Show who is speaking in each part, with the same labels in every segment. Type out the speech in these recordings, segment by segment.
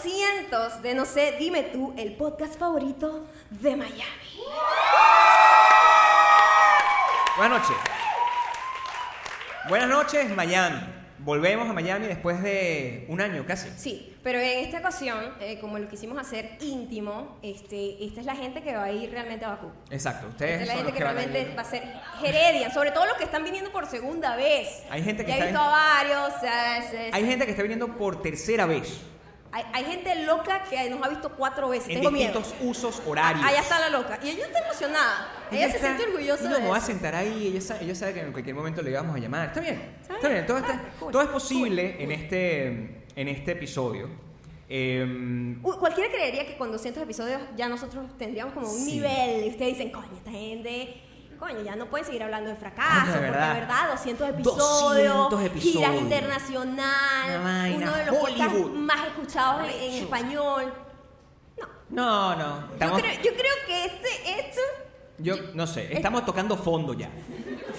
Speaker 1: conciertos de No sé, dime tú, el podcast favorito de Miami.
Speaker 2: Buenas noches. Buenas noches, Miami. Volvemos a Miami después de un año casi.
Speaker 1: Sí, pero en esta ocasión, eh, como lo quisimos hacer íntimo, este, esta es la gente que va a ir realmente a Bakú. Esta
Speaker 2: Exacto, ustedes
Speaker 1: es la gente
Speaker 2: son los
Speaker 1: que
Speaker 2: que van a
Speaker 1: realmente
Speaker 2: ir.
Speaker 1: va a ser Heredia, sobre todo los que están viniendo por segunda vez.
Speaker 2: Hay gente que
Speaker 1: Ya he
Speaker 2: está
Speaker 1: visto a varios. o sea, es- es-
Speaker 2: Hay gente que está viniendo por tercera vez
Speaker 1: hay, hay gente loca que nos ha visto cuatro veces.
Speaker 2: en
Speaker 1: Tengo miedo.
Speaker 2: distintos usos horarios.
Speaker 1: Allá Ah, está la loca. Y ella está emocionada. Ella, se
Speaker 2: está-
Speaker 1: siente orgullosa
Speaker 2: No,
Speaker 1: de
Speaker 2: me voy a
Speaker 1: eso.
Speaker 2: sentar ahí. Ella sabe, ella sabe que en cualquier momento le íbamos a llamar. Está bien.
Speaker 1: Está
Speaker 2: Está,
Speaker 1: bien,
Speaker 2: bien. Todo,
Speaker 1: está
Speaker 2: está-
Speaker 1: Ah, cool,
Speaker 2: todo es posible
Speaker 1: cool,
Speaker 2: en,
Speaker 1: cool.
Speaker 2: este, en este episodio. Eh,
Speaker 1: Uy, cualquiera creería que con 200 episodios ya nosotros tendríamos como un
Speaker 2: Sí.
Speaker 1: nivel. Y ustedes dicen, coño, esta gente, coño, ya no pueden seguir hablando de fracaso.
Speaker 2: Coño, Ah, de
Speaker 1: porque
Speaker 2: verdad.
Speaker 1: de verdad, 200 episodios,
Speaker 2: 200 episodios.
Speaker 1: giras internacional,
Speaker 2: Una vaina,
Speaker 1: uno de los podcasts
Speaker 2: Hollywood.
Speaker 1: más escuchados en, en
Speaker 2: Arrecho.
Speaker 1: español.
Speaker 2: no, no.
Speaker 1: Yo
Speaker 2: Estamos,
Speaker 1: creo, yo creo que este, esto,
Speaker 2: yo, no sé. Estamos tocando fondo ya.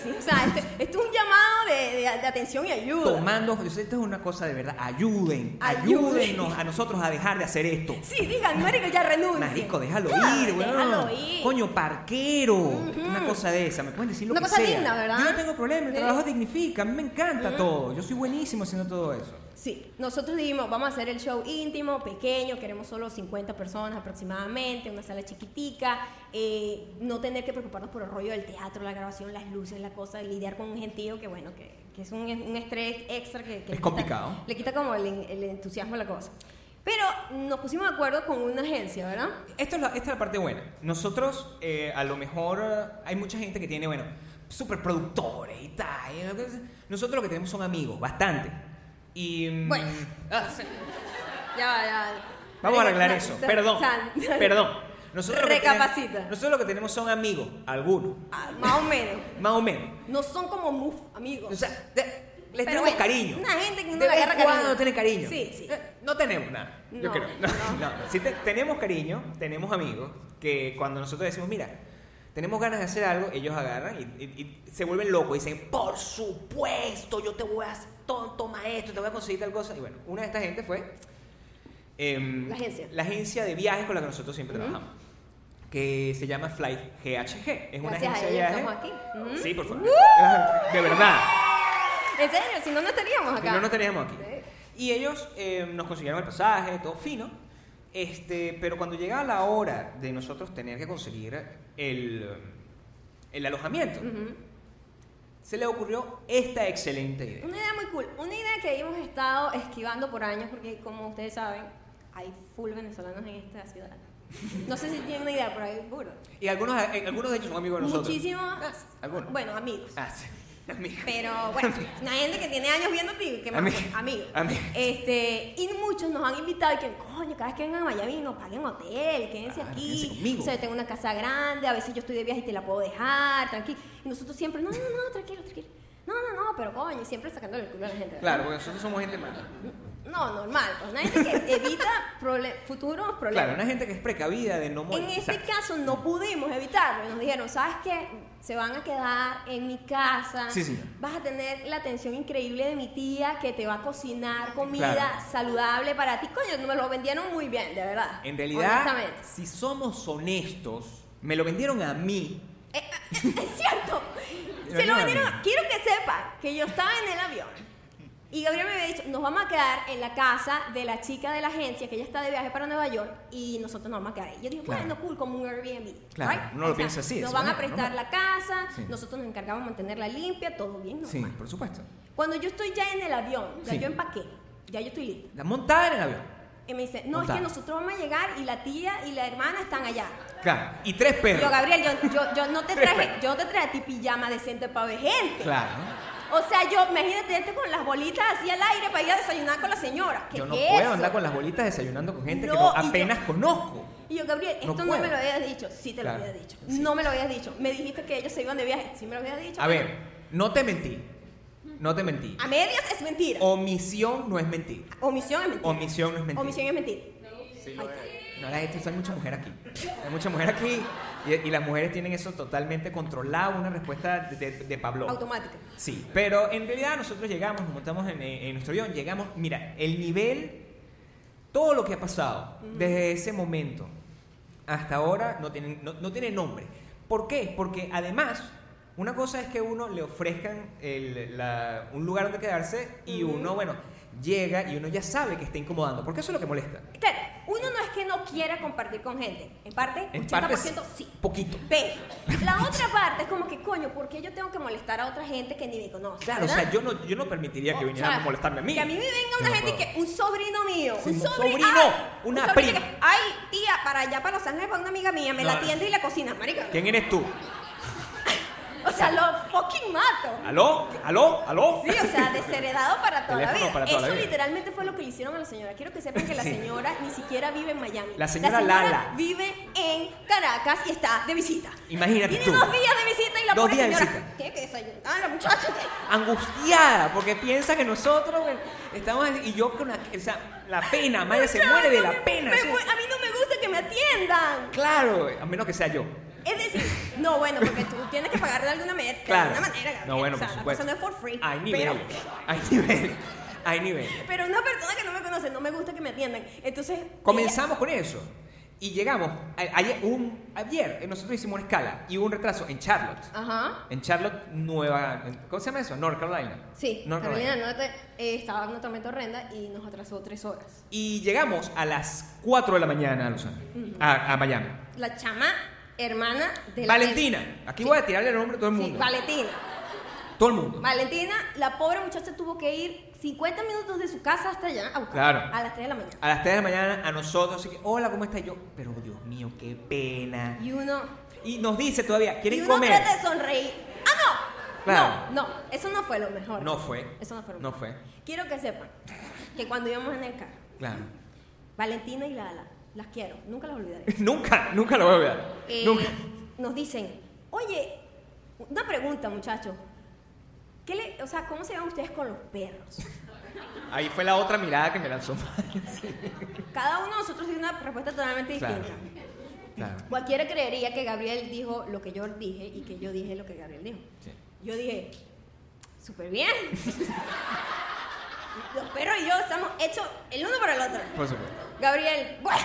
Speaker 1: sí, o sea, este, esto es un llamado de, de- de atención y ayuda.
Speaker 2: Tomando. Esto es una cosa de verdad. Ayuden.
Speaker 1: Ayuden.
Speaker 2: Ayúdennos a nosotros a dejar de hacer esto.
Speaker 1: Sí, digan, marico, ya renuncia.
Speaker 2: Marico, déjalo
Speaker 1: Ya,
Speaker 2: ir, weón.
Speaker 1: Déjalo ir.
Speaker 2: Coño, parquero. Una cosa de esa. Me pueden decir lo
Speaker 1: Una
Speaker 2: que
Speaker 1: cosa
Speaker 2: sea.
Speaker 1: digna, ¿verdad?
Speaker 2: Yo no tengo problema. El
Speaker 1: Sí.
Speaker 2: trabajo dignifica. A mí me encanta todo. Yo soy buenísimo haciendo todo eso.
Speaker 1: Sí, nosotros dijimos, vamos a hacer el show íntimo, pequeño, queremos solo 50 personas aproximadamente, una sala chiquitica, eh, no tener que preocuparnos por el rollo del teatro, la grabación, las luces, la cosa, lidiar con un gentío que bueno, que, que es un, un estrés extra que, que le quita-
Speaker 2: complicado.
Speaker 1: Le quita como el, en- el entusiasmo a la cosa. Pero nos pusimos de acuerdo con una agencia, ¿verdad?
Speaker 2: Esto es la- esta es la parte buena. Nosotros, eh, a lo mejor, eh, hay mucha gente que tiene, bueno, superproductores y tal. y lo que- Nosotros lo que tenemos son amigos, bastante. Y. mm,
Speaker 1: Bueno.
Speaker 2: ah,
Speaker 1: Ya, va, ya.
Speaker 2: Vamos
Speaker 1: Marica,
Speaker 2: a arreglar
Speaker 1: no,
Speaker 2: eso.
Speaker 1: o sea,
Speaker 2: Perdón.
Speaker 1: o sea,
Speaker 2: Perdón. Nosotros lo que tenemos-
Speaker 1: Recapacita.
Speaker 2: nosotros lo que tenemos son amigos, algunos,
Speaker 1: ah, más o menos.
Speaker 2: más o menos.
Speaker 1: No son como muf, amigos.
Speaker 2: O sea, de- les
Speaker 1: Pero
Speaker 2: tenemos
Speaker 1: bueno,
Speaker 2: cariño.
Speaker 1: una gente que uno
Speaker 2: De
Speaker 1: le
Speaker 2: vez
Speaker 1: agarra
Speaker 2: en cuando
Speaker 1: cariño.
Speaker 2: tiene cariño.
Speaker 1: Sí, sí.
Speaker 2: Eh, no tenemos nada.
Speaker 1: No,
Speaker 2: yo creo. No, no, no. Sí te- tenemos cariño, tenemos amigos que cuando nosotros decimos, mira, tenemos ganas de hacer algo, ellos agarran y, y- y se vuelven locos y dicen, por supuesto, yo te voy a hacer to- toma esto, te voy a conseguir tal cosa. Y bueno, una de esta gente fue em,
Speaker 1: La agencia.
Speaker 2: la agencia de viajes con la que nosotros siempre trabajamos, que se llama Flight GHG. Es una
Speaker 1: Gracias a
Speaker 2: agencia de
Speaker 1: ella
Speaker 2: viajes.
Speaker 1: estamos aquí. Ujú.
Speaker 2: Sí, por favor. De verdad.
Speaker 1: En serio, si no, no estaríamos acá.
Speaker 2: No nos teníamos aquí. Y ellos eh, nos consiguieron el pasaje, todo fino. Este, pero cuando llegaba la hora de nosotros tener que conseguir el, el alojamiento,
Speaker 1: Mm.
Speaker 2: se le ocurrió esta excelente idea.
Speaker 1: Una idea muy cool. Una idea que hemos estado esquivando por años, porque como ustedes saben, hay full venezolanos en esta ciudad. No sé si tienen una idea, pero hay burro.
Speaker 2: Y algunos, eh, algunos de ellos son amigos de nosotros.
Speaker 1: Muchísimos.
Speaker 2: algunos.
Speaker 1: Bueno, amigos.
Speaker 2: Ah, sí. Amiga.
Speaker 1: Pero bueno, una gente que tiene años viéndote, que más
Speaker 2: Amigo.
Speaker 1: amigo.
Speaker 2: Amigo.
Speaker 1: Este, y muchos nos han invitado y que, coño, cada vez que vengan a Miami nos paguen hotel, quédense
Speaker 2: Claro,
Speaker 1: aquí.
Speaker 2: quédense conmigo.
Speaker 1: O sea, yo tengo una casa grande, a veces yo estoy de viaje y te la puedo dejar, tranquilo. Y nosotros siempre, no, no, no, tranquilo, tranquilo. No, no, no, pero coño, y siempre sacándole el culo a la gente. ¿verdad?
Speaker 2: Claro, porque nosotros somos gente mala.
Speaker 1: No, normal, pues una gente que evita prole- futuros problemas.
Speaker 2: Claro, una gente que es precavida de no
Speaker 1: En
Speaker 2: molestar.
Speaker 1: este caso no pudimos evitarlo. y Nos dijeron, ¿sabes qué? Se van a quedar en mi casa.
Speaker 2: Sí, señor.
Speaker 1: Vas a tener la atención increíble de mi tía que te va a cocinar comida
Speaker 2: Claro.
Speaker 1: saludable para ti. Coño, me lo vendieron muy bien, de verdad.
Speaker 2: En realidad,
Speaker 1: Honestamente.
Speaker 2: si somos honestos, me lo vendieron a mí
Speaker 1: Eh, eh, eh, es cierto.
Speaker 2: Lo
Speaker 1: Se lo
Speaker 2: vendieron a
Speaker 1: vendieron.
Speaker 2: mí.
Speaker 1: Quiero que sepa que yo estaba en el avión. Y Gabriel me había dicho, nos vamos a quedar en la casa de la chica de la agencia, que ella está de viaje para Nueva York, y nosotros nos vamos a quedar ahí. Yo dije,
Speaker 2: Claro.
Speaker 1: bueno, cool, como un Airbnb.
Speaker 2: Claro,
Speaker 1: right?
Speaker 2: uno lo piensa así,
Speaker 1: Nos
Speaker 2: es
Speaker 1: van a
Speaker 2: normal,
Speaker 1: prestar la casa,
Speaker 2: Sí.
Speaker 1: nosotros nos encargamos de mantenerla limpia, todo bien,
Speaker 2: Sí,
Speaker 1: normal.
Speaker 2: por supuesto.
Speaker 1: Cuando yo estoy ya en el avión, ya
Speaker 2: Sí.
Speaker 1: yo empaqué, ya yo estoy lista.
Speaker 2: La montada en el avión.
Speaker 1: Y me dice, no, es
Speaker 2: Total.
Speaker 1: que nosotros vamos a llegar y la tía y la hermana están allá.
Speaker 2: Claro. Y tres
Speaker 1: Y Yo,
Speaker 2: perros.
Speaker 1: Gabriel, yo, yo, yo no te traje, yo no te traje a ti pijama decente para ver gente.
Speaker 2: Claro.
Speaker 1: O sea, yo, imagínate este con las bolitas así al aire para ir a desayunar con la señora. ¿Qué
Speaker 2: Yo no
Speaker 1: es
Speaker 2: puedo
Speaker 1: eso?
Speaker 2: andar con las bolitas desayunando con gente que
Speaker 1: No,
Speaker 2: no
Speaker 1: y yo-
Speaker 2: apenas conozco.
Speaker 1: Y yo, Gabriel,
Speaker 2: No
Speaker 1: esto no,
Speaker 2: puedo.
Speaker 1: me lo habías dicho. Sí te
Speaker 2: Claro.
Speaker 1: lo había dicho.
Speaker 2: Sí. Ah.
Speaker 1: No me lo habías dicho. Me dijiste que ellos se iban de viaje. Sí me lo habías dicho.
Speaker 2: A ver, no te mentí. No te mentí.
Speaker 1: A medias es mentira.
Speaker 2: Omisión no es mentir.
Speaker 1: Omisión es mentira.
Speaker 2: Omisión no es mentir.
Speaker 1: Omisión es mentira. Ahí está.
Speaker 2: No, la gente, hay mucha mujer aquí. Hay mucha mujer aquí. Y, y las mujeres tienen eso totalmente controlado, una respuesta de, de, de Pablo.
Speaker 1: Automática.
Speaker 2: Sí, eh, pero en realidad nosotros llegamos, nos montamos en, en nuestro avión, llegamos, mira, el nivel Todo lo que ha pasado desde ese momento hasta ahora no tiene, no, no tiene nombre. ¿Por qué? Porque además, una cosa es que uno le ofrezcan el- la- un lugar donde quedarse y uno, bueno, llega y uno ya sabe que está incomodando, porque eso es lo que molesta.
Speaker 1: Claro, uno no es que no quiera compartir con gente. En parte,
Speaker 2: En
Speaker 1: 80%
Speaker 2: partes,
Speaker 1: sí.
Speaker 2: poquito.
Speaker 1: Pero la otra parte es como que, coño, ¿por qué yo tengo que molestar a otra gente que ni me conoce?
Speaker 2: Claro, o
Speaker 1: ¿verdad?
Speaker 2: sea, yo no, yo no permitiría que
Speaker 1: O
Speaker 2: vinieran
Speaker 1: sea,
Speaker 2: a molestarme a mí.
Speaker 1: Que a mí me venga una
Speaker 2: No
Speaker 1: gente
Speaker 2: puedo.
Speaker 1: que, un sobrino mío,
Speaker 2: Sí,
Speaker 1: un
Speaker 2: un
Speaker 1: sobrino,
Speaker 2: sobrino,
Speaker 1: ay,
Speaker 2: una
Speaker 1: un sobrino
Speaker 2: prima.
Speaker 1: que, ay, tía, para allá, para Los Ángeles, para una amiga mía, me
Speaker 2: No,
Speaker 1: la
Speaker 2: no.
Speaker 1: tiende y la cocina, marica.
Speaker 2: ¿Quién eres tú?
Speaker 1: O sea, lo fucking mato.
Speaker 2: ¿Aló? ¿Aló? ¿Aló?
Speaker 1: Sí, o sea, desheredado para toda la
Speaker 2: Teléfono
Speaker 1: vida.
Speaker 2: para toda
Speaker 1: Eso
Speaker 2: la vida.
Speaker 1: literalmente fue lo que le hicieron a la señora. Quiero que sepan que la
Speaker 2: Sí.
Speaker 1: señora ni siquiera vive en Miami.
Speaker 2: La señora Lala.
Speaker 1: vive en Caracas y está de visita.
Speaker 2: Imagínate
Speaker 1: Tiene
Speaker 2: tú.
Speaker 1: dos días de visita y la
Speaker 2: Dos
Speaker 1: pobre
Speaker 2: días de
Speaker 1: señora
Speaker 2: visita.
Speaker 1: tiene que desayunar Ah, la muchacha. que-
Speaker 2: Angustiada, porque piensa que nosotros bueno, estamos. Y yo con la, o sea, la pena, Maya se muere de la pena.
Speaker 1: Me-
Speaker 2: eso-
Speaker 1: a mí no me gusta que me atiendan.
Speaker 2: Claro, a menos que sea yo.
Speaker 1: Es decir, no, bueno, porque tú tienes que pagar de alguna, manera, de
Speaker 2: Claro.
Speaker 1: alguna manera. Gabriel.
Speaker 2: no, bueno,
Speaker 1: o sea,
Speaker 2: por
Speaker 1: la
Speaker 2: supuesto.
Speaker 1: cosa no es for free.
Speaker 2: Hay
Speaker 1: pero-
Speaker 2: niveles. Hay niveles. Hay niveles.
Speaker 1: Pero, una persona que no me conoce, no me gusta que me atiendan. Entonces.
Speaker 2: Comenzamos con eso. Y llegamos. a- Ayer, un, ayer eh, nosotros hicimos una escala y hubo un retraso en Charlotte.
Speaker 1: ella- Ajá.
Speaker 2: En Charlotte, Nueva. ¿Cómo se llama eso? North Carolina.
Speaker 1: Sí,
Speaker 2: North
Speaker 1: Carolina no te- eh, estaba en una tormenta horrenda y nos atrasó tres horas.
Speaker 2: Y llegamos a las 4 de la mañana a Los Ángeles, a, a Miami.
Speaker 1: La chama hermana de la
Speaker 2: Valentina, aquí voy a tirarle el nombre a todo el
Speaker 1: Sí,
Speaker 2: mundo.
Speaker 1: Valentina.
Speaker 2: Todo el mundo.
Speaker 1: Valentina, la pobre muchacha tuvo que ir 50 minutos de su casa hasta allá a buscar
Speaker 2: Claro.
Speaker 1: a las 3 de la mañana.
Speaker 2: A las 3 de la mañana, a nosotros, así que, hola, ¿cómo estás? Y Yo, pero Dios mío, qué pena.
Speaker 1: Y uno,
Speaker 2: Y nos dice todavía,
Speaker 1: y
Speaker 2: ¿quieren
Speaker 1: uno
Speaker 2: comer?
Speaker 1: trata de sonreír. ¡Ah, no!
Speaker 2: Claro.
Speaker 1: No, no, eso no fue lo mejor.
Speaker 2: No fue.
Speaker 1: Eso no fue lo
Speaker 2: No
Speaker 1: mejor.
Speaker 2: fue.
Speaker 1: Quiero que sepan que cuando íbamos en el carro,
Speaker 2: Claro.
Speaker 1: Valentina y Lala, las quiero, nunca las olvidaré.
Speaker 2: nunca, nunca lo voy a olvidar.
Speaker 1: Eh,
Speaker 2: Nunca.
Speaker 1: Nos dicen, oye, una pregunta, muchachos. ¿Qué le, o sea, ¿cómo se van ustedes con los perros?
Speaker 2: Ahí fue la otra mirada que me lanzó.
Speaker 1: Cada uno de nosotros tiene una respuesta totalmente
Speaker 2: Claro.
Speaker 1: distinta.
Speaker 2: claro.
Speaker 1: Cualquiera creería que Gabriel dijo lo que yo dije y que yo dije lo que Gabriel dijo.
Speaker 2: Sí.
Speaker 1: Yo dije, súper bien. Los perros y yo estamos hechos el uno para el otro.
Speaker 2: Por supuesto.
Speaker 1: Gabriel, bueno.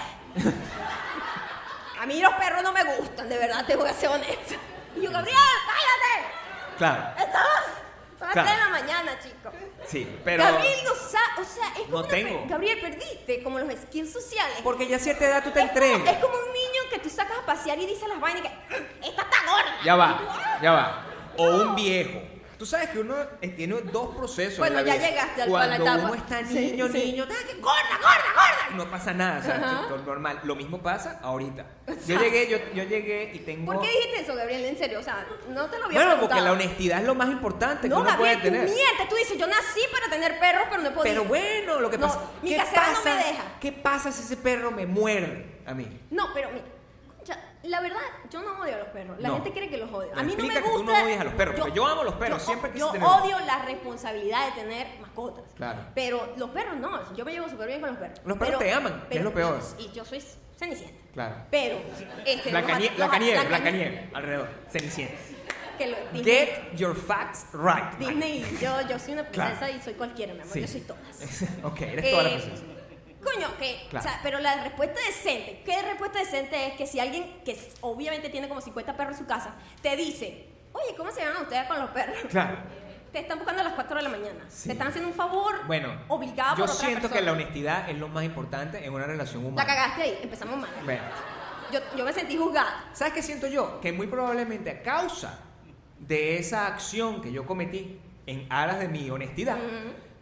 Speaker 1: A mí los perros no me gustan, de verdad, tengo que ser honesta. Y yo, Gabriel, cállate.
Speaker 2: Claro.
Speaker 1: Estamos. Son las
Speaker 2: Claro.
Speaker 1: 3 de la mañana, chico.
Speaker 2: Sí, pero.
Speaker 1: Gabriel no sabe, o sea, es como
Speaker 2: No
Speaker 1: una
Speaker 2: tengo.
Speaker 1: per- Gabriel, perdiste como los skills sociales.
Speaker 2: Porque ya a cierta edad tú te
Speaker 1: es, como, es
Speaker 2: entregas.
Speaker 1: como un niño que tú sacas a pasear y dices las vainas y que "Mm, esta está gorda.
Speaker 2: Ya
Speaker 1: Y tú,
Speaker 2: va,
Speaker 1: "Ah".
Speaker 2: ya va. O un viejo. Tú sabes que uno eh, tiene dos procesos.
Speaker 1: Bueno,
Speaker 2: en la
Speaker 1: ya
Speaker 2: vida.
Speaker 1: llegaste al- a
Speaker 2: Cuando
Speaker 1: la etapa.
Speaker 2: uno está
Speaker 1: Sí,
Speaker 2: niño,
Speaker 1: sí.
Speaker 2: niño,
Speaker 1: "Ah, que gorda, gorda, gorda.
Speaker 2: no pasa nada, o sea,
Speaker 1: Ajá.
Speaker 2: esto es normal. Lo mismo pasa ahorita. Yo
Speaker 1: Exacto.
Speaker 2: llegué, yo, yo llegué y tengo.
Speaker 1: ¿Por qué dijiste eso, Gabriel? En serio, o sea, no te lo había
Speaker 2: Bueno,
Speaker 1: preguntado.
Speaker 2: porque la honestidad es lo más importante
Speaker 1: No,
Speaker 2: que uno
Speaker 1: Gabriel,
Speaker 2: puede tener.
Speaker 1: tú mientes. Tú dices, yo nací para tener perros, pero no he podido.
Speaker 2: Pero bueno, lo que
Speaker 1: No,
Speaker 2: pasa.
Speaker 1: mi
Speaker 2: ¿qué
Speaker 1: casera no
Speaker 2: pasa,
Speaker 1: me deja.
Speaker 2: ¿Qué pasa si ese perro me muerde a mí?
Speaker 1: No, pero mira, ya, la verdad, yo no odio a los perros. La
Speaker 2: No.
Speaker 1: gente cree que los odio.
Speaker 2: Pero
Speaker 1: A mí no me
Speaker 2: explica que
Speaker 1: gusta.
Speaker 2: tú no odias a los perros, porque yo amo a los perros, siempre quise
Speaker 1: Yo
Speaker 2: tener uno.
Speaker 1: odio la responsabilidad de tener mascotas.
Speaker 2: Claro.
Speaker 1: Pero los perros no, yo me llevo súper bien con los perros.
Speaker 2: Los perros
Speaker 1: Pero-
Speaker 2: te aman, que es lo peor.
Speaker 1: Y yo soy cenicienta.
Speaker 2: Claro.
Speaker 1: Pero, este.
Speaker 2: La
Speaker 1: los a-
Speaker 2: canie-
Speaker 1: los
Speaker 2: la
Speaker 1: a-
Speaker 2: canieve,
Speaker 1: la
Speaker 2: la
Speaker 1: canie-
Speaker 2: canieve, alrededor, cenicienta.
Speaker 1: Que lo, Disney,
Speaker 2: Get your facts right. Mike.
Speaker 1: Disney, yo, yo soy una princesa
Speaker 2: Claro.
Speaker 1: y soy cualquiera, mi amor.
Speaker 2: Sí.
Speaker 1: Yo soy todas.
Speaker 2: ok, eres toda la
Speaker 1: Eh,
Speaker 2: princesa.
Speaker 1: Coño, que,
Speaker 2: Claro.
Speaker 1: o sea, pero la respuesta decente, ¿qué respuesta decente es que si alguien que s- obviamente tiene como 50 perros en su casa te dice, oye, ¿cómo se llaman ustedes con los perros?
Speaker 2: Claro.
Speaker 1: Te están buscando a las 4 de la mañana.
Speaker 2: Sí.
Speaker 1: Te están haciendo un favor
Speaker 2: Bueno,
Speaker 1: obligado
Speaker 2: yo
Speaker 1: por otra
Speaker 2: siento que la
Speaker 1: persona.
Speaker 2: honestidad es lo más importante en una relación humana.
Speaker 1: La cagaste ahí, empezamos mal.
Speaker 2: Bueno,
Speaker 1: Yo, yo me sentí juzgada.
Speaker 2: ¿sabes qué siento yo? Que muy probablemente a causa de esa acción que yo cometí en aras de mi honestidad,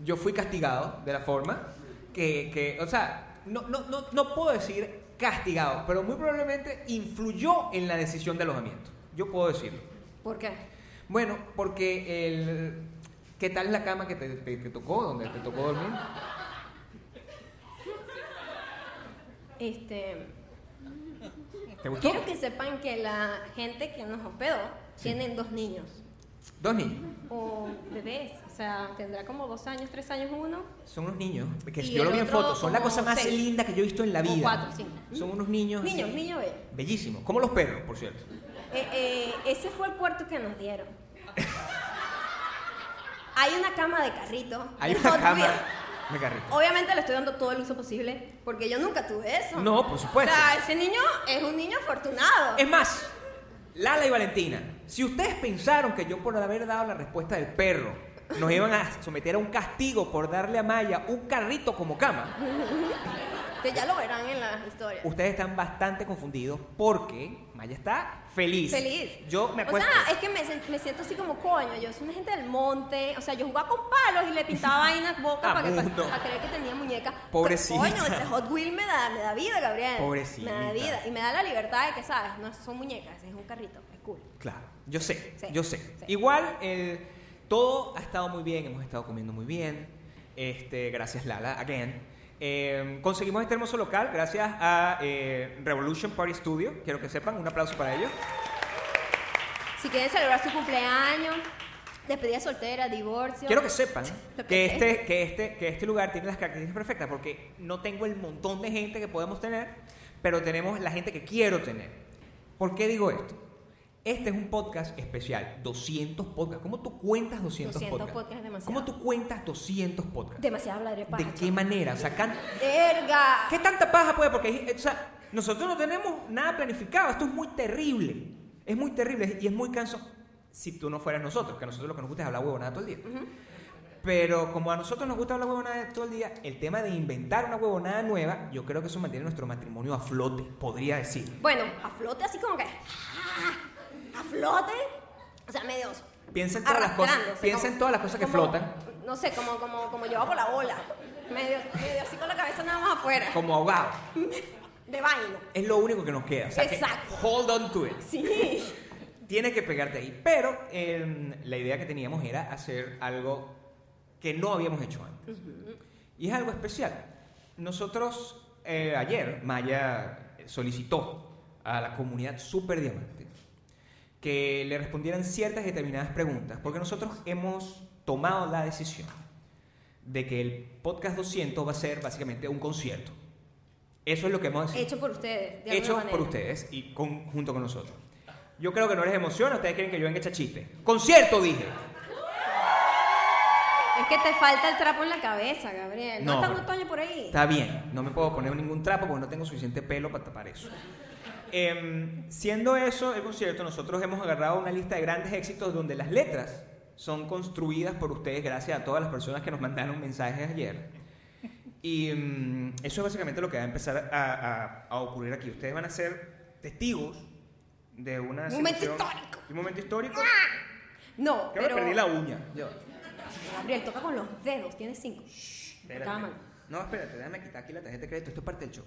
Speaker 2: yo fui castigado de la forma que, que o sea, no, no, no, no puedo decir castigado, pero muy probablemente influyó en la decisión de alojamiento. Yo puedo decirlo.
Speaker 1: ¿Por qué?
Speaker 2: Bueno, porque el... ¿Qué tal la cama que te, te- te tocó, donde te tocó dormir?
Speaker 1: Este,
Speaker 2: ¿Te gustó?
Speaker 1: quiero que sepan que la gente que nos hospedó tienen dos niños
Speaker 2: Dos niños.
Speaker 1: o bebés. O sea, tendrá como dos años, tres años uno.
Speaker 2: Son unos niños, que
Speaker 1: Y
Speaker 2: yo
Speaker 1: el
Speaker 2: lo vi en
Speaker 1: otro
Speaker 2: fotos, son la
Speaker 1: como
Speaker 2: cosa más
Speaker 1: seis.
Speaker 2: linda que yo he visto en la
Speaker 1: O
Speaker 2: vida.
Speaker 1: cuatro, cinco.
Speaker 2: Son unos niños.
Speaker 1: Niños,
Speaker 2: así,
Speaker 1: niños bellos.
Speaker 2: Bellísimos, como los perros, por cierto.
Speaker 1: Eh, eh, ese fue el cuarto que nos dieron. Hay una cama de carrito.
Speaker 2: Hay
Speaker 1: de
Speaker 2: una
Speaker 1: Hot
Speaker 2: cama.
Speaker 1: Wheels.
Speaker 2: Me carrito.
Speaker 1: Obviamente le estoy dando todo el uso posible porque yo nunca tuve eso.
Speaker 2: No, por supuesto.
Speaker 1: O sea, ese niño es un niño afortunado.
Speaker 2: Es más, Lala y Valentina, si ustedes pensaron que yo por haber dado la respuesta del perro, nos iban a someter a un castigo por darle a Maya un carrito como cama,
Speaker 1: Que ya lo verán en las historias.
Speaker 2: ustedes están bastante confundidos porque Maya está feliz.
Speaker 1: Feliz.
Speaker 2: Yo me
Speaker 1: O
Speaker 2: acuerdo.
Speaker 1: sea, es que me, sen- me siento así como coño. Yo soy una gente del monte. O sea, yo jugaba con palos y le pintaba vainas boca
Speaker 2: Ah,
Speaker 1: para, que,
Speaker 2: mundo.
Speaker 1: para, creer que tenía muñeca. Pero,
Speaker 2: Pobrecita.
Speaker 1: coño, ese Hot Wheel me da, me da vida, Gabriel.
Speaker 2: Pobrecita.
Speaker 1: Me da vida. Y me da la libertad de que, ¿sabes? No son muñecas, es un carrito. Es cool.
Speaker 2: Claro, yo sé,
Speaker 1: Sí,
Speaker 2: yo sé.
Speaker 1: sí.
Speaker 2: Igual, el- todo ha estado muy bien, hemos estado comiendo muy bien. Este, gracias Lala, again. Eh, conseguimos este hermoso local gracias a eh, Revolution Party Studio. Quiero que sepan, un aplauso para ellos.
Speaker 1: Si quieren celebrar su cumpleaños, despedida soltera, divorcio.
Speaker 2: Quiero que sepan
Speaker 1: Lo que
Speaker 2: que
Speaker 1: sé.
Speaker 2: este, que, este, que este lugar tiene las características perfectas porque no tengo el montón de gente que podemos tener, pero tenemos la gente que quiero tener. ¿Por qué digo esto? Este es un podcast especial, 200 podcasts. ¿Cómo tú cuentas 200,
Speaker 1: 200
Speaker 2: podcasts?
Speaker 1: podcasts es demasiado.
Speaker 2: ¿Cómo tú cuentas 200 podcasts?
Speaker 1: Demasiado hablar de paja.
Speaker 2: ¿De qué manera? O sea, can-
Speaker 1: Verga.
Speaker 2: ¿qué tanta paja puede? Porque hay- o sea, nosotros no tenemos nada planificado. Esto es muy terrible. Es muy terrible y es muy cansón si tú no fueras nosotros, que a nosotros lo que nos gusta es hablar huevonada todo el día. Pero como a nosotros nos gusta hablar huevonada todo el día, el tema de inventar una huevonada nueva, yo creo que eso mantiene nuestro matrimonio a flote, podría decir.
Speaker 1: Bueno, a flote así como que. ah, A flote. O sea, medio.
Speaker 2: Piensa en todas las cosas-
Speaker 1: arrastrándose,
Speaker 2: piensa
Speaker 1: como-
Speaker 2: en todas las cosas que
Speaker 1: como-
Speaker 2: flotan.
Speaker 1: No sé, como, como, como llevado por la ola. Medio, medio así con la cabeza nada más afuera.
Speaker 2: Como ahogado.
Speaker 1: De vaina.
Speaker 2: Es lo único que nos queda. O sea, que
Speaker 1: Exacto.
Speaker 2: hold on to it.
Speaker 1: Sí.
Speaker 2: Tienes que pegarte ahí. Pero eh, la idea que teníamos era hacer algo que no habíamos hecho antes. Y es algo especial. Nosotros, eh, ayer, Maya solicitó a la comunidad Super Diamante que le respondieran ciertas determinadas preguntas, porque nosotros hemos tomado la decisión de que el podcast 200 va a ser básicamente un concierto. Eso es lo que hemos decidido
Speaker 1: Hecho por ustedes. De alguna
Speaker 2: hecho
Speaker 1: manera.
Speaker 2: por ustedes y con- junto con nosotros. Yo creo que no les emociona, ustedes quieren que yo venga a echar chiste. Concierto, dije.
Speaker 1: Es que te falta el trapo en la cabeza, Gabriel. No,
Speaker 2: No,
Speaker 1: está un
Speaker 2: pero-
Speaker 1: otoño por ahí.
Speaker 2: Está bien, no me puedo poner ningún trapo porque no tengo suficiente pelo para tapar eso. Em, siendo eso el concierto, nosotros hemos agarrado una lista de grandes éxitos donde las letras son construidas por ustedes gracias a todas las personas que nos mandaron mensajes ayer. Y em, eso es básicamente lo que va a empezar a, a- a ocurrir aquí. Ustedes van a ser testigos de una
Speaker 1: Momento
Speaker 2: situación-
Speaker 1: histórico. Ah.
Speaker 2: Un momento histórico.
Speaker 1: No,
Speaker 2: Creo que
Speaker 1: pero.
Speaker 2: perdí la uña. Yo.
Speaker 1: Gabriel, toca con los dedos. Tienes cinco.
Speaker 2: Espérate.
Speaker 1: Cámara.
Speaker 2: No, espérate, déjame quitar aquí la tarjeta de crédito. Esto es parte del show.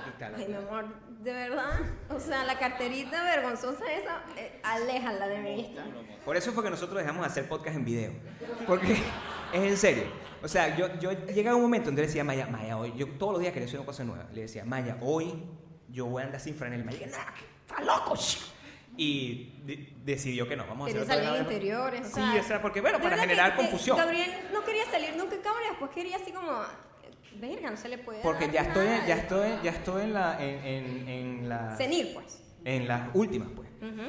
Speaker 2: Aquí está la.
Speaker 1: Ay, mi amor, de verdad. O sea, la carterita vergonzosa esa, eh, aléjala de mi vista.
Speaker 2: Por eso fue que nosotros dejamos de hacer podcast en video. Porque es en serio. O sea, yo, yo llegaba un momento donde le decía a Maya, Maya, hoy, yo todos los días quería hacer una cosa nueva. Le decía, Maya, hoy yo voy a andar sin franela. Y Maya, nada, está loco. ch-". Y de- decidió que no, vamos a hacer
Speaker 1: Quería
Speaker 2: otra
Speaker 1: salir en
Speaker 2: vez.
Speaker 1: interiores. o
Speaker 2: Sí,
Speaker 1: sea,
Speaker 2: o sea, porque bueno,
Speaker 1: de
Speaker 2: para
Speaker 1: verdad que-
Speaker 2: generar
Speaker 1: que
Speaker 2: confusión.
Speaker 1: Gabriel no quería salir nunca en cámara y después quería así como. Verga, no se le puede.
Speaker 2: Porque
Speaker 1: dar
Speaker 2: ya estoy,
Speaker 1: nada".
Speaker 2: ya estoy, ya estoy en la, en, en, en la,
Speaker 1: Senil, pues.
Speaker 2: en las últimas, pues.
Speaker 1: Ujú.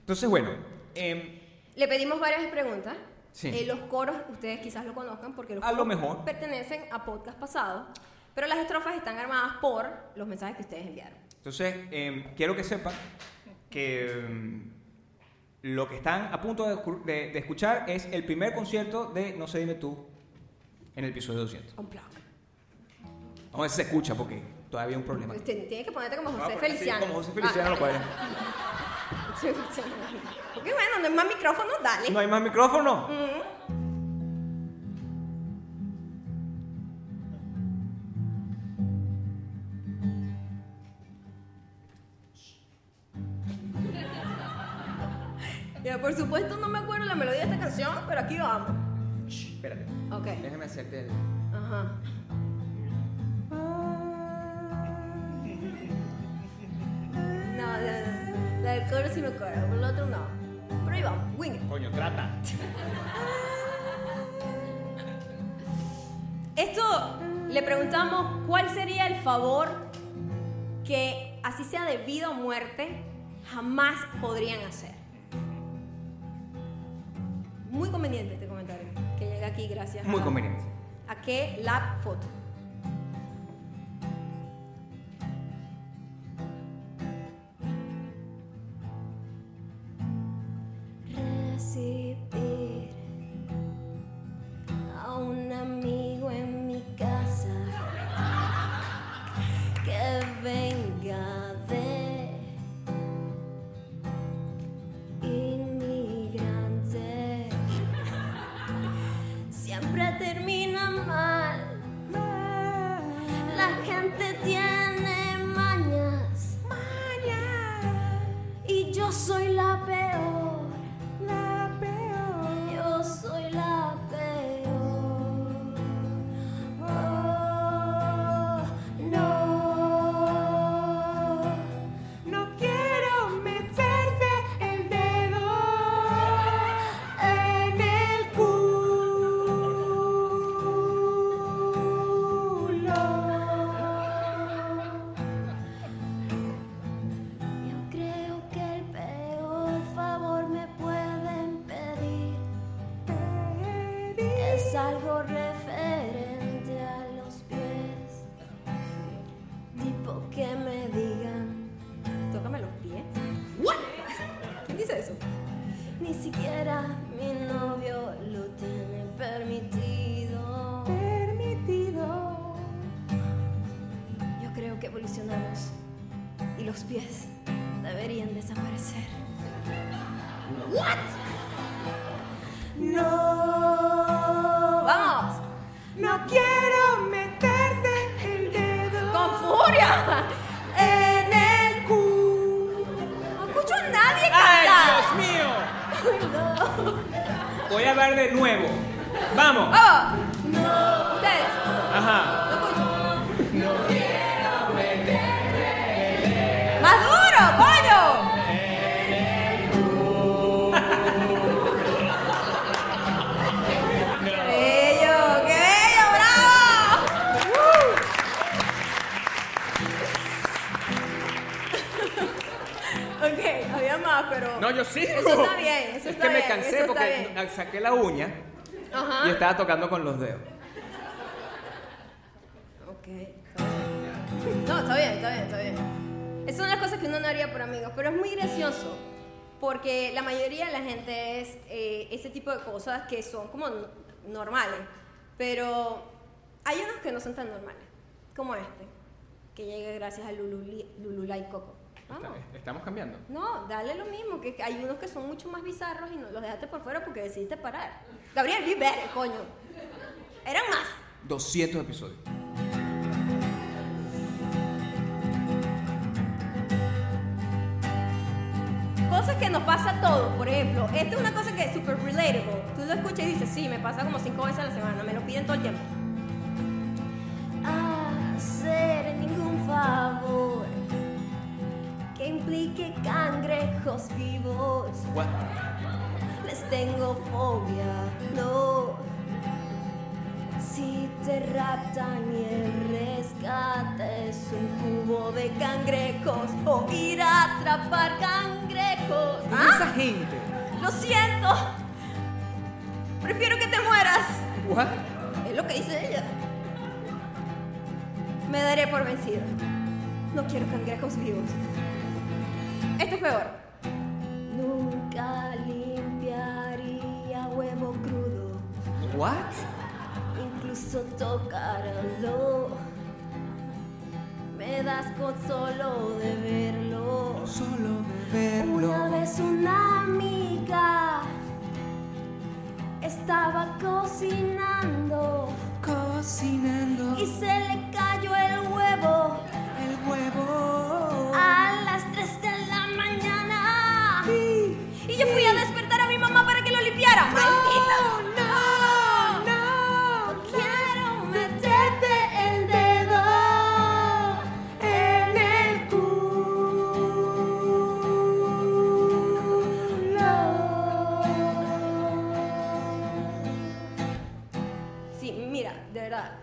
Speaker 2: Entonces, bueno, em,
Speaker 1: Le pedimos varias preguntas.
Speaker 2: Sí.
Speaker 1: Eh, los coros, ustedes quizás lo conozcan porque los
Speaker 2: A lo
Speaker 1: coros
Speaker 2: mejor.
Speaker 1: pertenecen a podcast pasado, pero las estrofas están armadas por los mensajes que ustedes enviaron.
Speaker 2: Entonces, em, quiero que sepan que em, lo que están a punto de, escu- de- de escuchar es el primer concierto de No sé dime tú en el episodio 200.
Speaker 1: Un placa.
Speaker 2: Vamos a ver si se escucha porque todavía hay un problema.
Speaker 1: Usted tiene que ponerte como
Speaker 2: Vamos a
Speaker 1: José
Speaker 2: poner así,
Speaker 1: Feliciano.
Speaker 2: Ah, Como José Feliciano lo cual es.
Speaker 1: Ah, sí, sí. Porque bueno, no hay más micrófono, dale.
Speaker 2: ¿No hay más micrófono?
Speaker 1: Mm. Ya, por supuesto no me acuerdo la melodía de esta canción, pero aquí vamos.
Speaker 2: Espérate.
Speaker 1: Ok.
Speaker 2: Déjame hacerte el...
Speaker 1: Ajá. No, la, la del coro sí me acuerdo, por el otro no. Pero ahí vamos, wing. it.
Speaker 2: Coño, trata.
Speaker 1: Esto le preguntamos cuál sería el favor que, así sea de vida o muerte, jamás podrían hacer. Muy conveniente este comentario que llega aquí, gracias.
Speaker 2: Muy
Speaker 1: a-
Speaker 2: conveniente.
Speaker 3: ¿A qué lab foto?
Speaker 1: recibir a un amigo en mi casa que venga de inmigrante siempre termina mal la gente tiene mañas y yo soy la peor la peor. Yo soy la peor. Oh, no. No quiero meterte el dedo en el culo. Yo creo que el peor favor me pueden pedir es algo referente a los pies. Tipo que me digan,
Speaker 3: Tócame los pies. ¿Quién dice eso?
Speaker 1: ni siquiera mi novio lo tiene permitido. Permitido. Yo creo que evolucionamos y los pies deberían desaparecer. What? No.
Speaker 3: ¡Vamos!
Speaker 1: No quiero meterte el dedo.
Speaker 3: ¡Con furia!
Speaker 1: en el culo.
Speaker 3: No escucho a nadie
Speaker 2: ¡Ay,
Speaker 3: cantar.
Speaker 2: Dios mío! Voy a hablar de nuevo. ¡Vamos!
Speaker 3: ¡Vamos! No. Ustedes.
Speaker 2: Ajá.
Speaker 3: No escucho. ¡Más duro, coño! ¡Qué bello, qué bello, bravo! ok, había más, pero...
Speaker 2: No, yo sigo.
Speaker 3: Eso está bien, eso
Speaker 2: es
Speaker 3: está
Speaker 2: que me
Speaker 3: bien,
Speaker 2: cansé
Speaker 3: eso está
Speaker 2: porque
Speaker 3: bien.
Speaker 2: saqué la uña
Speaker 1: Ah.
Speaker 2: y
Speaker 3: Ajá.
Speaker 2: estaba tocando con los dedos.
Speaker 3: Ok. No, está bien, está bien, está bien. Esas son las cosas que uno no haría por amigos, pero es muy gracioso porque la mayoría de la gente es eh, ese tipo de cosas que son como n- normales, pero hay unos que no son tan normales, como este, que llega gracias a Lululi- Lulula y Coco.
Speaker 2: Está
Speaker 1: Ah.
Speaker 3: Vamos.
Speaker 2: bien, Estamos cambiando.
Speaker 3: No, dale lo mismo, que hay unos que son mucho más bizarros y no, los dejaste por fuera porque decidiste parar. Gabriel, be better, coño. Eran más.
Speaker 2: 200 episodios.
Speaker 3: Cosas que nos pasa a todos, por ejemplo, esta es una cosa que es súper relatable. Tú lo escuchas y dices, sí, me pasa como cinco veces a la semana, me lo piden todo el tiempo.
Speaker 1: hacer ningún favor que implique cangrejos vivos.
Speaker 2: What?
Speaker 1: Les tengo fobia, no. Si te raptan y el rescate es un cubo de cangrejos o ir a atrapar cangrejos.
Speaker 3: Ah,
Speaker 2: Esa gente.
Speaker 1: Lo siento.
Speaker 3: Prefiero que te mueras.
Speaker 2: What?
Speaker 3: Es lo que dice ella. Me daré por vencida. No quiero cangrejos vivos. Este Esto es peor.
Speaker 1: Nunca limpiaría huevo crudo,
Speaker 2: What?
Speaker 1: incluso tocarlo. Me das con solo de verlo.
Speaker 2: Solo de
Speaker 1: Una vez una amiga estaba cocinando
Speaker 2: cocinando
Speaker 1: y se le cayó el huevo
Speaker 2: el huevo.
Speaker 1: a las 3 de la mañana. Y yo fui a despertar a mi mamá para que lo limpiara. ¡Maldita! ¡No! ¡No! quiero meterte el dedo en el culo.
Speaker 3: Sí, mira, de verdad.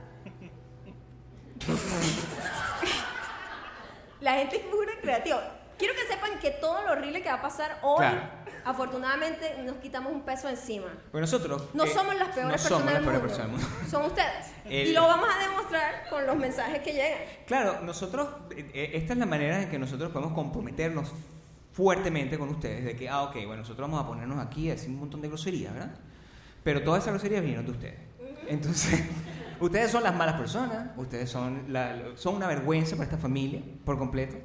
Speaker 3: La gente es muy creativa. Quiero que sepan que todo lo horrible que va a pasar hoy
Speaker 2: Claro.
Speaker 1: afortunadamente nos quitamos un peso encima.
Speaker 2: Pues nosotros.
Speaker 1: No
Speaker 2: eh,
Speaker 1: somos las peores
Speaker 2: no
Speaker 1: personas
Speaker 2: somos las
Speaker 1: del
Speaker 2: peores
Speaker 1: mundo.
Speaker 2: personas del mundo.
Speaker 1: Son ustedes.
Speaker 2: El-
Speaker 1: Y lo vamos a demostrar con los mensajes que llegan.
Speaker 2: Claro, nosotros, eh, eh, esta es la manera en que nosotros podemos comprometernos fuertemente con ustedes, de que, ah, ok, bueno, nosotros vamos a ponernos aquí a decir un montón de groserías, ¿verdad? Pero todas esas groserías vinieron de ustedes. Entonces, ustedes son las malas personas, ustedes son, la- son una vergüenza para esta familia, por completo.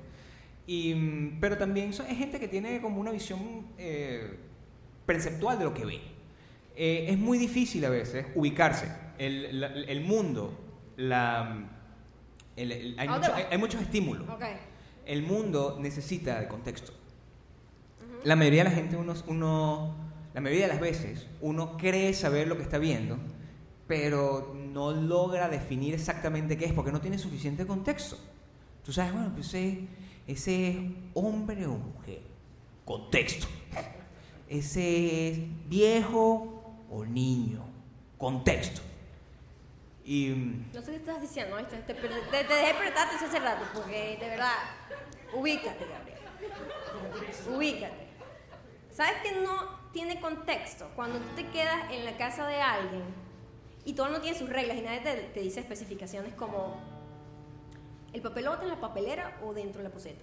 Speaker 2: Y, mm, pero también son, es gente que tiene como una visión eh, perceptual de lo que ve. Eh, es muy difícil a veces ubicarse. El, la- el mundo, la, el- el- hay,
Speaker 1: ¿A dónde
Speaker 2: mucho-
Speaker 1: vas?
Speaker 2: hay- hay muchos estímulos.
Speaker 1: Ok.
Speaker 2: El mundo necesita de contexto. La mayoría de la gente, uno, uno- la mayoría de las veces, uno cree saber lo que está viendo, pero no logra definir exactamente qué es porque no tiene suficiente contexto. Tú sabes, bueno, pues ese, ese es hombre o mujer. Contexto. Ese es viejo o niño. Contexto. Y. mm,
Speaker 1: No sé qué estás diciendo, ¿viste? te, per- te- te dejé prestar atención hace rato, porque de verdad, ubícate, Gabriel. Ubícate. ¿Sabes que no tiene contexto? Cuando tú te quedas en la casa de alguien y todo el mundo tiene sus reglas y nadie te, te dice especificaciones como el papel lo botas en la papelera o dentro de la poseta.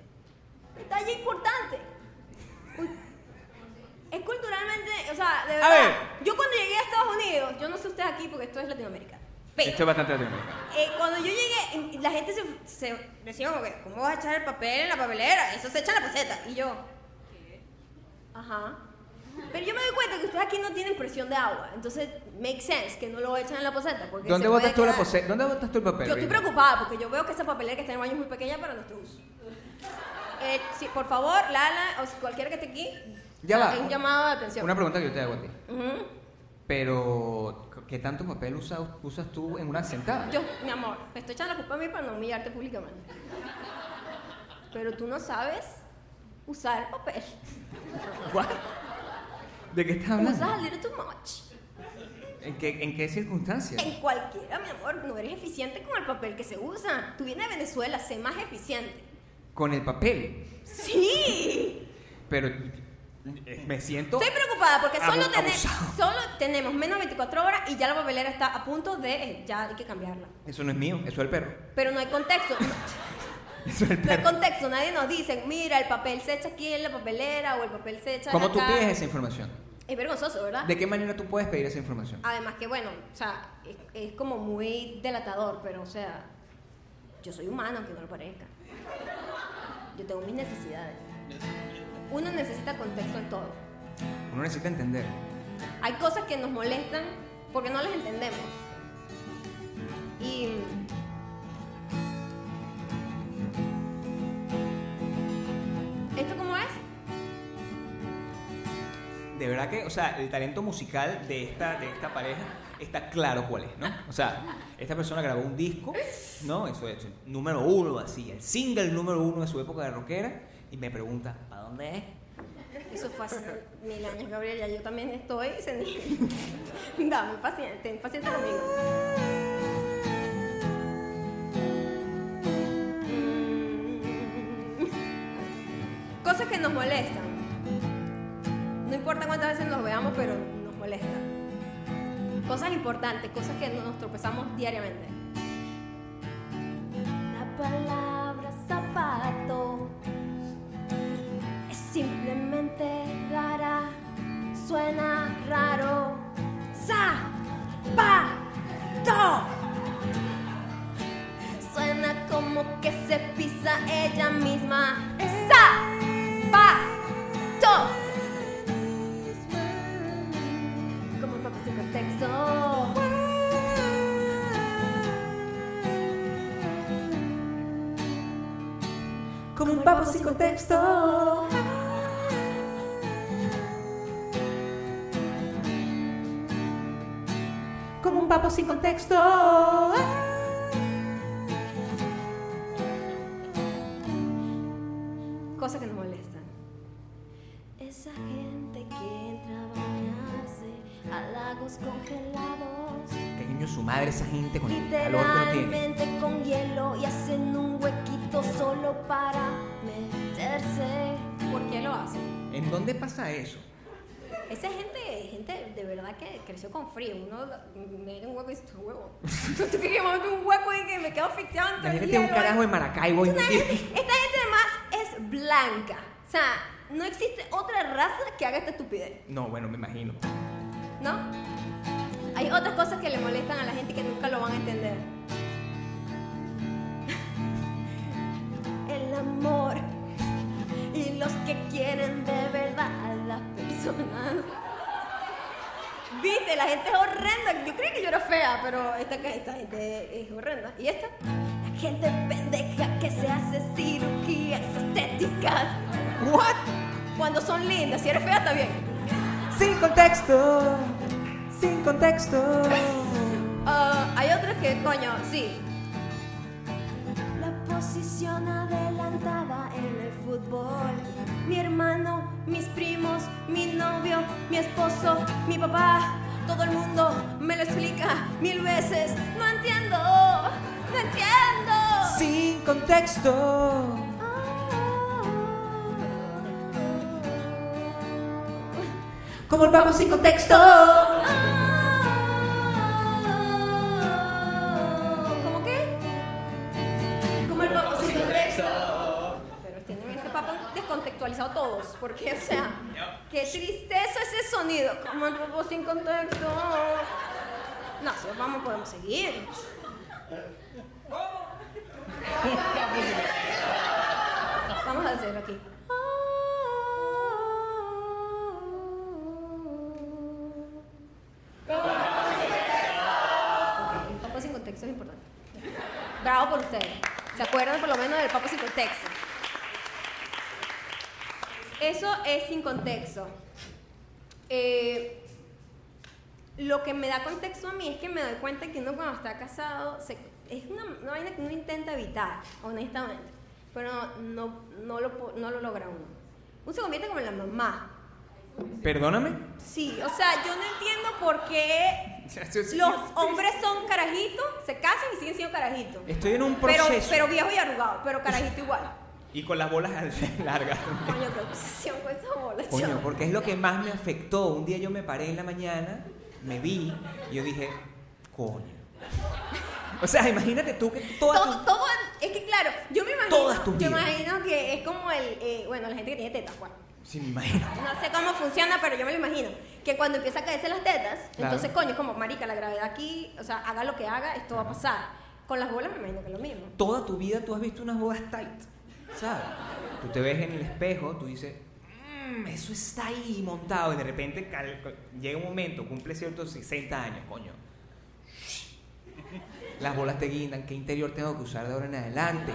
Speaker 1: Detalle importante. Uy. Es culturalmente, o sea, de
Speaker 2: A
Speaker 1: verdad.
Speaker 2: ver.
Speaker 1: Yo cuando llegué a Estados Unidos, yo no sé ustedes aquí porque esto es Latinoamérica. Pero,
Speaker 2: Esto es bastante latinoamericano.
Speaker 1: eh, cuando yo llegué, la gente se, se decía como que, ¿cómo vas a echar el papel en la papelera? Eso se echa en la poseta. Y yo, ajá. Pero yo me doy cuenta que ustedes aquí no tienen presión de agua. Entonces, make sense que no lo echan en la poseta. Porque
Speaker 2: ¿Dónde
Speaker 1: se puede
Speaker 2: botas, tú la
Speaker 1: quedar.
Speaker 2: pose- ¿Dónde botas tú el papel?
Speaker 1: Yo estoy
Speaker 2: Rita?
Speaker 1: preocupada porque yo veo que esa papelera que está en el baño es muy pequeña para nuestro uso. Eh, sí, por favor, Lala, o si cualquiera que esté aquí,
Speaker 2: Ya va.
Speaker 1: es un llamado de atención.
Speaker 2: Una pregunta que yo te hago a ti.
Speaker 1: Ujú.
Speaker 2: Pero, ¿qué tanto papel usa- usas tú en una sentada?
Speaker 1: Yo, mi amor, me estoy echando la culpa a mí para no humillarte públicamente. Pero tú no sabes usar papel.
Speaker 2: ¿What? ¿De qué estás hablando?
Speaker 1: Usas a little too much.
Speaker 2: ¿En qué, en qué circunstancias?
Speaker 1: En cualquiera, mi amor, no eres eficiente con el papel que se usa. Tú vienes de Venezuela, sé más eficiente.
Speaker 2: Con el papel.
Speaker 1: Sí.
Speaker 2: Pero eh, me siento...
Speaker 1: Estoy preocupada porque solo,
Speaker 2: Abu-
Speaker 1: tene-
Speaker 2: Ah, abusado.
Speaker 1: solo tenemos menos de 24 horas y ya la papelera está a punto de... eh, ya hay que cambiarla.
Speaker 2: Eso no es mío, eso es el perro.
Speaker 1: Pero no hay contexto.
Speaker 2: Eso es el
Speaker 1: No hay
Speaker 2: perro.
Speaker 1: contexto. Nadie nos dice, mira, el papel se echa aquí en la papelera o el papel se echa
Speaker 2: ¿Cómo tú
Speaker 1: acá". Ah.
Speaker 2: pides esa información?
Speaker 1: Es vergonzoso, ¿verdad?
Speaker 2: ¿De qué manera tú puedes pedir esa información?
Speaker 1: Además que, bueno, o sea, es, es como muy delatador, pero, o sea, yo soy humana, aunque no lo parezca. Yo tengo mis necesidades. Uno necesita contexto en todo. Ah.
Speaker 2: Uno necesita entender.
Speaker 1: Hay cosas que nos molestan porque no las entendemos. Y... ¿Esto cómo es?
Speaker 2: De verdad que, o sea, el talento musical de esta, de esta pareja está claro cuál es, ¿no? O sea, esta persona grabó un disco, ¿no? Eso es el número uno, así, el single número uno de su época de rockera, y me pregunta, ¿para dónde es?
Speaker 1: Eso fue hace mil años, Gabriela. Yo también estoy senil. Dame paciencia, ten paciencia conmigo. Mm. Cosas que nos molestan. No importa cuántas veces nos veamos, pero nos molestan. Cosas importantes, cosas que nos tropezamos diariamente. La palabra zapato es simplemente rara, suena raro. Zapato. Suena como que se pisa ella misma. Zapato. Como papá sin contexto.
Speaker 2: Como un
Speaker 1: papo sin contexto.
Speaker 2: Como un papo sin contexto.
Speaker 1: Cosas que nos molestan. Esa gente que entra a bañarse a lagos congelados.
Speaker 2: Pequeño su madre, esa gente con el calor que no tiene.
Speaker 1: Literalmente con hielo y hacen un huequito solo para meterse. ¿Por qué lo hacen?
Speaker 2: ¿En dónde pasa eso?
Speaker 1: Esa gente, gente de verdad que creció con frío. Uno me da un hueco y dice, "Tú, huevo. Tú que quemando un hueco y que me quedo asfixiado
Speaker 2: La
Speaker 1: entre
Speaker 2: gente tiene este un carajo de Maracaibo. y
Speaker 1: esta
Speaker 2: metido.
Speaker 1: gente, esta gente además es blanca. O sea, no existe otra raza que haga esta estupidez,
Speaker 2: No, bueno, me imagino.
Speaker 1: ¿no? Hay otras cosas que le molestan a la gente que nunca lo van a entender. El amor y los que quieren de verdad a las personas. Viste, la gente es horrenda. Yo creí que yo era fea, pero esta, esta gente es horrenda. ¿Y esta? La gente pendeja que se hace cirugías estéticas. ¿What? Cuando son lindas. Si eres fea, está bien.
Speaker 2: Sin contexto. Sin contexto.
Speaker 1: Ah, hay otros que, coño, sí.
Speaker 4: La posición adelantada en el fútbol. Mi hermano, mis primos, mi novio, mi esposo, mi papá. Todo el mundo me lo explica mil veces. No entiendo, no entiendo.
Speaker 2: Sin contexto. Como el pavo sin contexto.
Speaker 1: ¿Cómo qué? Como el papo sin contexto. Pero tienen ese papo descontextualizado todos, porque, o sea, qué tristeza ese sonido. Como el papo sin contexto. No, si nos vamos, podemos seguir. Vamos a hacerlo aquí. Ok, El papo sin contexto es importante. Bravo por ustedes. ¿Se acuerdan por lo menos del papo sin contexto? Eso es sin contexto. Eh, lo que me da contexto a mí es que me doy cuenta que uno cuando está casado se- es una, una vaina que uno intenta evitar, honestamente. Pero no, no, no lo, po- no lo logra uno. Uno se convierte como en la mamá.
Speaker 2: Perdóname.
Speaker 1: Sí, o sea, yo no entiendo por qué los hombres son carajitos, se casan y siguen siendo carajitos.
Speaker 2: Estoy en un
Speaker 1: Pero,
Speaker 2: proceso.
Speaker 1: pero viejo y arrugado, pero carajito igual.
Speaker 2: Y con las bolas largas.
Speaker 1: Coño, qué obsesión con esa bola,
Speaker 2: Coño,
Speaker 1: chamo.
Speaker 2: porque es lo que más me afectó. Un día yo me paré en la mañana, me vi, y yo dije, coño. O sea, imagínate tú que toda
Speaker 1: todo,
Speaker 2: tu-
Speaker 1: todo- es que claro, yo me imagino,
Speaker 2: Todas tus
Speaker 1: yo
Speaker 2: vidas.
Speaker 1: imagino que es como el, eh, bueno, la gente que tiene tetas, bueno,
Speaker 2: Sí, me imagino.
Speaker 1: no sé cómo funciona, pero yo me lo imagino, que cuando empieza a caerse las tetas,
Speaker 2: Claro.
Speaker 1: entonces coño, es como, marica, la gravedad aquí, o sea, haga lo que haga, esto va a pasar. Con las bolas me imagino que es lo mismo.
Speaker 2: Toda tu vida tú has visto unas bodas tight, ¿sabes? Tú te ves en el espejo, tú dices, "Mm, eso está ahí montado. Y de repente cal- llega un momento, cumple ciertos 60 años, coño. Las bolas te guindan, ¿qué interior tengo que usar de ahora en adelante?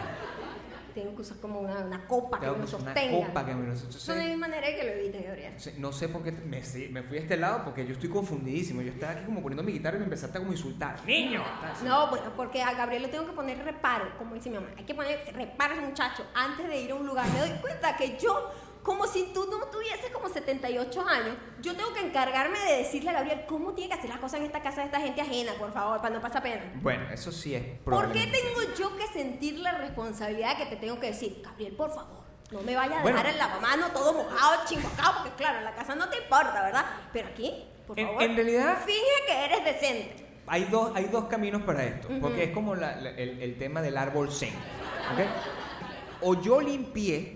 Speaker 1: Tengo que usar como una, una copa que
Speaker 2: Tengo
Speaker 1: me
Speaker 2: que
Speaker 1: lo
Speaker 2: usar una
Speaker 1: sostenga.
Speaker 2: copa que me lo
Speaker 1: No hay
Speaker 2: sostenga.
Speaker 1: manera de que lo evites, Gabriel.
Speaker 2: No sé- No sé por qué te- me, sí, me fui a este lado porque yo estoy confundidísimo. Yo estaba aquí como poniendo mi guitarra y me empezaste a como insultar. ¡Niño!
Speaker 1: No, bueno, porque a Gabriel le tengo que poner reparo, como dice mi mamá. Hay que poner reparo, muchacho, antes de ir a un lugar. Me doy cuenta que yo, como si tú no tuvieses como 78 años, yo tengo que encargarme de decirle a Gabriel cómo tiene que hacer las cosas en esta casa de esta gente ajena, por favor, para no pasar pena.
Speaker 2: Bueno, eso sí es
Speaker 1: ¿Por
Speaker 2: problema.
Speaker 1: qué tengo yo que sentir la responsabilidad que te tengo que decir? Gabriel, por favor, no me vayas a
Speaker 2: Bueno.
Speaker 1: dejar el lavamano todo mojado, chingocado, porque claro, en la casa no te importa, ¿verdad? Pero aquí, por
Speaker 2: En-
Speaker 1: favor,
Speaker 2: en realidad-
Speaker 1: finge que eres decente.
Speaker 2: Hay dos, hay dos caminos para esto, porque es como la- la- el, el tema del árbol zen. ¿ok? O yo limpié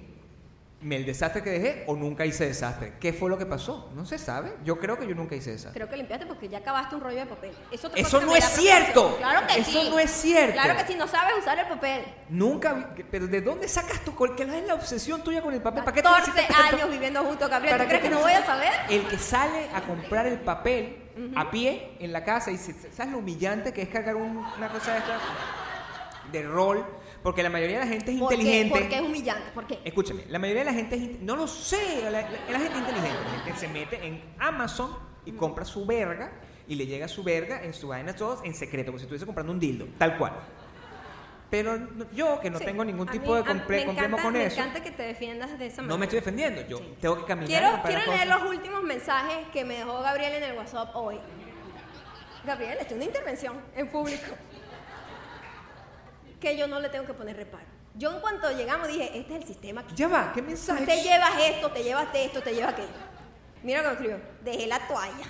Speaker 2: me- el desastre que dejé o nunca hice desastre. ¿Qué fue lo que pasó? No se sabe. Yo creo que yo nunca hice desastre.
Speaker 1: Creo que limpiaste porque ya acabaste un rollo de papel. Eso, te
Speaker 2: Eso
Speaker 1: pasa
Speaker 2: no
Speaker 1: también
Speaker 2: es
Speaker 1: la próxima
Speaker 2: cierto.
Speaker 1: vez. Claro que
Speaker 2: Eso
Speaker 1: sí.
Speaker 2: no es cierto.
Speaker 1: Claro que sí, no sabes usar el papel.
Speaker 2: Nunca, vi- pero ¿de dónde sacas tú? ¿Cuál que es la obsesión tuya con el papel? ¿Para qué tú
Speaker 1: 14
Speaker 2: necesitas papel?
Speaker 1: años viviendo junto a Gabriel.
Speaker 2: ¿Para
Speaker 1: ¿Tú
Speaker 2: qué
Speaker 1: crees que
Speaker 2: tú
Speaker 1: no voy a
Speaker 2: necesitas-
Speaker 1: saber?
Speaker 2: El que sale a comprar el papel a pie en la casa y se- se- ¿sabes lo humillante que es cargar un- una cosa de esta de rol? Porque la mayoría de la gente es
Speaker 1: ¿Por qué?
Speaker 2: inteligente.
Speaker 1: Porque es humillante. ¿Por qué?
Speaker 2: Escúchame, la mayoría de la gente es inte- no lo sé, la, la- la gente inteligente, la gente se mete en Amazon y compra su verga y le llega su verga en su vaina todos en secreto, como si estuviese comprando un dildo, tal cual. Pero no- yo que no
Speaker 1: Sí.
Speaker 2: tengo ningún
Speaker 1: A
Speaker 2: tipo
Speaker 1: mí-
Speaker 2: de
Speaker 1: a- me
Speaker 2: comple- complejo
Speaker 1: encanta-
Speaker 2: con
Speaker 1: me
Speaker 2: eso.
Speaker 1: encanta que te defiendas de esa manera.
Speaker 2: No me estoy defendiendo, yo
Speaker 1: Sí.
Speaker 2: tengo que caminar.
Speaker 1: Quiero,
Speaker 2: para
Speaker 1: quiero
Speaker 2: cosas.
Speaker 1: leer los últimos mensajes que me dejó Gabriel en el WhatsApp hoy. Gabriel, esto es una intervención en público. Que yo no le tengo que poner reparo. Yo en cuanto llegamos dije, este es el sistema que
Speaker 2: Ya va, ¿qué
Speaker 1: Tú
Speaker 2: mensaje?
Speaker 1: te llevas esto, te llevas esto, te llevas aquello. Mira lo que me escribió. Dejé la toalla.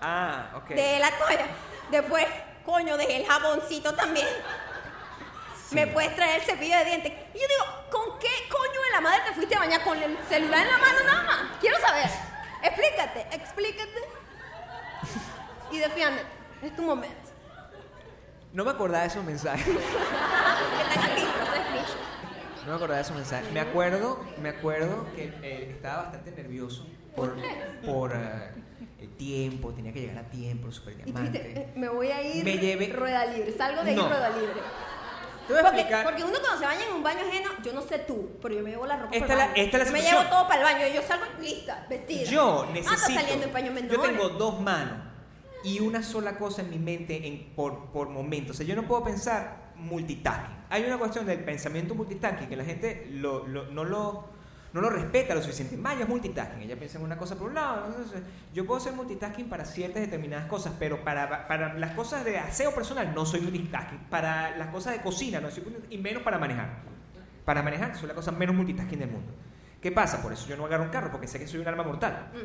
Speaker 2: Ah, ok.
Speaker 1: Dejé la toalla. Después, coño, dejé el jaboncito también. Me puedes traer el cepillo de dientes. Y yo digo, ¿con qué coño de la madre te fuiste a bañar? ¿Con el celular en la mano nada más? Quiero saber. Explícate, explícate. Y defiéndete. Es tu momento.
Speaker 2: No me acordaba de esos mensajes.
Speaker 1: Están aquí, no se escriben.
Speaker 2: No me acordaba de esos mensajes. Me acuerdo, me acuerdo que eh, estaba bastante nervioso por, por eh, el tiempo, tenía que llegar a tiempo, el super
Speaker 1: Y tú dijiste,
Speaker 2: diamante.
Speaker 1: eh, me voy a ir
Speaker 2: Me lleve-
Speaker 1: rueda libre, salgo de ahí
Speaker 2: No.
Speaker 1: rueda libre.
Speaker 2: Te voy a
Speaker 1: Porque,
Speaker 2: explicar.
Speaker 1: porque uno cuando se baña en un baño ajeno, yo no sé tú, pero yo me llevo la ropa
Speaker 2: Esta
Speaker 1: para el
Speaker 2: la-
Speaker 1: baño.
Speaker 2: esta es la
Speaker 1: Yo me
Speaker 2: situación.
Speaker 1: llevo todo para el baño, yo salgo lista, vestida.
Speaker 2: Yo
Speaker 1: Ando
Speaker 2: necesito.
Speaker 1: saliendo en paño
Speaker 2: yo
Speaker 1: menores.
Speaker 2: tengo dos manos y una sola cosa en mi mente en, por, por momento. O sea, yo no puedo pensar multitasking. Hay una cuestión del pensamiento multitasking que la gente lo- lo- no lo. No lo respeta lo suficiente. Maya es multitasking. Ella piensa en una cosa por un lado. entonces, Yo puedo ser multitasking para ciertas determinadas cosas, pero para, para las cosas de aseo personal no soy multitasking. Para las cosas de cocina no soy multitasking. Y menos para manejar. Para manejar soy la cosa menos multitasking del mundo. ¿Qué pasa? Por eso yo no agarro un carro, porque sé que soy un arma mortal.
Speaker 1: Mm.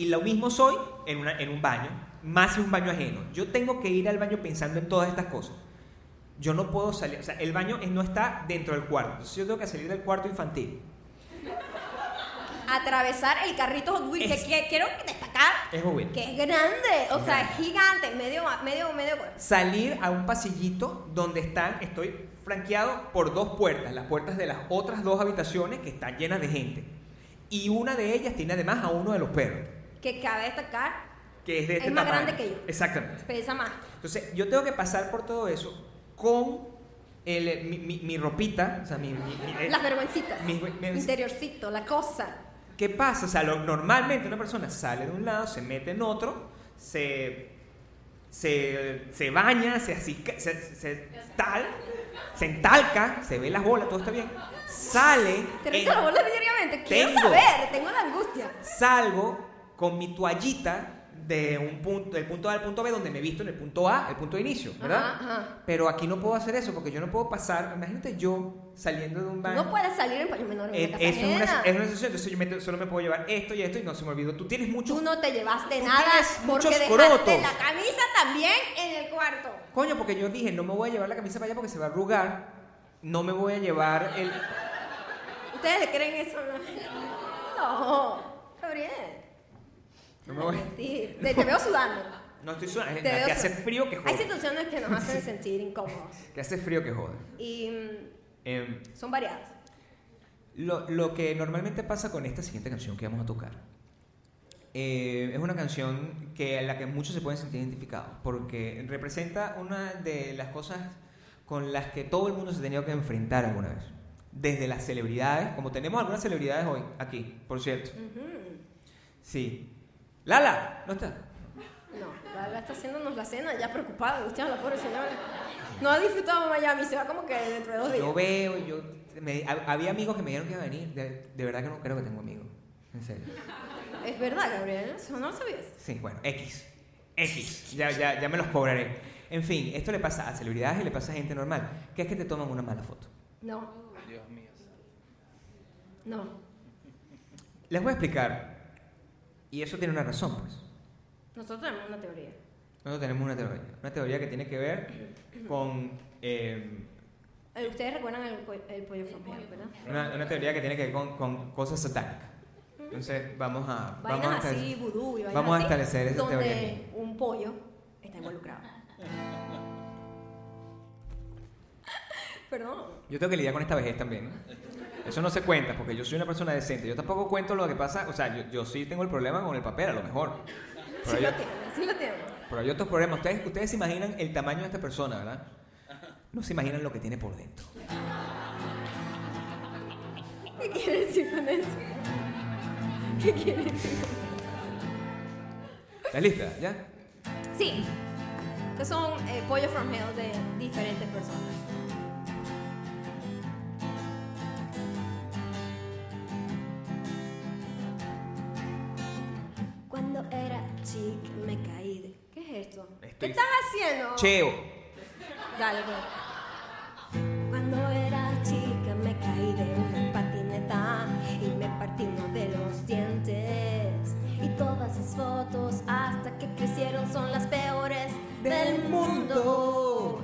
Speaker 2: Y lo mismo soy en, una- en un baño, más en un baño ajeno. Yo tengo que ir al baño pensando en todas estas cosas. Yo no puedo salir, o sea, el baño es- no está dentro del cuarto. Entonces yo tengo que salir del cuarto infantil.
Speaker 1: Atravesar el carrito Hot Wheels, que,
Speaker 2: Es-
Speaker 1: que quiero destacar
Speaker 2: Es Hot Wheels.
Speaker 1: que es grande, o
Speaker 2: Es
Speaker 1: sea,
Speaker 2: grande.
Speaker 1: es gigante, medio, medio, medio.
Speaker 2: Salir a un pasillito donde están, estoy franqueado por dos puertas, las puertas de las otras dos habitaciones que están llenas de gente. Y una de ellas tiene además a uno de los perros,
Speaker 1: Que cabe destacar,
Speaker 2: que es de
Speaker 1: Es
Speaker 2: este
Speaker 1: más
Speaker 2: tamaño.
Speaker 1: grande que yo.
Speaker 2: Exactamente.
Speaker 1: pesa más.
Speaker 2: Entonces, yo tengo que pasar por todo eso con el- eh, mi, mi- mi ropita, o sea, mi... mi- mi- eh,
Speaker 1: Las vergüencitas,
Speaker 2: mis ver- mis-
Speaker 1: interiorcito, la cosa.
Speaker 2: ¿Qué pasa? O sea, lo- normalmente una persona sale de un lado, se mete en otro, se, se, se baña, se, asisca- se, se tal, se entalca, se ve las bolas, todo está bien. Sale...
Speaker 1: ¿Te
Speaker 2: en-
Speaker 1: revisas la bola diariamente? Quiero
Speaker 2: Tengo.
Speaker 1: saber, tengo la angustia.
Speaker 2: salgo con mi toallita de un punto, del punto A al punto B, donde me he visto en el punto A, el punto de inicio, ¿verdad?
Speaker 1: Ajá, ajá.
Speaker 2: Pero aquí no puedo hacer eso porque yo no puedo pasar. Imagínate yo saliendo de un baño.
Speaker 1: No puedes salir en paño menor en
Speaker 2: Eh,
Speaker 1: una casa
Speaker 2: eso es una,
Speaker 1: ajena.
Speaker 2: es una situación. Entonces yo me- solo me puedo llevar esto y esto y no se me olvidó. Tú tienes mucho.
Speaker 1: Tú no te llevaste
Speaker 2: Tú
Speaker 1: nada
Speaker 2: tienes
Speaker 1: porque
Speaker 2: muchos
Speaker 1: dejaste
Speaker 2: corotos.
Speaker 1: la camisa también en el cuarto.
Speaker 2: Coño, porque yo dije, no me voy a llevar la camisa para allá porque se va a arrugar. No me voy a llevar el.
Speaker 1: ¿Ustedes le creen eso? No, Gabriel.
Speaker 2: No me voy.
Speaker 1: Mentir. Te, te veo sudando.
Speaker 2: No estoy sudando.
Speaker 1: Te
Speaker 2: Que
Speaker 1: veo
Speaker 2: hace
Speaker 1: sudando.
Speaker 2: frío que
Speaker 1: Hay
Speaker 2: jode.
Speaker 1: situaciones que nos hacen sentir incómodos
Speaker 2: Que hace frío que jode.
Speaker 1: y mm,
Speaker 2: Em,
Speaker 1: son variadas.
Speaker 2: Lo, lo que normalmente pasa con esta siguiente canción que vamos a tocar eh, es una canción que, a la que muchos se pueden sentir identificados porque representa una de las cosas con las que todo el mundo se ha tenido que enfrentar alguna vez. Desde las celebridades, como tenemos algunas celebridades hoy aquí, por cierto. Sí. Lala, ¿no está?
Speaker 1: No, Lala está haciéndonos la cena ya preocupada, angustiada, la pobre señora. No ha disfrutado Miami, se va como que dentro de dos días.
Speaker 2: Yo veo, yo... me- ha- había amigos que me dijeron que iba a venir. De, de verdad que no creo que tengo amigos. En serio.
Speaker 1: Es verdad, Gabriel, eso no lo sabías.
Speaker 2: Sí, bueno, X. X. Ya, ya, ya me los cobraré. En fin, esto le pasa a celebridades y le pasa a gente normal, que es que te toman una mala foto.
Speaker 1: No,
Speaker 5: Dios mío.
Speaker 1: no,
Speaker 2: Les voy a explicar. Y eso tiene una razón, pues.
Speaker 1: nosotros tenemos una teoría.
Speaker 2: Nosotros tenemos una teoría. Una teoría que tiene que ver con... eh,
Speaker 1: Eh, Ustedes recuerdan el, po- el pollo flambeado, ¿verdad?
Speaker 2: una, una teoría que tiene que ver con, con cosas satánicas. Entonces, vamos a... Vamos a
Speaker 1: Vainas
Speaker 2: estar-
Speaker 1: así, vudú y vainas
Speaker 2: vamos a
Speaker 1: así,
Speaker 2: establecer esa
Speaker 1: donde
Speaker 2: teoría aquí.
Speaker 1: un pollo está involucrado. Perdón.
Speaker 2: Yo tengo que lidiar con esta vejez también. Eso no se cuenta, porque yo soy una persona decente. Yo tampoco cuento lo que pasa. O sea, yo, yo sí tengo el problema con el papel, a lo mejor. Pero
Speaker 1: Sí
Speaker 2: yo-
Speaker 1: lo tienen, sí lo tienen.
Speaker 2: Pero hay otros problemas. Ustedes, ustedes se imaginan el tamaño de esta persona, ¿verdad? No se imaginan lo que tiene por dentro.
Speaker 1: ¿Qué quiere decir con eso? ¿Qué quiere decir?
Speaker 2: ¿Estás lista? ¿Ya?
Speaker 1: Sí, que son eh, pollo from hell de diferentes personas. Cuando era chica me caí de... ¿Qué es esto? ¿Qué
Speaker 2: Estoy-
Speaker 1: estás haciendo?
Speaker 2: Cheo.
Speaker 1: Dale, bro. Cuando era chica me caí de una patineta y me del mundo.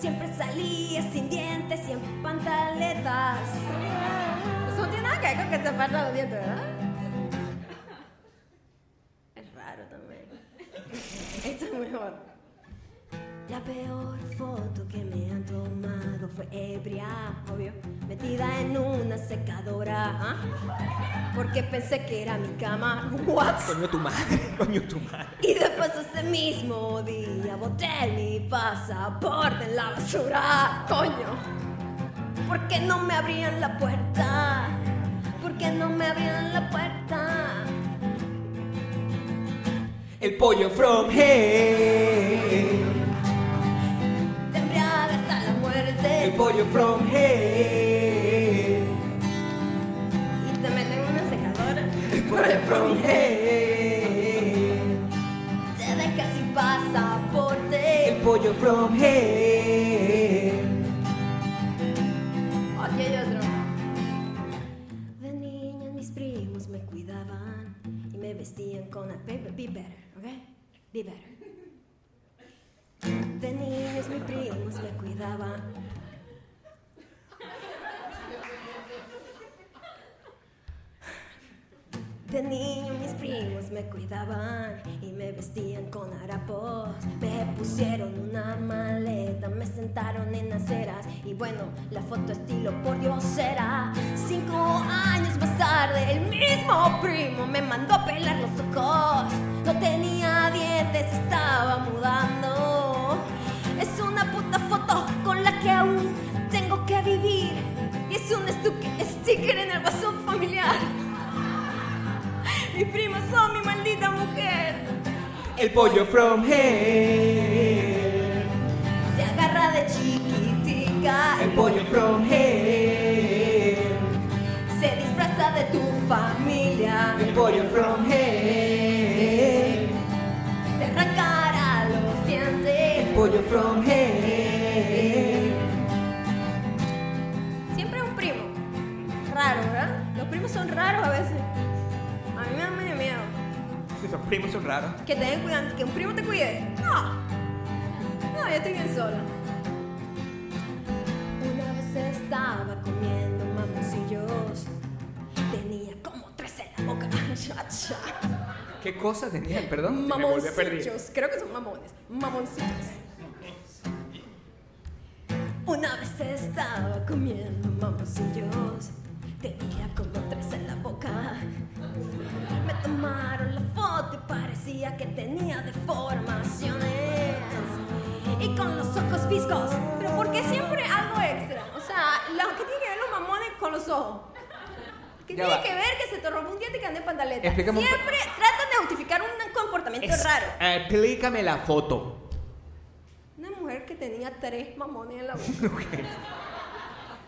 Speaker 1: Siempre salía sin dientes y en pantaletas. Eso Pues no tiene nada que ver con que se partan los dientes, ¿verdad? Es raro también. Esto es mejor. La peor foto que me han tomado fue ebria, obvio, metida en una secadora, ¿ah? porque pensé que era mi cama. What?
Speaker 2: Coño tu madre, coño tu madre.
Speaker 1: Y después ese mismo día boté mi pasaporte en la basura, coño. ¿Por qué no me abrían la puerta? ¿Por qué no me abrían la puerta?
Speaker 2: El pollo from hell.
Speaker 1: Te embriaga hasta la muerte.
Speaker 2: El pollo from hell.
Speaker 1: Y te meten en una secadora.
Speaker 2: El pollo from hell.
Speaker 1: Te dejas sin
Speaker 2: El
Speaker 1: pasaporte.
Speaker 2: pollo from hell.
Speaker 1: Aquí hay otro. De niña mis primos me cuidaban y me vestían con el paper. Be better, ¿ok? Be better. De niños mis primos me cuidaban. De niño mis primos me cuidaban y me vestían con harapos. Me pusieron una maleta, me sentaron en aceras y bueno, la foto estilo por Dios será. Cinco años más tarde, el mismo primo me mandó a pelar los ojos. No tenía dientes, estaba mudando. Es una puta foto con la que aún tengo que vivir. Y es un estu- sticker en el bazón familiar. Mis primas son mi maldita mujer.
Speaker 2: El pollo from hell.
Speaker 1: Te agarra de chiquitica,
Speaker 2: El pollo from hell.
Speaker 1: se disfraza de tu familia.
Speaker 2: El pollo from hell.
Speaker 1: Te arrancará los
Speaker 2: El
Speaker 1: dientes.
Speaker 2: pollo from hell.
Speaker 1: Siempre un primo. Raro, ¿verdad? Los primos son raros a veces. A mí me da medio miedo.
Speaker 2: Esos primos son raros.
Speaker 1: Que te den cuidado, que un primo te cuide. No. No, yo estoy bien sola. Una vez estaba comiendo mamoncillos. Tenía como tres en la boca. Cha, cha.
Speaker 2: ¿Qué cosa tenía? Perdón. me volví a perder.
Speaker 1: mamoncillos. Creo que son mamones. Mamoncillos. Una vez estaba comiendo mamoncillos. Tenía como tres en la boca. Me tomaron la foto y parecía que tenía deformaciones. Y con los ojos viscos. Pero ¿por qué siempre algo extra? O sea, lo que tiene que ver los mamones con los ojos. Que
Speaker 2: Ya
Speaker 1: tiene
Speaker 2: va.
Speaker 1: que ver que se te robó un diente y que andé en pantaleta.
Speaker 2: Explícame un po-
Speaker 1: Siempre tratan de justificar un comportamiento
Speaker 2: Es-
Speaker 1: raro.
Speaker 2: Explícame la foto.
Speaker 1: Una mujer que tenía tres mamones en la boca.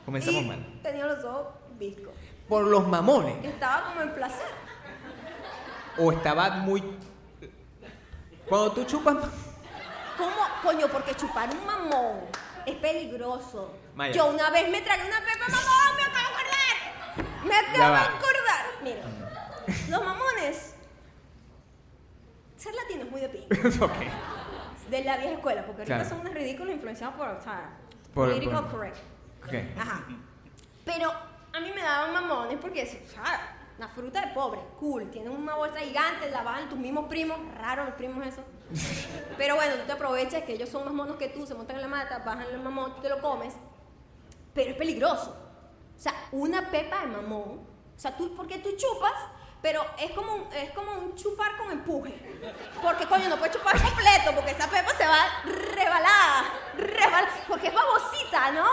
Speaker 2: Comenzamos
Speaker 1: y
Speaker 2: mal.
Speaker 1: Tenía los ojos viscos.
Speaker 2: Por los mamones.
Speaker 1: Estaba como en placer.
Speaker 2: O estaba muy. Cuando tú chupas.
Speaker 1: ¿Cómo, coño? Porque chupar un mamón es peligroso.
Speaker 2: Maya.
Speaker 1: Yo una vez me tragué una pepa mamón, me acabo de acordar. Me
Speaker 2: Ya
Speaker 1: acabo
Speaker 2: va.
Speaker 1: de acordar. Mira, los mamones. Ser latino es muy de pinga.
Speaker 2: ok.
Speaker 1: De la vieja escuela, porque ahorita
Speaker 2: Claro.
Speaker 1: son unos ridículos influenciados por, o sea,
Speaker 2: Por-
Speaker 1: political
Speaker 2: por-
Speaker 1: correct.
Speaker 2: Ok.
Speaker 1: Ajá. Pero a mí me daban mamones porque es, o sea, una fruta de pobre, cool. Tienen una bolsa gigante, la bajan tus mismos primos, raro los primos eso. Pero bueno, tú te aprovechas que ellos son más monos que tú, se montan en la mata, bajan el mamón, tú te lo comes. Pero es peligroso. O sea, una pepa de mamón, o sea, tú, porque tú chupas, pero es como, un, es como un chupar con empuje. Porque coño, no puedes chupar completo, porque esa pepa se va rebalada, rebalada, porque es babosita, ¿no?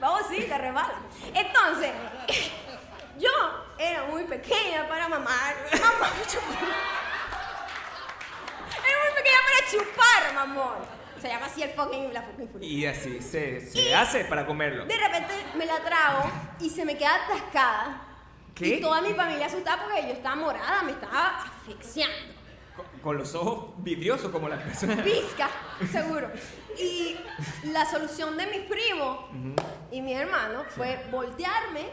Speaker 1: Vamos, sí, te rebala. Entonces, yo era muy pequeña para mamar. Mamá, chupar. Era muy pequeña para chupar, mamón. Se llama así el fucking, la fucking fruta.
Speaker 2: Y así se, se hace para comerlo.
Speaker 1: De repente me la trago y se me queda atascada.
Speaker 2: ¿Qué?
Speaker 1: Y toda mi familia asustada porque yo estaba morada, me estaba asfixiando.
Speaker 2: Con, con los ojos vidriosos como las personas.
Speaker 1: pizca, seguro. Y la solución de mis primos y mi hermano fue voltearme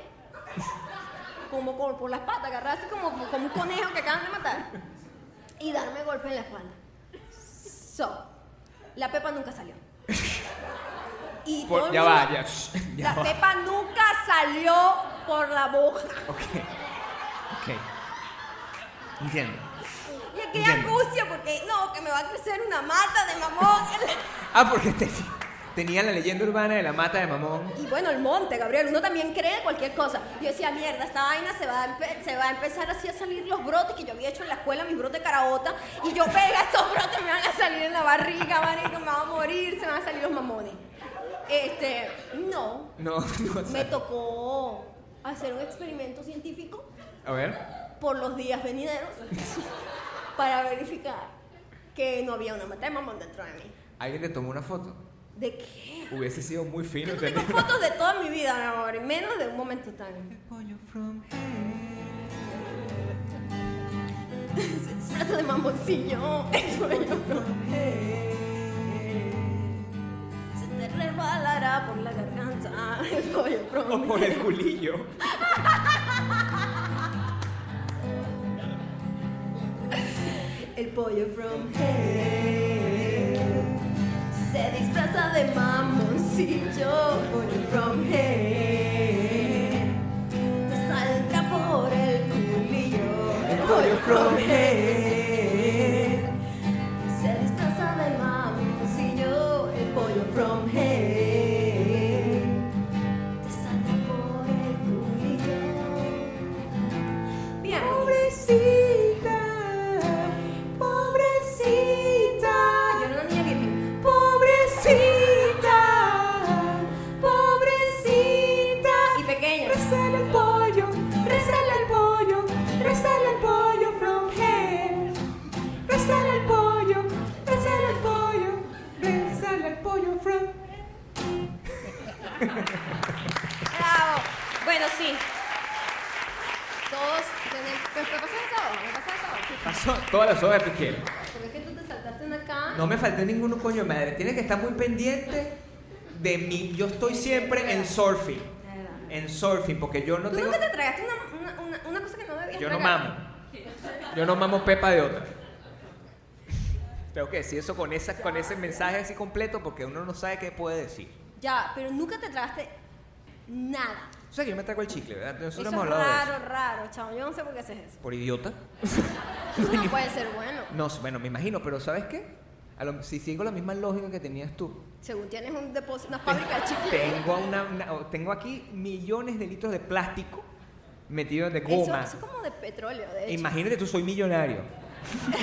Speaker 1: como por, por las patas, agarrarse como, como un conejo que acaban de matar. y darme golpe en la espalda. So, la Pepa nunca salió. Y
Speaker 2: Por-
Speaker 1: todo el
Speaker 2: ya va,
Speaker 1: mundo-
Speaker 2: ya. ya
Speaker 1: la
Speaker 2: va.
Speaker 1: Pepa nunca salió por la boca.
Speaker 2: Ok. Ok. Entiendo.
Speaker 1: Y aquella
Speaker 2: Entiendo.
Speaker 1: angustia porque no, que me va a crecer una mata de mamón. en la-
Speaker 2: Ah, porque te- tenía la leyenda urbana de la mata de mamón.
Speaker 1: Y bueno, el monte, Gabriel, uno también cree cualquier cosa. Yo decía, mierda, esta vaina se va, a empe- se va a empezar así a salir los brotes que yo había hecho en la escuela, mis brotes de caraota. Y yo, pega, estos brotes me van a salir en la barriga, marico, me va a morir, se me van a salir los mamones. Este, no,
Speaker 2: No, no. o sea,
Speaker 1: me tocó hacer un experimento científico
Speaker 2: A ver.
Speaker 1: por los días venideros para verificar que no había una mata de mamón dentro de mí.
Speaker 2: Alguien te tomó una foto.
Speaker 1: ¿De qué?
Speaker 2: Hubiese sido muy fino
Speaker 1: Yo tengo
Speaker 2: tener-
Speaker 1: fotos de toda mi vida, mi amor, y menos de un momento tan. Es plato de mamoncillo, el sueño Se te resbalará por la garganta, el pollo
Speaker 2: O
Speaker 1: promedio.
Speaker 2: por el culillo.
Speaker 1: El pollo from hell se disfraza de mamoncillo. Pollo from hell te salta por el culillo. El pollo from hell se disfraza de mamoncillo. El pollo from hell te salta por el culillo. Pobrecita, pobrecita. Yo era una niña virgen. Pobrecita, pobrecita. Y pequeña. Rezale el pollo, rezale el pollo, rezale el pollo from hell. Rezale el pollo, rezale el pollo, rezale el pollo from
Speaker 4: Bravo. Bueno, sí. Todos tenemos. ¿Me pasó el sábado? ¿Me pasó el sábado?
Speaker 2: Pasó todas las horas de piquero.
Speaker 1: Porque es que tú te saltaste una acá.
Speaker 2: No me falté ninguno coño de madre. Tienes que estar muy pendiente de mí. Yo estoy siempre en surfing.
Speaker 1: De verdad.
Speaker 2: En surfing, porque yo no
Speaker 1: Tú
Speaker 2: tengo.
Speaker 1: nunca te tragaste una, una, una, una cosa que no debías
Speaker 2: Yo no
Speaker 1: tragar?
Speaker 2: mamo. Yo no mamo pepa de otra. Tengo que decir eso con, esa, con ese mensaje así completo porque uno no sabe qué puede decir.
Speaker 1: Ya, pero nunca te tragaste nada.
Speaker 2: O sea que yo me trago el chicle, ¿verdad? Nosotros
Speaker 1: eso
Speaker 2: hemos
Speaker 1: es
Speaker 2: hablado de
Speaker 1: raro, raro, chavo. Yo no sé por qué haces eso.
Speaker 2: eso. Por idiota.
Speaker 1: Eso no puede ser bueno.
Speaker 2: No, bueno, me imagino, pero ¿sabes qué? A lo- si sigo la misma lógica que tenías tú.
Speaker 1: Según tienes un depósito, una fábrica de chicle.
Speaker 2: Tengo, una, una- o- tengo aquí millones de litros de plástico metidos de
Speaker 1: Eso,
Speaker 2: goma.
Speaker 1: eso es como de petróleo, de hecho.
Speaker 2: Imagínate, tú soy millonario.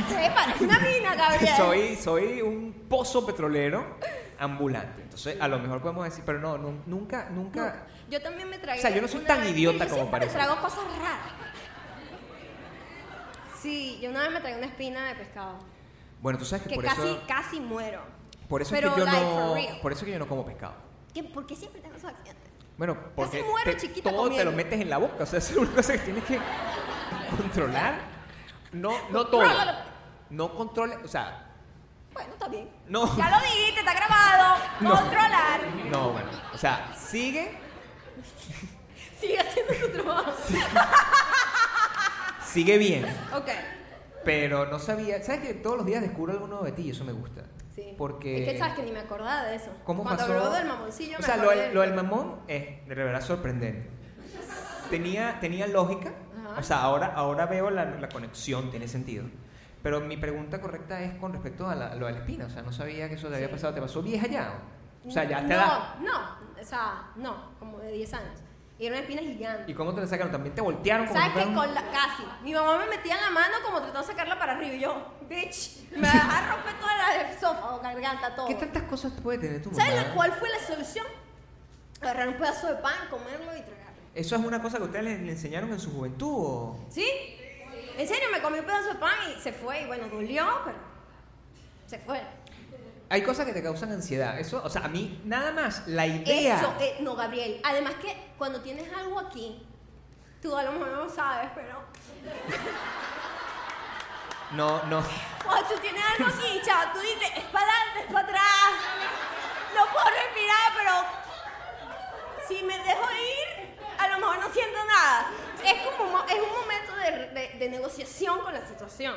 Speaker 1: Sepa, es una mina, Gabriel.
Speaker 2: Soy, soy un pozo petrolero ambulante. Entonces, a lo mejor podemos decir, pero no, nu- nunca, nunca.
Speaker 1: Nunca. Yo también me tragué.
Speaker 2: O sea, yo no soy
Speaker 1: una
Speaker 2: tan
Speaker 1: vez- pero
Speaker 2: idiota
Speaker 1: yo
Speaker 2: como
Speaker 1: siempre
Speaker 2: parece.
Speaker 1: trago cosas raras. Sí, yo una vez me tragué una espina de pescado.
Speaker 2: Bueno, tú sabes que,
Speaker 1: Que
Speaker 2: por
Speaker 1: casi,
Speaker 2: eso.
Speaker 1: casi muero.
Speaker 2: Por eso es
Speaker 1: pero
Speaker 2: que yo
Speaker 1: like, for
Speaker 2: no.
Speaker 1: real.
Speaker 2: Por eso es que yo no como pescado.
Speaker 1: ¿Qué- ¿Por qué siempre tengo esos accidentes?
Speaker 2: Bueno, porque
Speaker 1: muero
Speaker 2: te-
Speaker 1: chiquita
Speaker 2: todo te
Speaker 1: comiendo.
Speaker 2: lo metes en la boca. O sea, es una cosa que tienes que controlar. No, no todo.
Speaker 1: Contrólalo.
Speaker 2: No controles, o sea,
Speaker 1: Bueno, está bien.
Speaker 2: No.
Speaker 1: Ya lo dijiste, está grabado.
Speaker 2: No.
Speaker 1: Controlar.
Speaker 2: no, bueno. O sea, sigue,
Speaker 1: Sigue haciendo tu trabajo.
Speaker 2: sigue bien.
Speaker 1: Ok.
Speaker 2: Pero no sabía, ¿sabes que todos los días descubro algo nuevo de ti y eso me gusta?
Speaker 1: Sí.
Speaker 2: Porque...
Speaker 1: Es que sabes que ni me acordaba de eso.
Speaker 2: ¿Cómo
Speaker 1: Cuando
Speaker 2: pasó?
Speaker 1: habló del mamoncillo,
Speaker 2: o
Speaker 1: me
Speaker 2: sea, lo,
Speaker 1: acordé
Speaker 2: del- lo del mamón es de verdad sorprendente. Tenía, tenía lógica,
Speaker 1: Ajá.
Speaker 2: o sea, ahora, ahora veo la, la conexión, tiene sentido. Pero mi pregunta correcta es con respecto a, la- a lo de la espina, o sea, no sabía que eso te había
Speaker 1: Sí.
Speaker 2: pasado, ¿te pasó vieja ya? O sea, ya te
Speaker 1: no,
Speaker 2: da...
Speaker 1: No, o sea, no, como de 10 años. Y era una espina
Speaker 2: ¿Y
Speaker 1: gigante.
Speaker 2: cómo te la sacaron? ¿También te voltearon? como
Speaker 1: ¿Sabes
Speaker 2: si
Speaker 1: qué?
Speaker 2: fuera un-
Speaker 1: Con la, casi. Mi mamá me metía en la mano como tratando de sacarla para arriba. Y yo, bitch, me vas a romper toda la el sofá o garganta, todo.
Speaker 2: ¿Qué tantas cosas puede tener tu mamá?
Speaker 1: ¿Sabes la- cuál fue la solución? Agarrar un pedazo de pan, comerlo y tragarlo.
Speaker 2: ¿Eso es una cosa que ustedes le, le enseñaron en su juventud o...?
Speaker 1: ¿Sí? En serio, me comí un pedazo de pan y se fue. Y bueno, dolió, pero se fue.
Speaker 2: Hay cosas que te causan ansiedad. Eso, o sea, a mí nada más la idea.
Speaker 1: Eso, eh, no, Gabriel. Además que cuando tienes algo aquí, tú a lo mejor no lo sabes, pero...
Speaker 2: No, no.
Speaker 1: Cuando tú tienes algo aquí, chao, tú dices, es para adelante, es para atrás. No puedo respirar, pero... Si me dejo ir, a lo mejor no siento nada. Es como un mo- es un momento de, de- de negociación con la situación.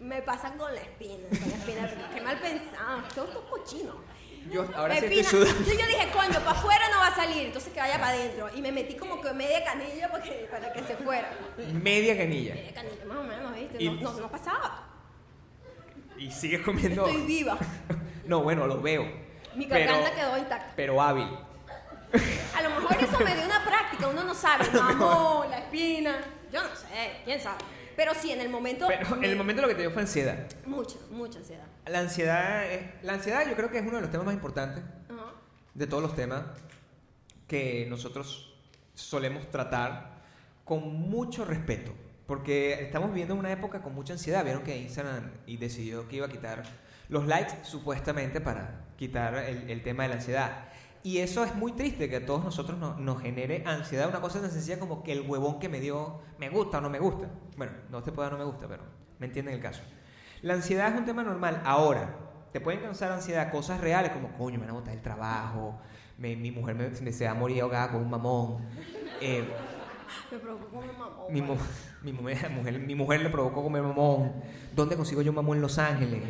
Speaker 1: me pasan con la espina, con la espina, pero qué mal pensado, todo esto cochino.
Speaker 2: Yo ahora
Speaker 1: Me
Speaker 2: sí estoy
Speaker 1: pina-
Speaker 2: sudando.
Speaker 1: Entonces yo dije, coño, para afuera no va a salir, entonces que vaya para adentro. Y me metí como que media canilla para que, para que se fuera.
Speaker 2: Media canilla.
Speaker 1: Media canilla, más o menos, ¿viste?
Speaker 2: Y-
Speaker 1: No, no, no pasaba.
Speaker 2: Y sigues comiendo.
Speaker 1: Estoy viva.
Speaker 2: No, bueno, lo veo.
Speaker 1: Mi
Speaker 2: Pero-
Speaker 1: garganta quedó intacta.
Speaker 2: Pero hábil.
Speaker 1: A lo mejor eso me dio una práctica, uno no sabe, mamón, la espina, yo no sé, quién sabe. Pero sí, en el momento...
Speaker 2: Pero en
Speaker 1: me-
Speaker 2: el momento lo que te dio fue ansiedad.
Speaker 1: Mucha, mucha ansiedad.
Speaker 2: La ansiedad, es- la ansiedad yo creo que es uno de los temas más importantes
Speaker 1: Ajá.
Speaker 2: de todos los temas que nosotros solemos tratar con mucho respeto. Porque estamos viviendo una época con mucha ansiedad. Vieron que Instagram y decidió que iba a quitar los likes supuestamente para quitar el, el tema de la ansiedad. Y eso es muy triste que a todos nosotros no- nos genere ansiedad. Una cosa tan sencilla como que el huevón que me dio me gusta o no me gusta. Bueno, no te puedo dar no me gusta, pero me entienden el caso. La ansiedad es un tema normal. Ahora, te pueden causar ansiedad cosas reales como, coño, me van a botar el trabajo, me- mi mujer me, me se va a morir ahogada con un mamón. eh,
Speaker 1: Me provocó un mamón.
Speaker 2: mi, mu- mi mu- mujer, mi mujer le provocó comer mamón. ¿Dónde consigo yo mamón en Los Ángeles?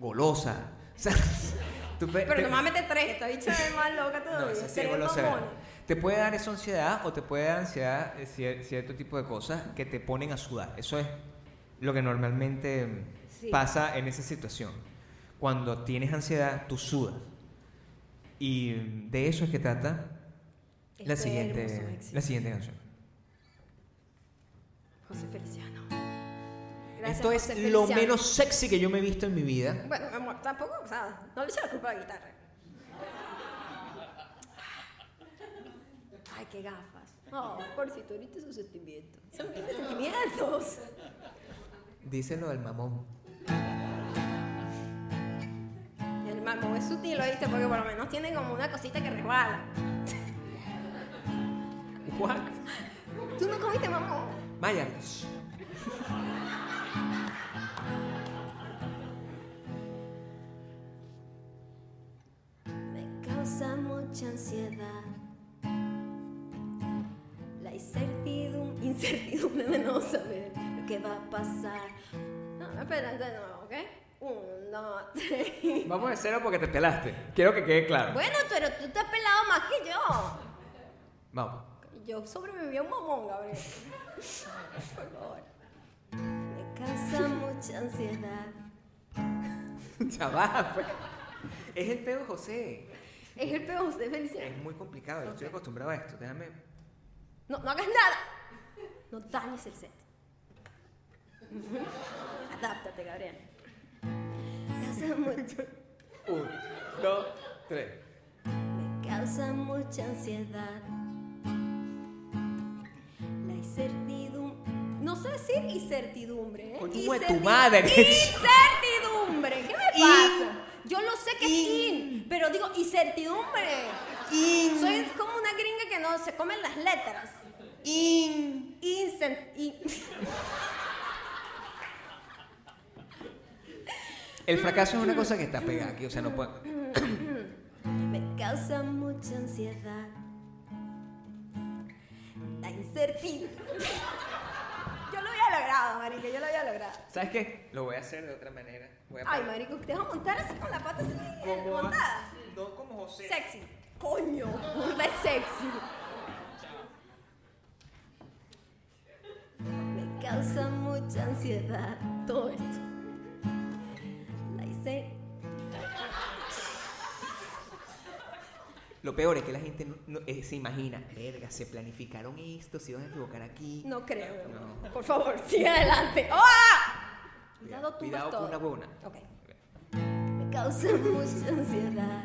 Speaker 2: Golosa. O sea, tú pe-
Speaker 1: Pero
Speaker 2: te-
Speaker 1: no me mete tres, esta bicha es más loca
Speaker 2: no,
Speaker 1: todavía.
Speaker 2: esa sí es
Speaker 1: tres
Speaker 2: golosa.
Speaker 1: mamones.
Speaker 2: Te puede dar esa ansiedad o te puede dar ansiedad eh, cier- cierto tipo de cosas que te ponen a sudar. Eso es lo que normalmente mm,
Speaker 1: Sí.
Speaker 2: pasa en esa situación. Cuando tienes ansiedad, tú sudas. Y mm, de eso es que trata la
Speaker 1: Este hermoso
Speaker 2: siguiente,
Speaker 1: éxito.
Speaker 2: la siguiente canción.
Speaker 1: José Feliciano. Gracias,
Speaker 2: Esto es
Speaker 1: José
Speaker 2: lo
Speaker 1: Feliciano.
Speaker 2: menos sexy que yo me he visto en mi vida.
Speaker 1: Bueno, mi amor, tampoco, o sea, no le eché la culpa a la guitarra. Ay, qué gafas. No, pobrecito, ahorita sus sentimientos. Son mis sentimientos.
Speaker 2: Díselo del mamón.
Speaker 1: El mamón es sutil, ¿oíste? Porque por lo menos tiene como una cosita que resbala.
Speaker 2: What?
Speaker 1: ¿Tú no comiste mamón?
Speaker 2: Maya.
Speaker 4: Me causa mucha ansiedad la incertidumbre, incertidumbre de no saber lo que va a pasar.
Speaker 1: No, espera, de nuevo, ¿ok? Uno, dos, tres.
Speaker 2: Vamos de cero porque te pelaste. Quiero que quede claro.
Speaker 1: Bueno, pero tú te has pelado más que yo.
Speaker 2: Vamos.
Speaker 1: Yo sobreviví a un mamón, Gabriel. Por favor.
Speaker 4: Me causa mucha ansiedad.
Speaker 2: Chaval, pues. Es el pedo José.
Speaker 1: Es el peor José Feliciano.
Speaker 2: Es muy complicado. Yo estoy acostumbrado a esto. Déjame.
Speaker 1: No, no hagas nada. No dañes el set. Adáptate, Gabriel.
Speaker 4: Me causa mucho-
Speaker 2: Un, dos, tres.
Speaker 4: Me causa mucha ansiedad la incertidumbre.
Speaker 1: No sé decir incertidumbre, ¿eh?
Speaker 2: Coño de tu
Speaker 1: Incerti-
Speaker 2: madre.
Speaker 1: ¡Incertidumbre! ¿Qué me
Speaker 2: In-
Speaker 1: pasa? Yo lo sé que es
Speaker 2: in-
Speaker 1: in, pero digo incertidumbre.
Speaker 2: In.
Speaker 1: Soy como una gringa que no se comen las letras.
Speaker 2: In.
Speaker 1: Incen- in-
Speaker 2: El fracaso es una cosa que está pegada aquí. O sea, no puede.
Speaker 4: Me causa mucha ansiedad la incertidumbre.
Speaker 1: Yo lo había logrado, marico, yo lo había logrado.
Speaker 2: ¿Sabes qué? Lo voy a hacer de otra manera. Voy a
Speaker 1: Ay, marico, te vas a montar así con la pata así eh,
Speaker 2: Como-
Speaker 1: montada.
Speaker 2: No como José.
Speaker 1: Sexy. Coño, burda es sexy.
Speaker 4: Me causa mucha ansiedad
Speaker 1: Todo esto.
Speaker 4: la incertidumbre.
Speaker 2: Lo peor es que la gente no- no- eh, se imagina, verga, se planificaron esto, se iban a equivocar aquí.
Speaker 1: No creo. mi amor.
Speaker 2: No.
Speaker 1: Por favor, sigue adelante. ¡Ah! Cuidado, tumbas
Speaker 2: Cuidado, cuidado con
Speaker 1: todo.
Speaker 2: una huevona.
Speaker 1: Ok.
Speaker 4: Me causa mucha ansiedad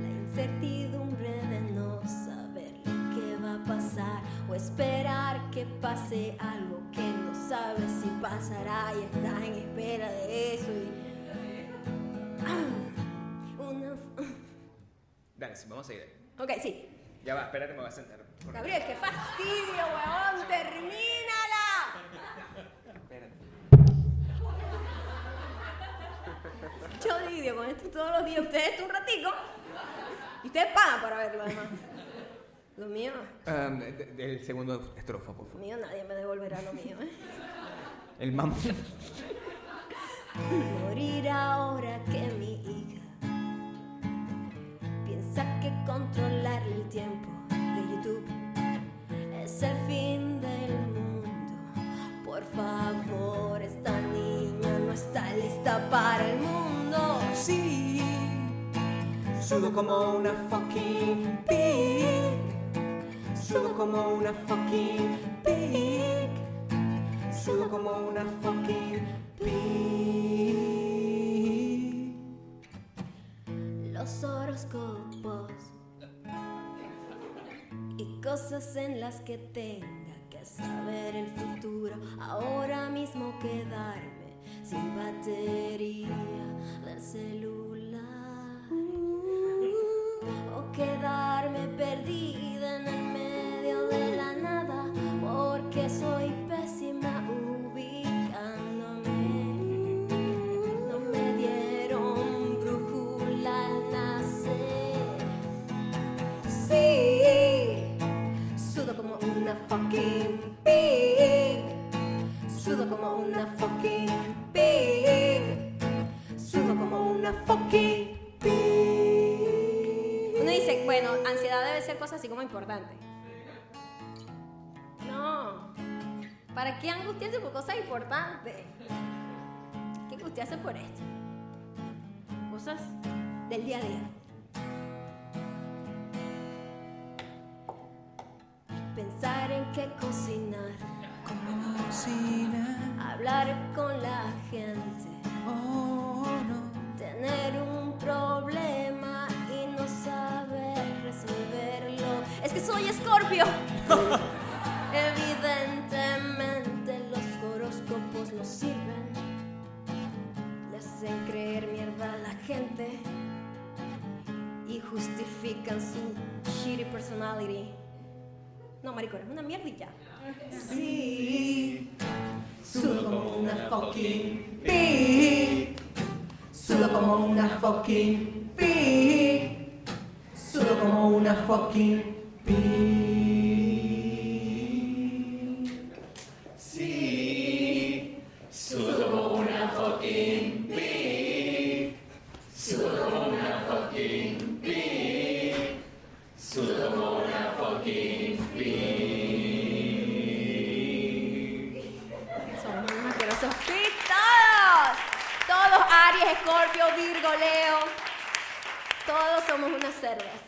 Speaker 4: la incertidumbre de no saber lo que va a pasar o esperar que pase algo que no sabes si pasará y estás en espera de eso y Ah, una
Speaker 2: Dale, sí, vamos a seguir.
Speaker 1: Ok, sí.
Speaker 2: Ya va, espérate, me voy a sentar. Por-
Speaker 1: Gabriel, qué fastidio, huevón. Termínala.
Speaker 2: Espérate.
Speaker 1: Yo lidio con esto todos los días. Ustedes tú un ratico. Y ustedes pagan para verlo, además.
Speaker 4: Lo mío,
Speaker 2: Um, de- de- el segundo estrofa, por
Speaker 4: lo
Speaker 2: favor.
Speaker 4: mío nadie me devolverá lo mío. ¿eh?
Speaker 2: El mamón.
Speaker 4: Morir ahora que mi hija piensa que controlarle el tiempo de YouTube es el fin del mundo. Por favor, esta niña no está lista para el mundo.
Speaker 2: Sí, sudo como una fucking pig. Sudo como una fucking pig. Sudo como una fucking pig.
Speaker 4: Los horóscopos y cosas en las que tenga que saber el futuro. Ahora mismo quedarme sin batería del celular o quedarme perdida en el medio de la nada porque soy pésima ubicándome. No me dieron brújula al nacer. Sí, sudo como una fucking pig. Sudo como una fucking pig. Sudo como una fucking pig.
Speaker 1: Uno dice, bueno, ansiedad debe ser cosa así como importante. No. ¿Para qué angustiarse por cosas importantes? Hay que angustiarse por esto. Cosas del día a día.
Speaker 4: Pensar en qué cocinar. Hablar con la gente. Tener un problema y no saber resolverlo. Es que soy escorpio. Evidentemente los horóscopos no sirven. Le hacen creer mierda a la gente y justifican su shitty personality. No, maricón, es una mierda y ya. Sí. Sudo como una fucking pig. Sudo como una fucking pig. Sudo como una fucking pig.
Speaker 1: Son unos asquerosos pig todos. Todos Aries, Escorpio, Virgo, Leo. Todos somos unas cerdas.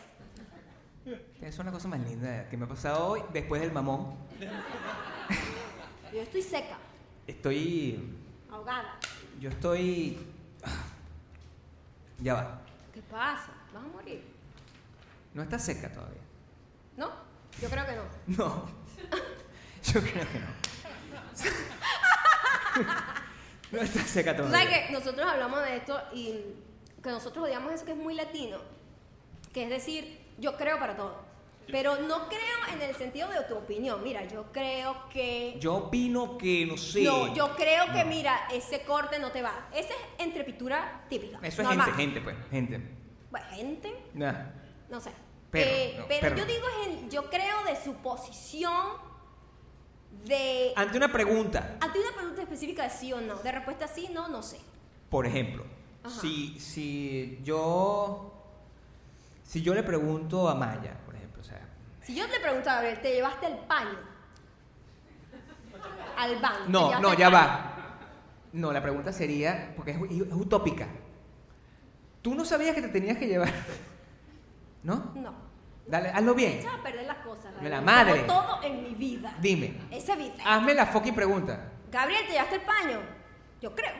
Speaker 2: Es una cosa más linda que me ha pasado hoy después del mamón.
Speaker 1: Yo estoy seca,
Speaker 2: Estoy.
Speaker 1: ahogada.
Speaker 2: Yo estoy. ah, Ya va.
Speaker 1: ¿Qué pasa? ¿Vas a morir?
Speaker 2: No está seca todavía.
Speaker 1: ¿No? Yo creo que no.
Speaker 2: No. Yo creo que no. No está seca
Speaker 1: Tú
Speaker 2: todavía.
Speaker 1: sabes que nosotros hablamos de esto y que nosotros odiamos eso que es muy latino, que es decir, yo creo para todo. Pero no creo en el sentido de tu opinión. Mira, yo creo que.
Speaker 2: Yo opino que no sé.
Speaker 1: No, yo creo que,
Speaker 2: No.
Speaker 1: mira, ese corte no te va. Ese es entrepitura típica.
Speaker 2: Eso es
Speaker 1: normal.
Speaker 2: gente, gente, pues. Gente.
Speaker 1: Bueno, gente,
Speaker 2: Nah.
Speaker 1: no sé.
Speaker 2: Perro,
Speaker 1: Eh,
Speaker 2: no,
Speaker 1: pero
Speaker 2: perro.
Speaker 1: yo digo, es el- yo creo de su posición de.
Speaker 2: Ante una pregunta,
Speaker 1: A ti una pregunta específica de sí o no. De respuesta sí, no, no sé.
Speaker 2: por ejemplo,
Speaker 1: Ajá.
Speaker 2: si, si yo. Si yo le pregunto a Maya, por ejemplo, o sea.
Speaker 1: Si yo te pregunto, Gabriel, ¿te llevaste el paño? Al baño. ¿te
Speaker 2: No,
Speaker 1: llevaste
Speaker 2: no,
Speaker 1: el
Speaker 2: ya
Speaker 1: paño?
Speaker 2: va. No, la pregunta sería, porque es, es utópica. Tú no sabías que te tenías que llevar. ¿No?
Speaker 1: No.
Speaker 2: Dale, hazlo bien.
Speaker 1: Echas a perder las cosas.
Speaker 2: De la
Speaker 1: Gabriel,
Speaker 2: madre.
Speaker 1: como todo en mi vida.
Speaker 2: Dime.
Speaker 1: Esa vida.
Speaker 2: Hazme la fucking pregunta.
Speaker 1: Gabriel, ¿te llevaste el paño? Yo creo.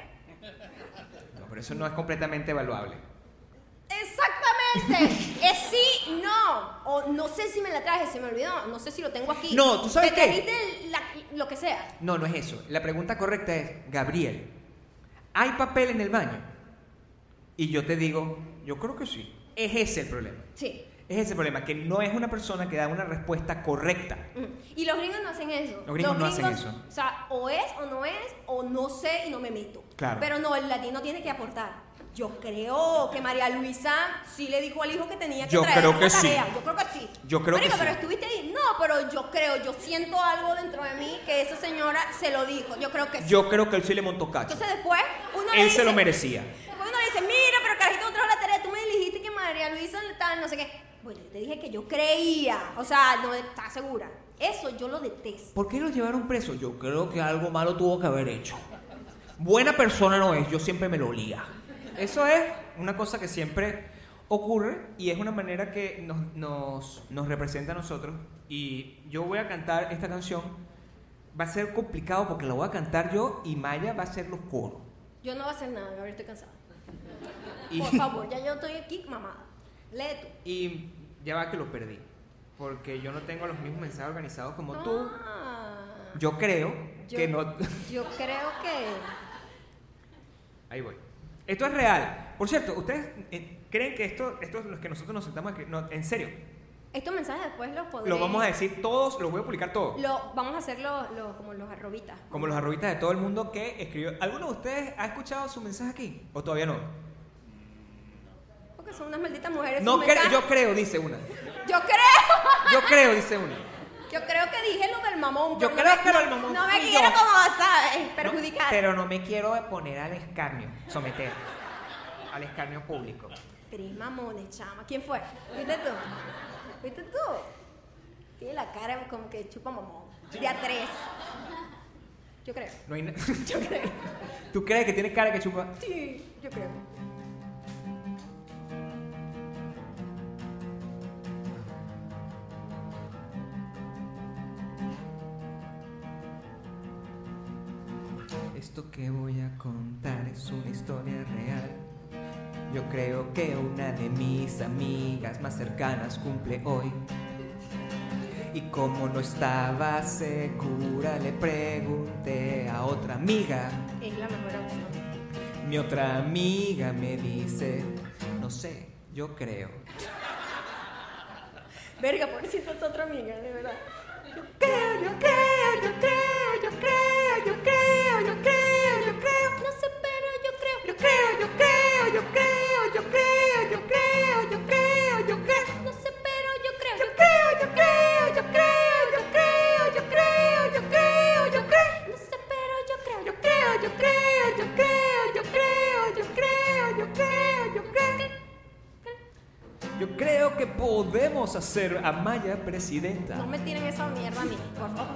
Speaker 2: No, pero eso no es completamente evaluable.
Speaker 1: Exactamente. es sí, no. O no sé si me la traje, se me olvidó. No sé si lo tengo aquí.
Speaker 2: No, ¿tú sabes
Speaker 1: ¿Te
Speaker 2: qué?
Speaker 1: trajiste el- la- lo que sea.
Speaker 2: No, no es eso. La pregunta correcta es, Gabriel, ¿hay papel en el baño? Y yo te digo, yo creo que sí. Es ese el problema.
Speaker 1: Sí.
Speaker 2: Es ese el problema, que no es una persona que da una respuesta correcta.
Speaker 1: Mm. Y los gringos no hacen eso.
Speaker 2: Los gringos no hacen eso.
Speaker 1: O sea, o es o no es, o no sé y no me meto.
Speaker 2: Claro.
Speaker 1: Pero no, el latino tiene que aportar. Yo creo que María Luisa sí le dijo al hijo que tenía que
Speaker 2: Yo
Speaker 1: traer
Speaker 2: creo
Speaker 1: una
Speaker 2: que sí.
Speaker 1: tarea. Yo creo que sí.
Speaker 2: Yo creo que
Speaker 1: Marico,
Speaker 2: sí.
Speaker 1: pero estuviste ahí pero yo creo, yo siento algo dentro de mí que esa señora se lo dijo. Yo creo que sí.
Speaker 2: Yo creo que él sí le montó cacho.
Speaker 1: Entonces después uno le
Speaker 2: Él se
Speaker 1: dice-
Speaker 2: lo merecía.
Speaker 1: Después uno le dice, mira, pero carajito, no trajo la tarea, tú me dijiste que María Luisa tal, no sé qué. Bueno, yo te dije que yo creía, o sea, no estaba segura. Eso yo lo detesto.
Speaker 2: ¿Por qué lo llevaron preso? Yo creo que algo malo tuvo que haber hecho. Buena persona no es, yo siempre me lo olía. Eso es una cosa que siempre ocurre y es una manera que nos, nos- nos representa a nosotros. Y yo voy a cantar esta canción. Va a ser complicado porque la voy a cantar yo y Maya va a hacer los coros.
Speaker 1: Yo no voy a hacer nada, Gabriel, estoy cansada.
Speaker 2: Y,
Speaker 1: Por favor, ya yo estoy aquí, mamada. Lee tú.
Speaker 2: y ya va que lo perdí. Porque yo no tengo los mismos mensajes organizados como tú.
Speaker 1: Ah,
Speaker 2: Yo creo
Speaker 1: yo-
Speaker 2: que no...
Speaker 1: Yo creo que.
Speaker 2: Ahí voy. Esto es real. Por cierto, ¿ustedes eh, creen que esto, esto es lo que nosotros nos sentamos aquí? No, en serio.
Speaker 1: Estos mensajes después los podré.
Speaker 2: Los vamos a decir todos, los voy a publicar todos.
Speaker 1: Lo, vamos a hacer los, los- como los arrobitas.
Speaker 2: Como los arrobitas de todo el mundo que escribió. ¿Alguno de ustedes ha escuchado su mensaje aquí? ¿O todavía no?
Speaker 1: Porque son unas malditas mujeres.
Speaker 2: No
Speaker 1: sus
Speaker 2: cre-
Speaker 1: mensajes.
Speaker 2: yo creo, dice una.
Speaker 1: Yo creo.
Speaker 2: Yo creo, dice una.
Speaker 1: Yo creo que dije lo del mamón. pero
Speaker 2: Yo
Speaker 1: no
Speaker 2: creo
Speaker 1: me-
Speaker 2: que lo
Speaker 1: no-
Speaker 2: del mamón
Speaker 1: No me
Speaker 2: fui
Speaker 1: quiero
Speaker 2: yo.
Speaker 1: como, ¿sabes? Perjudicar.
Speaker 2: No, pero no me quiero poner al escarnio, someter. Al escarnio público.
Speaker 1: Tres mamones, chama. ¿Quién fue? ¿Viste tú? ¿Viste tú? Tiene la cara como que chupa mamón. De a tres. Yo creo.
Speaker 2: No hay na-
Speaker 1: Yo creo.
Speaker 2: ¿Tú crees que tiene cara que chupa?
Speaker 1: Sí, yo creo.
Speaker 2: Esto que voy a contar es una historia real. Yo creo que una de mis amigas más cercanas cumple hoy. Y como no estaba segura, le pregunté a otra amiga.
Speaker 1: Es la mejor opción.
Speaker 2: Mi otra amiga me dice, no sé, yo creo.
Speaker 1: Verga, por si es otra amiga, de verdad. Yo creo, yo creo, yo creo, yo creo, yo creo, yo creo, yo creo. No sé, pero yo creo. Yo creo, yo creo, yo creo, yo creo, yo creo, yo creo, yo creo. No sé, pero yo creo. Yo creo, yo creo, yo creo, yo creo, yo creo, yo creo, yo creo. No sé, pero yo creo. Yo creo, yo creo, yo creo, yo creo, yo creo, yo creo, yo creo.
Speaker 2: Yo creo que podemos hacer a Maya presidenta.
Speaker 1: No me tiren esa mierda a mí, por favor.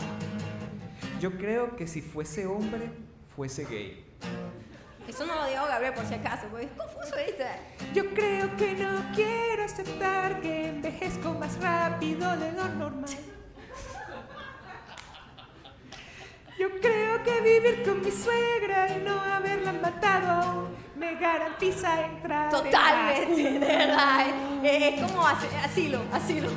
Speaker 2: Yo creo que si fuese hombre, fuese gay.
Speaker 1: Eso no lo digo Gabriel por si acaso, porque es confuso, ¿viste?
Speaker 2: Yo creo que no quiero aceptar que envejezco más rápido de lo normal. Yo creo que vivir con mi suegra y no haberla matado me garantiza entrar. en
Speaker 1: Totalmente, de Ah, verdad. ¿eh? Es, es como as- asilo, asilo.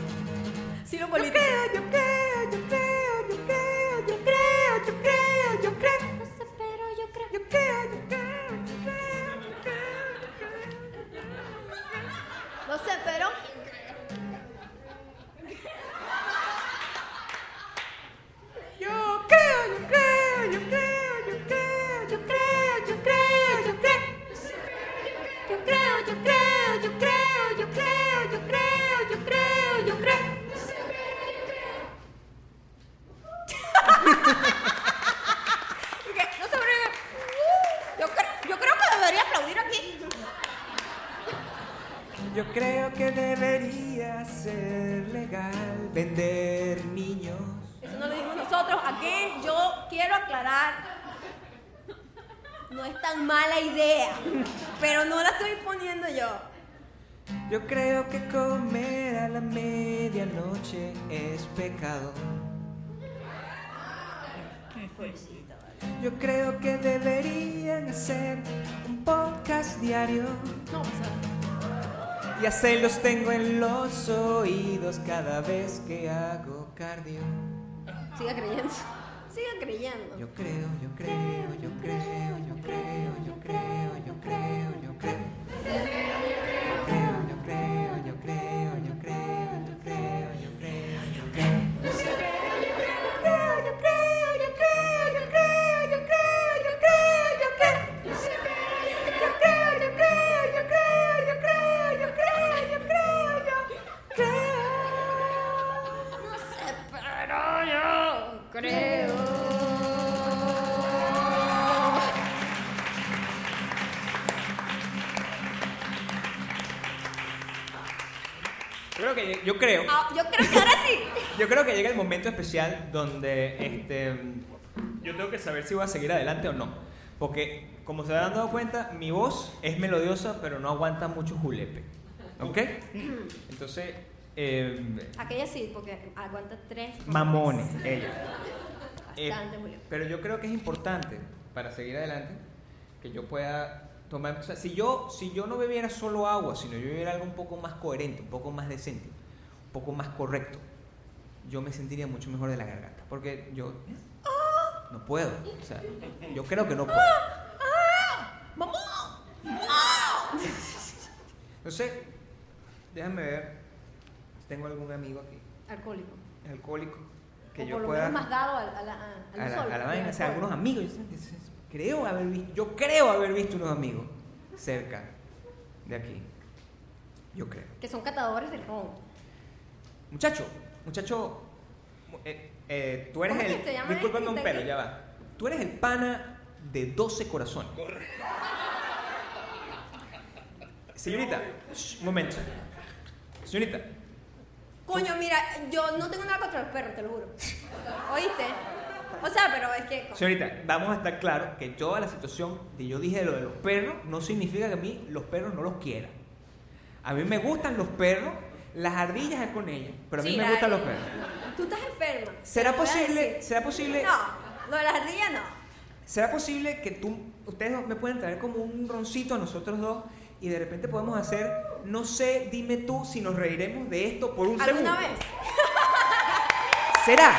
Speaker 1: Asilo
Speaker 2: la- Yo
Speaker 1: político.
Speaker 2: creo, yo creo, yo creo, yo creo, yo creo, yo creo, yo creo.
Speaker 1: No sé, pero yo creo.
Speaker 2: Yo creo, yo creo, yo creo, yo creo, yo creo.
Speaker 1: No sé, pero.
Speaker 2: Yo creo, yo creo, yo creo, yo creo, yo creo, yo creo, yo creo.
Speaker 1: Yo creo, yo creo, yo creo, yo creo, yo creo, yo creo, yo creo. Ok, no sé, pero- Yo creo, yo creo que debería aplaudir aquí.
Speaker 2: Yo creo que debería ser legal vender niños.
Speaker 1: Eso no lo dijimos nosotros. Again, yo quiero aclarar. No es tan mala idea, pero no la estoy poniendo yo.
Speaker 2: Yo creo que comer a la medianoche es pecado. Yo creo que deberían hacer un podcast diario.
Speaker 1: No, o sea,
Speaker 2: Y así los tengo en los oídos cada vez que hago cardio.
Speaker 1: siga creyendo. Siga creyendo.
Speaker 2: Yo creo, yo creo, yo creo, yo creo, yo creo, yo creo, yo creo. Yo creo, yo creo, yo creo, yo creo, yo creo, yo creo, yo creo.
Speaker 1: creo, yo creo, yo creo, yo creo, yo creo, yo creo, yo creo. Yo creo, yo creo, yo creo, yo creo, yo creo, yo creo, yo creo. No sé, pero
Speaker 2: Creo que, yo creo,
Speaker 1: Ah, yo creo que ahora sí.
Speaker 2: yo creo que llega el momento especial donde este, yo tengo que saber si voy a seguir adelante o no. Porque, como se habrán dado cuenta, mi voz es melodiosa, pero no aguanta mucho julepe. ¿Ok? Entonces, eh,
Speaker 1: Aquella sí, porque aguanta tres. hombres.
Speaker 2: mamones, ella. Eh,
Speaker 1: Bastante, Julio.
Speaker 2: pero yo creo que es importante para seguir adelante que yo pueda tomar. O sea, si yo, si yo no bebiera solo agua, sino yo bebiera algo un poco más coherente, un poco más decente, un poco más correcto, yo me sentiría mucho mejor de la garganta. Porque yo no puedo. O sea, yo creo que no puedo. No sé, déjame ver si tengo algún amigo aquí,
Speaker 1: Alcohólico.
Speaker 2: alcohólico, que
Speaker 1: o
Speaker 2: yo
Speaker 1: por lo
Speaker 2: pueda.
Speaker 1: menos más dado al, a la- a- al
Speaker 2: a la,
Speaker 1: sol,
Speaker 2: a la vaina,
Speaker 1: al
Speaker 2: o sea,
Speaker 1: alcohol.
Speaker 2: algunos amigos. Yo, yo- yo creo haber visto, yo creo haber visto unos amigos cerca de aquí. Yo creo.
Speaker 1: Que son catadores del ron.
Speaker 2: Muchacho, muchacho, mu- eh, eh, tú eres
Speaker 1: ¿Cómo
Speaker 2: el.
Speaker 1: que se llama
Speaker 2: discúlpame
Speaker 1: este?
Speaker 2: un pelo, ya va. Tú eres el pana de 12 corazones. Señorita, shh, un momento. Señorita,
Speaker 1: Coño, mira, yo no tengo nada contra los perros, te lo juro. ¿Oíste? O sea, pero es que.
Speaker 2: Señorita, vamos a estar claros que toda la situación que yo dije de lo de los perros no significa que a mí los perros no los quiera. A mí me gustan los perros, las ardillas es con ellas, pero a mí
Speaker 1: Sí,
Speaker 2: me
Speaker 1: la-
Speaker 2: gustan los perros.
Speaker 1: eh, Tú estás enferma.
Speaker 2: ¿Será
Speaker 1: Te lo voy a
Speaker 2: posible,
Speaker 1: decir.
Speaker 2: será posible,
Speaker 1: No, lo de las ardillas no.
Speaker 2: será posible que tú, ustedes dos me pueden traer como un roncito a nosotros dos y de repente podemos hacer, no sé, dime tú si nos reiremos de esto por un segundo?
Speaker 1: ¿Alguna vez?
Speaker 2: ¿Será?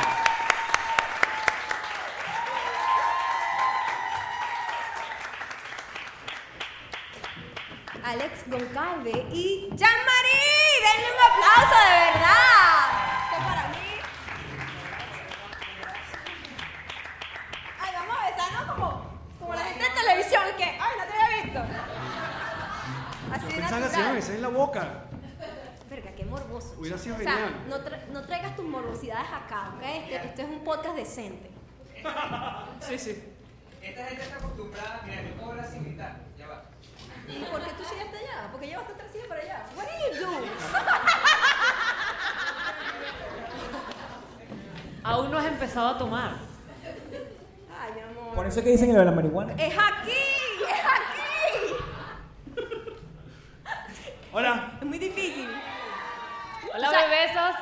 Speaker 1: Alex Goncalve y Jean-Marie. Denle un aplauso de verdad. Que para mí. Ay, vamos a besarnos como, como la gente de televisión que. Ay, no te había visto. Así
Speaker 5: Pensaba que se iba a
Speaker 1: natural.
Speaker 5: besar en la boca.
Speaker 1: Verga, qué morboso.
Speaker 5: Hubiera
Speaker 1: chico.
Speaker 5: sido
Speaker 1: o sea,
Speaker 5: genial.
Speaker 1: No, tra- no traigas tus morbosidades acá, ¿ok? Este- esto es un podcast decente.
Speaker 5: Sí, sí.
Speaker 2: Esta gente está acostumbrada, mira, yo puedo hablar sin gritar, ya va.
Speaker 1: ¿Y por qué tú llegaste allá? Porque llevaste tres hijas para allá. What did you do?
Speaker 6: Aún no has empezado a tomar.
Speaker 1: Ay, mi amor.
Speaker 2: Por eso es que dicen que lo de la marihuana.
Speaker 1: ¡Es aquí! ¡Es aquí!
Speaker 5: Hola.
Speaker 1: Es muy difícil.
Speaker 6: Hola,
Speaker 1: O sea-
Speaker 6: bebesas.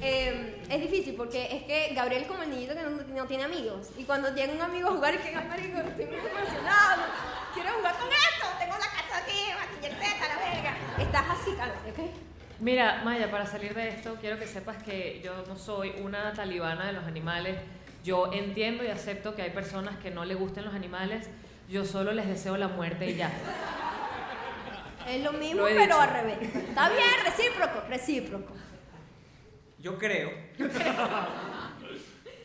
Speaker 1: Eh, es difícil porque es que Gabriel es como el niñito que no, no tiene amigos. Y cuando llega un amigo a jugar, es que "Ay, marico, estoy muy emocionado. Quiero jugar con esto. Tengo la casa aquí, Massinger Z, la verga. Estás así, cálmate, ¿ok?
Speaker 6: Mira, Maya, para salir de esto, quiero que sepas que yo no soy una talibana de los animales. Yo entiendo y acepto que hay personas que no le gusten los animales. Yo solo les deseo la muerte y ya.
Speaker 1: Es lo mismo,
Speaker 6: Lo he
Speaker 1: pero
Speaker 6: dicho.
Speaker 1: al revés. Está bien, recíproco, recíproco.
Speaker 2: Yo creo.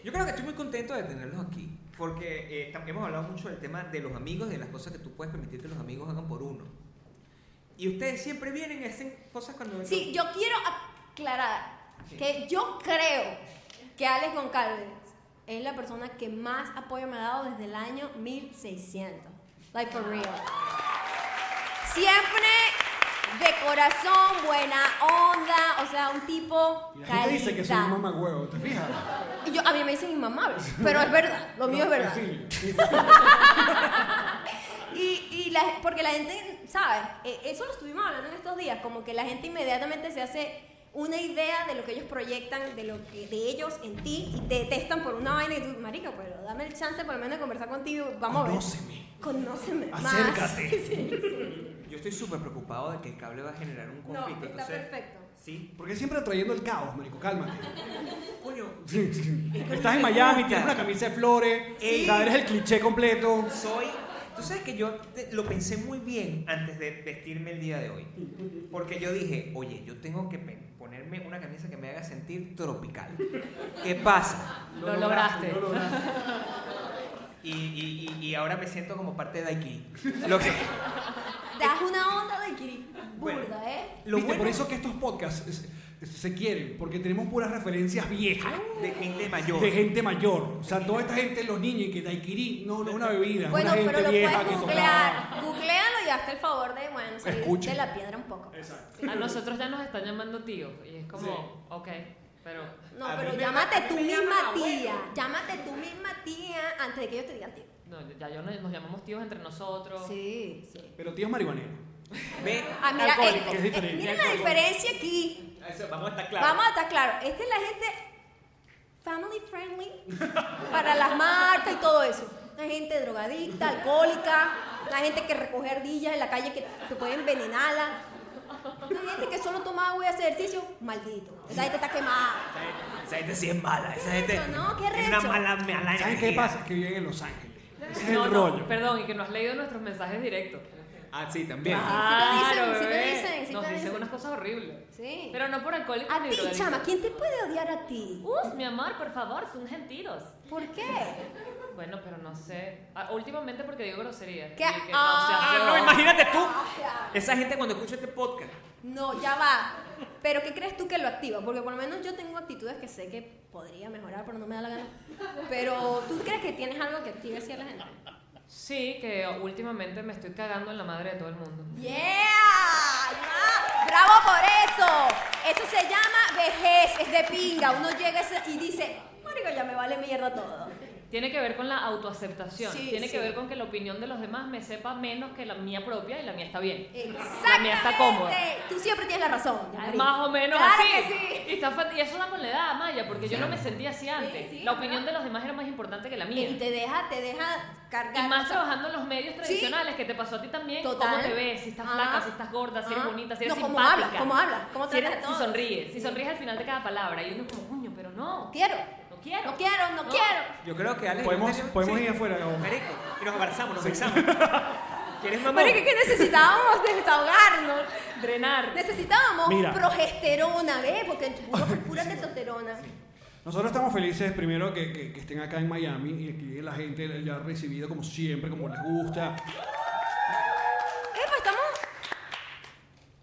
Speaker 2: Yo creo que estoy muy contento de tenerlos aquí. Porque eh, tam- hemos hablado mucho del tema de los amigos y de las cosas que tú puedes permitir que los amigos hagan por uno. Y ustedes siempre vienen y hacen cosas cuando.
Speaker 1: Sí, yo quiero aclarar que yo creo que Alex Goncalves es la persona que más apoyo me ha dado desde el año 1600. Like for real. Siempre de corazón, buena onda, o sea, un tipo
Speaker 5: Y la gente dice que soy un
Speaker 1: calidad.
Speaker 5: mamagüevo, ¿te fijas?
Speaker 1: Y yo, a mí me dicen inmamable, pero es verdad, lo mío es
Speaker 5: No,
Speaker 1: verdad.
Speaker 5: en fin.
Speaker 1: Y, y la- porque la gente, ¿sabes? Eh, eso lo estuvimos hablando en estos días, como que la gente inmediatamente se hace una idea de lo que ellos proyectan, de lo que de ellos en ti, y te detestan por una vaina y tú, marica, pero dame el chance por lo menos de conversar contigo, vamos
Speaker 5: Conóceme.
Speaker 1: a ver. Conóceme. más.
Speaker 5: Acércate.
Speaker 1: Sí, sí.
Speaker 2: Yo estoy súper preocupado de que el cable va a generar un
Speaker 1: No,
Speaker 2: conflicto.
Speaker 1: está
Speaker 2: entonces-
Speaker 1: perfecto.
Speaker 2: Sí.
Speaker 5: Porque siempre atrayendo el caos, marico, cálmate.
Speaker 2: Coño,
Speaker 5: Estás en Miami, tienes una camisa de flores,
Speaker 2: Sí.
Speaker 5: o sea, eres el cliché completo.
Speaker 2: soy. Tú sabes que yo te- lo pensé muy bien antes de vestirme el día de hoy. Porque yo dije, oye, yo tengo que pe- ponerme una camisa que me haga sentir tropical. ¿Qué pasa?
Speaker 6: Lo lograste.
Speaker 5: lo lograste.
Speaker 2: Y, y- y- y ahora me siento como parte de Daikiri. Lo que,
Speaker 1: Das una onda de Kiri.
Speaker 2: Bueno.
Speaker 1: Burda, ¿eh?
Speaker 2: lo
Speaker 5: Viste,
Speaker 2: bueno
Speaker 5: por eso que estos podcasts es- es- se quieren, porque tenemos puras referencias viejas
Speaker 2: de gente mayor.
Speaker 5: de gente mayor. O sea, toda esta gente, los niños, y que daiquiri no, no es una bebida, es
Speaker 1: Bueno,
Speaker 5: una
Speaker 1: pero
Speaker 5: gente
Speaker 1: lo
Speaker 5: vieja
Speaker 1: puedes
Speaker 5: que
Speaker 1: googlear.
Speaker 5: tomaba.
Speaker 1: Googlealo y olvidaste el favor de, bueno, salir
Speaker 5: Escucha.
Speaker 1: de la piedra un poco.
Speaker 5: Exacto.
Speaker 6: A nosotros ya nos están llamando tío. Y es como,
Speaker 5: Sí.
Speaker 6: ok, pero.
Speaker 1: No,
Speaker 2: A
Speaker 1: pero
Speaker 2: mí me-
Speaker 1: llámate
Speaker 2: a mí
Speaker 1: tú
Speaker 2: me
Speaker 1: misma
Speaker 2: llaman
Speaker 1: tía.
Speaker 2: abuelo.
Speaker 1: Llámate tú misma tía antes de que ellos te digan tía.
Speaker 6: No, ya yo nos, nos llamamos tíos entre nosotros.
Speaker 1: Sí, sí.
Speaker 5: Pero tío es marihuanero.
Speaker 2: Ve,
Speaker 1: Ah, mira,
Speaker 6: Alcohólico,
Speaker 1: este-
Speaker 5: es diferente,
Speaker 1: miren la
Speaker 5: alcohólico.
Speaker 1: diferencia aquí.
Speaker 2: eso, vamos a estar claros.
Speaker 1: Vamos a estar claros. Esta es la gente family friendly para las marcas y todo eso. La gente drogadicta, alcohólica, la gente que recoge ardillas en la calle que te pueden envenenarla. La gente que solo toma agua y hace ejercicio, maldito. Esa gente está quemada.
Speaker 2: Esa gente sí es mala. Esa gente
Speaker 1: recho, ¿no? Qué
Speaker 2: es una
Speaker 1: recho.
Speaker 2: mala, mala
Speaker 5: ¿Saben qué
Speaker 2: energía.
Speaker 5: pasa? Que viven en Los Ángeles. Ese es
Speaker 6: No,
Speaker 5: el
Speaker 6: no,
Speaker 5: rollo.
Speaker 6: perdón, y que no has leído nuestros mensajes directos.
Speaker 2: Ah, sí, también.
Speaker 1: Claro, sí te
Speaker 6: bebé.
Speaker 1: dicen, sí
Speaker 6: Nos
Speaker 1: te
Speaker 6: dicen
Speaker 1: dicen.
Speaker 6: unas cosas horribles.
Speaker 1: Sí.
Speaker 6: Pero no por alcohólicos
Speaker 1: a
Speaker 6: ni
Speaker 1: ti,
Speaker 6: drogadictos.
Speaker 1: chama, ¿quién te puede odiar a ti?
Speaker 6: Uf, mi amor, por favor, son gentilos.
Speaker 1: ¿Por qué?
Speaker 6: Bueno, pero no sé. Ah, últimamente porque digo groserías.
Speaker 1: ¿Qué?
Speaker 6: Y que no,
Speaker 1: Ah,
Speaker 6: seas
Speaker 2: Ah,
Speaker 6: huevón.
Speaker 2: no, imagínate tú.
Speaker 1: claro.
Speaker 2: Esa gente cuando escucha este podcast.
Speaker 1: No, ya va. Pero ¿qué crees tú que lo activa? Porque por lo menos yo tengo actitudes que sé que podría mejorar, pero no me da la gana. Pero ¿tú crees que tienes algo que active así a la gente?
Speaker 6: Sí, que últimamente me estoy cagando en la madre de todo el mundo.
Speaker 1: ¡Yeah! ¡Ya! ¡Bravo por eso! Eso se llama vejez, es de pinga. Uno llega ese- y dice, Marico, ya me vale mierda todo.
Speaker 6: Tiene que ver con la autoaceptación.
Speaker 1: Sí,
Speaker 6: Tiene
Speaker 1: sí.
Speaker 6: que ver con que la opinión de los demás me sepa menos que la mía propia y la mía está bien. La mía está cómoda.
Speaker 1: Exactamente. Tú siempre tienes la razón. Yadri.
Speaker 6: Más o menos
Speaker 1: Claro
Speaker 6: así.
Speaker 1: que sí.
Speaker 6: Y, está fa- y eso da con la edad, Maya, porque yo no me sentía así antes.
Speaker 1: sí,
Speaker 6: la
Speaker 1: ajá.
Speaker 6: opinión de los demás era más importante que la mía.
Speaker 1: Y
Speaker 6: Y,
Speaker 1: te deja, te deja cargar.
Speaker 6: más trabajando en los medios tradicionales, que te pasó a ti también. ¿Cómo
Speaker 1: Total.
Speaker 6: te ves? Si estás
Speaker 1: Ah.
Speaker 6: flaca, si estás gorda, si eres
Speaker 1: Ah.
Speaker 6: bonita, si eres
Speaker 1: No, cómo
Speaker 6: simpática.
Speaker 1: hablas, cómo hablas, cómo
Speaker 6: si, eres-
Speaker 1: tratas a
Speaker 6: si
Speaker 1: todos.
Speaker 6: sonríes, si sonríes al final de cada palabra. Y uno es como, coño, pero no.
Speaker 1: Quiero.
Speaker 6: No quiero.
Speaker 1: No quiero, no, quiero.
Speaker 2: Yo creo que Alex.
Speaker 5: Podemos-
Speaker 2: ¿no?
Speaker 5: podemos ir afuera, Gabo.
Speaker 2: Marico, y nos abrazamos, nos besamos. ¿Quieres mamá?
Speaker 1: Marico, que necesitábamos desahogarnos.
Speaker 6: Drenar.
Speaker 1: Necesitábamos
Speaker 5: Mira.
Speaker 1: progesterona, ¿ves? Porque en tu- pura, pura testosterona.
Speaker 5: Nosotros estamos felices, primero, que, que- que estén acá en Miami y aquí la gente ya ha recibido como siempre, como les gusta.
Speaker 1: Epa, estamos,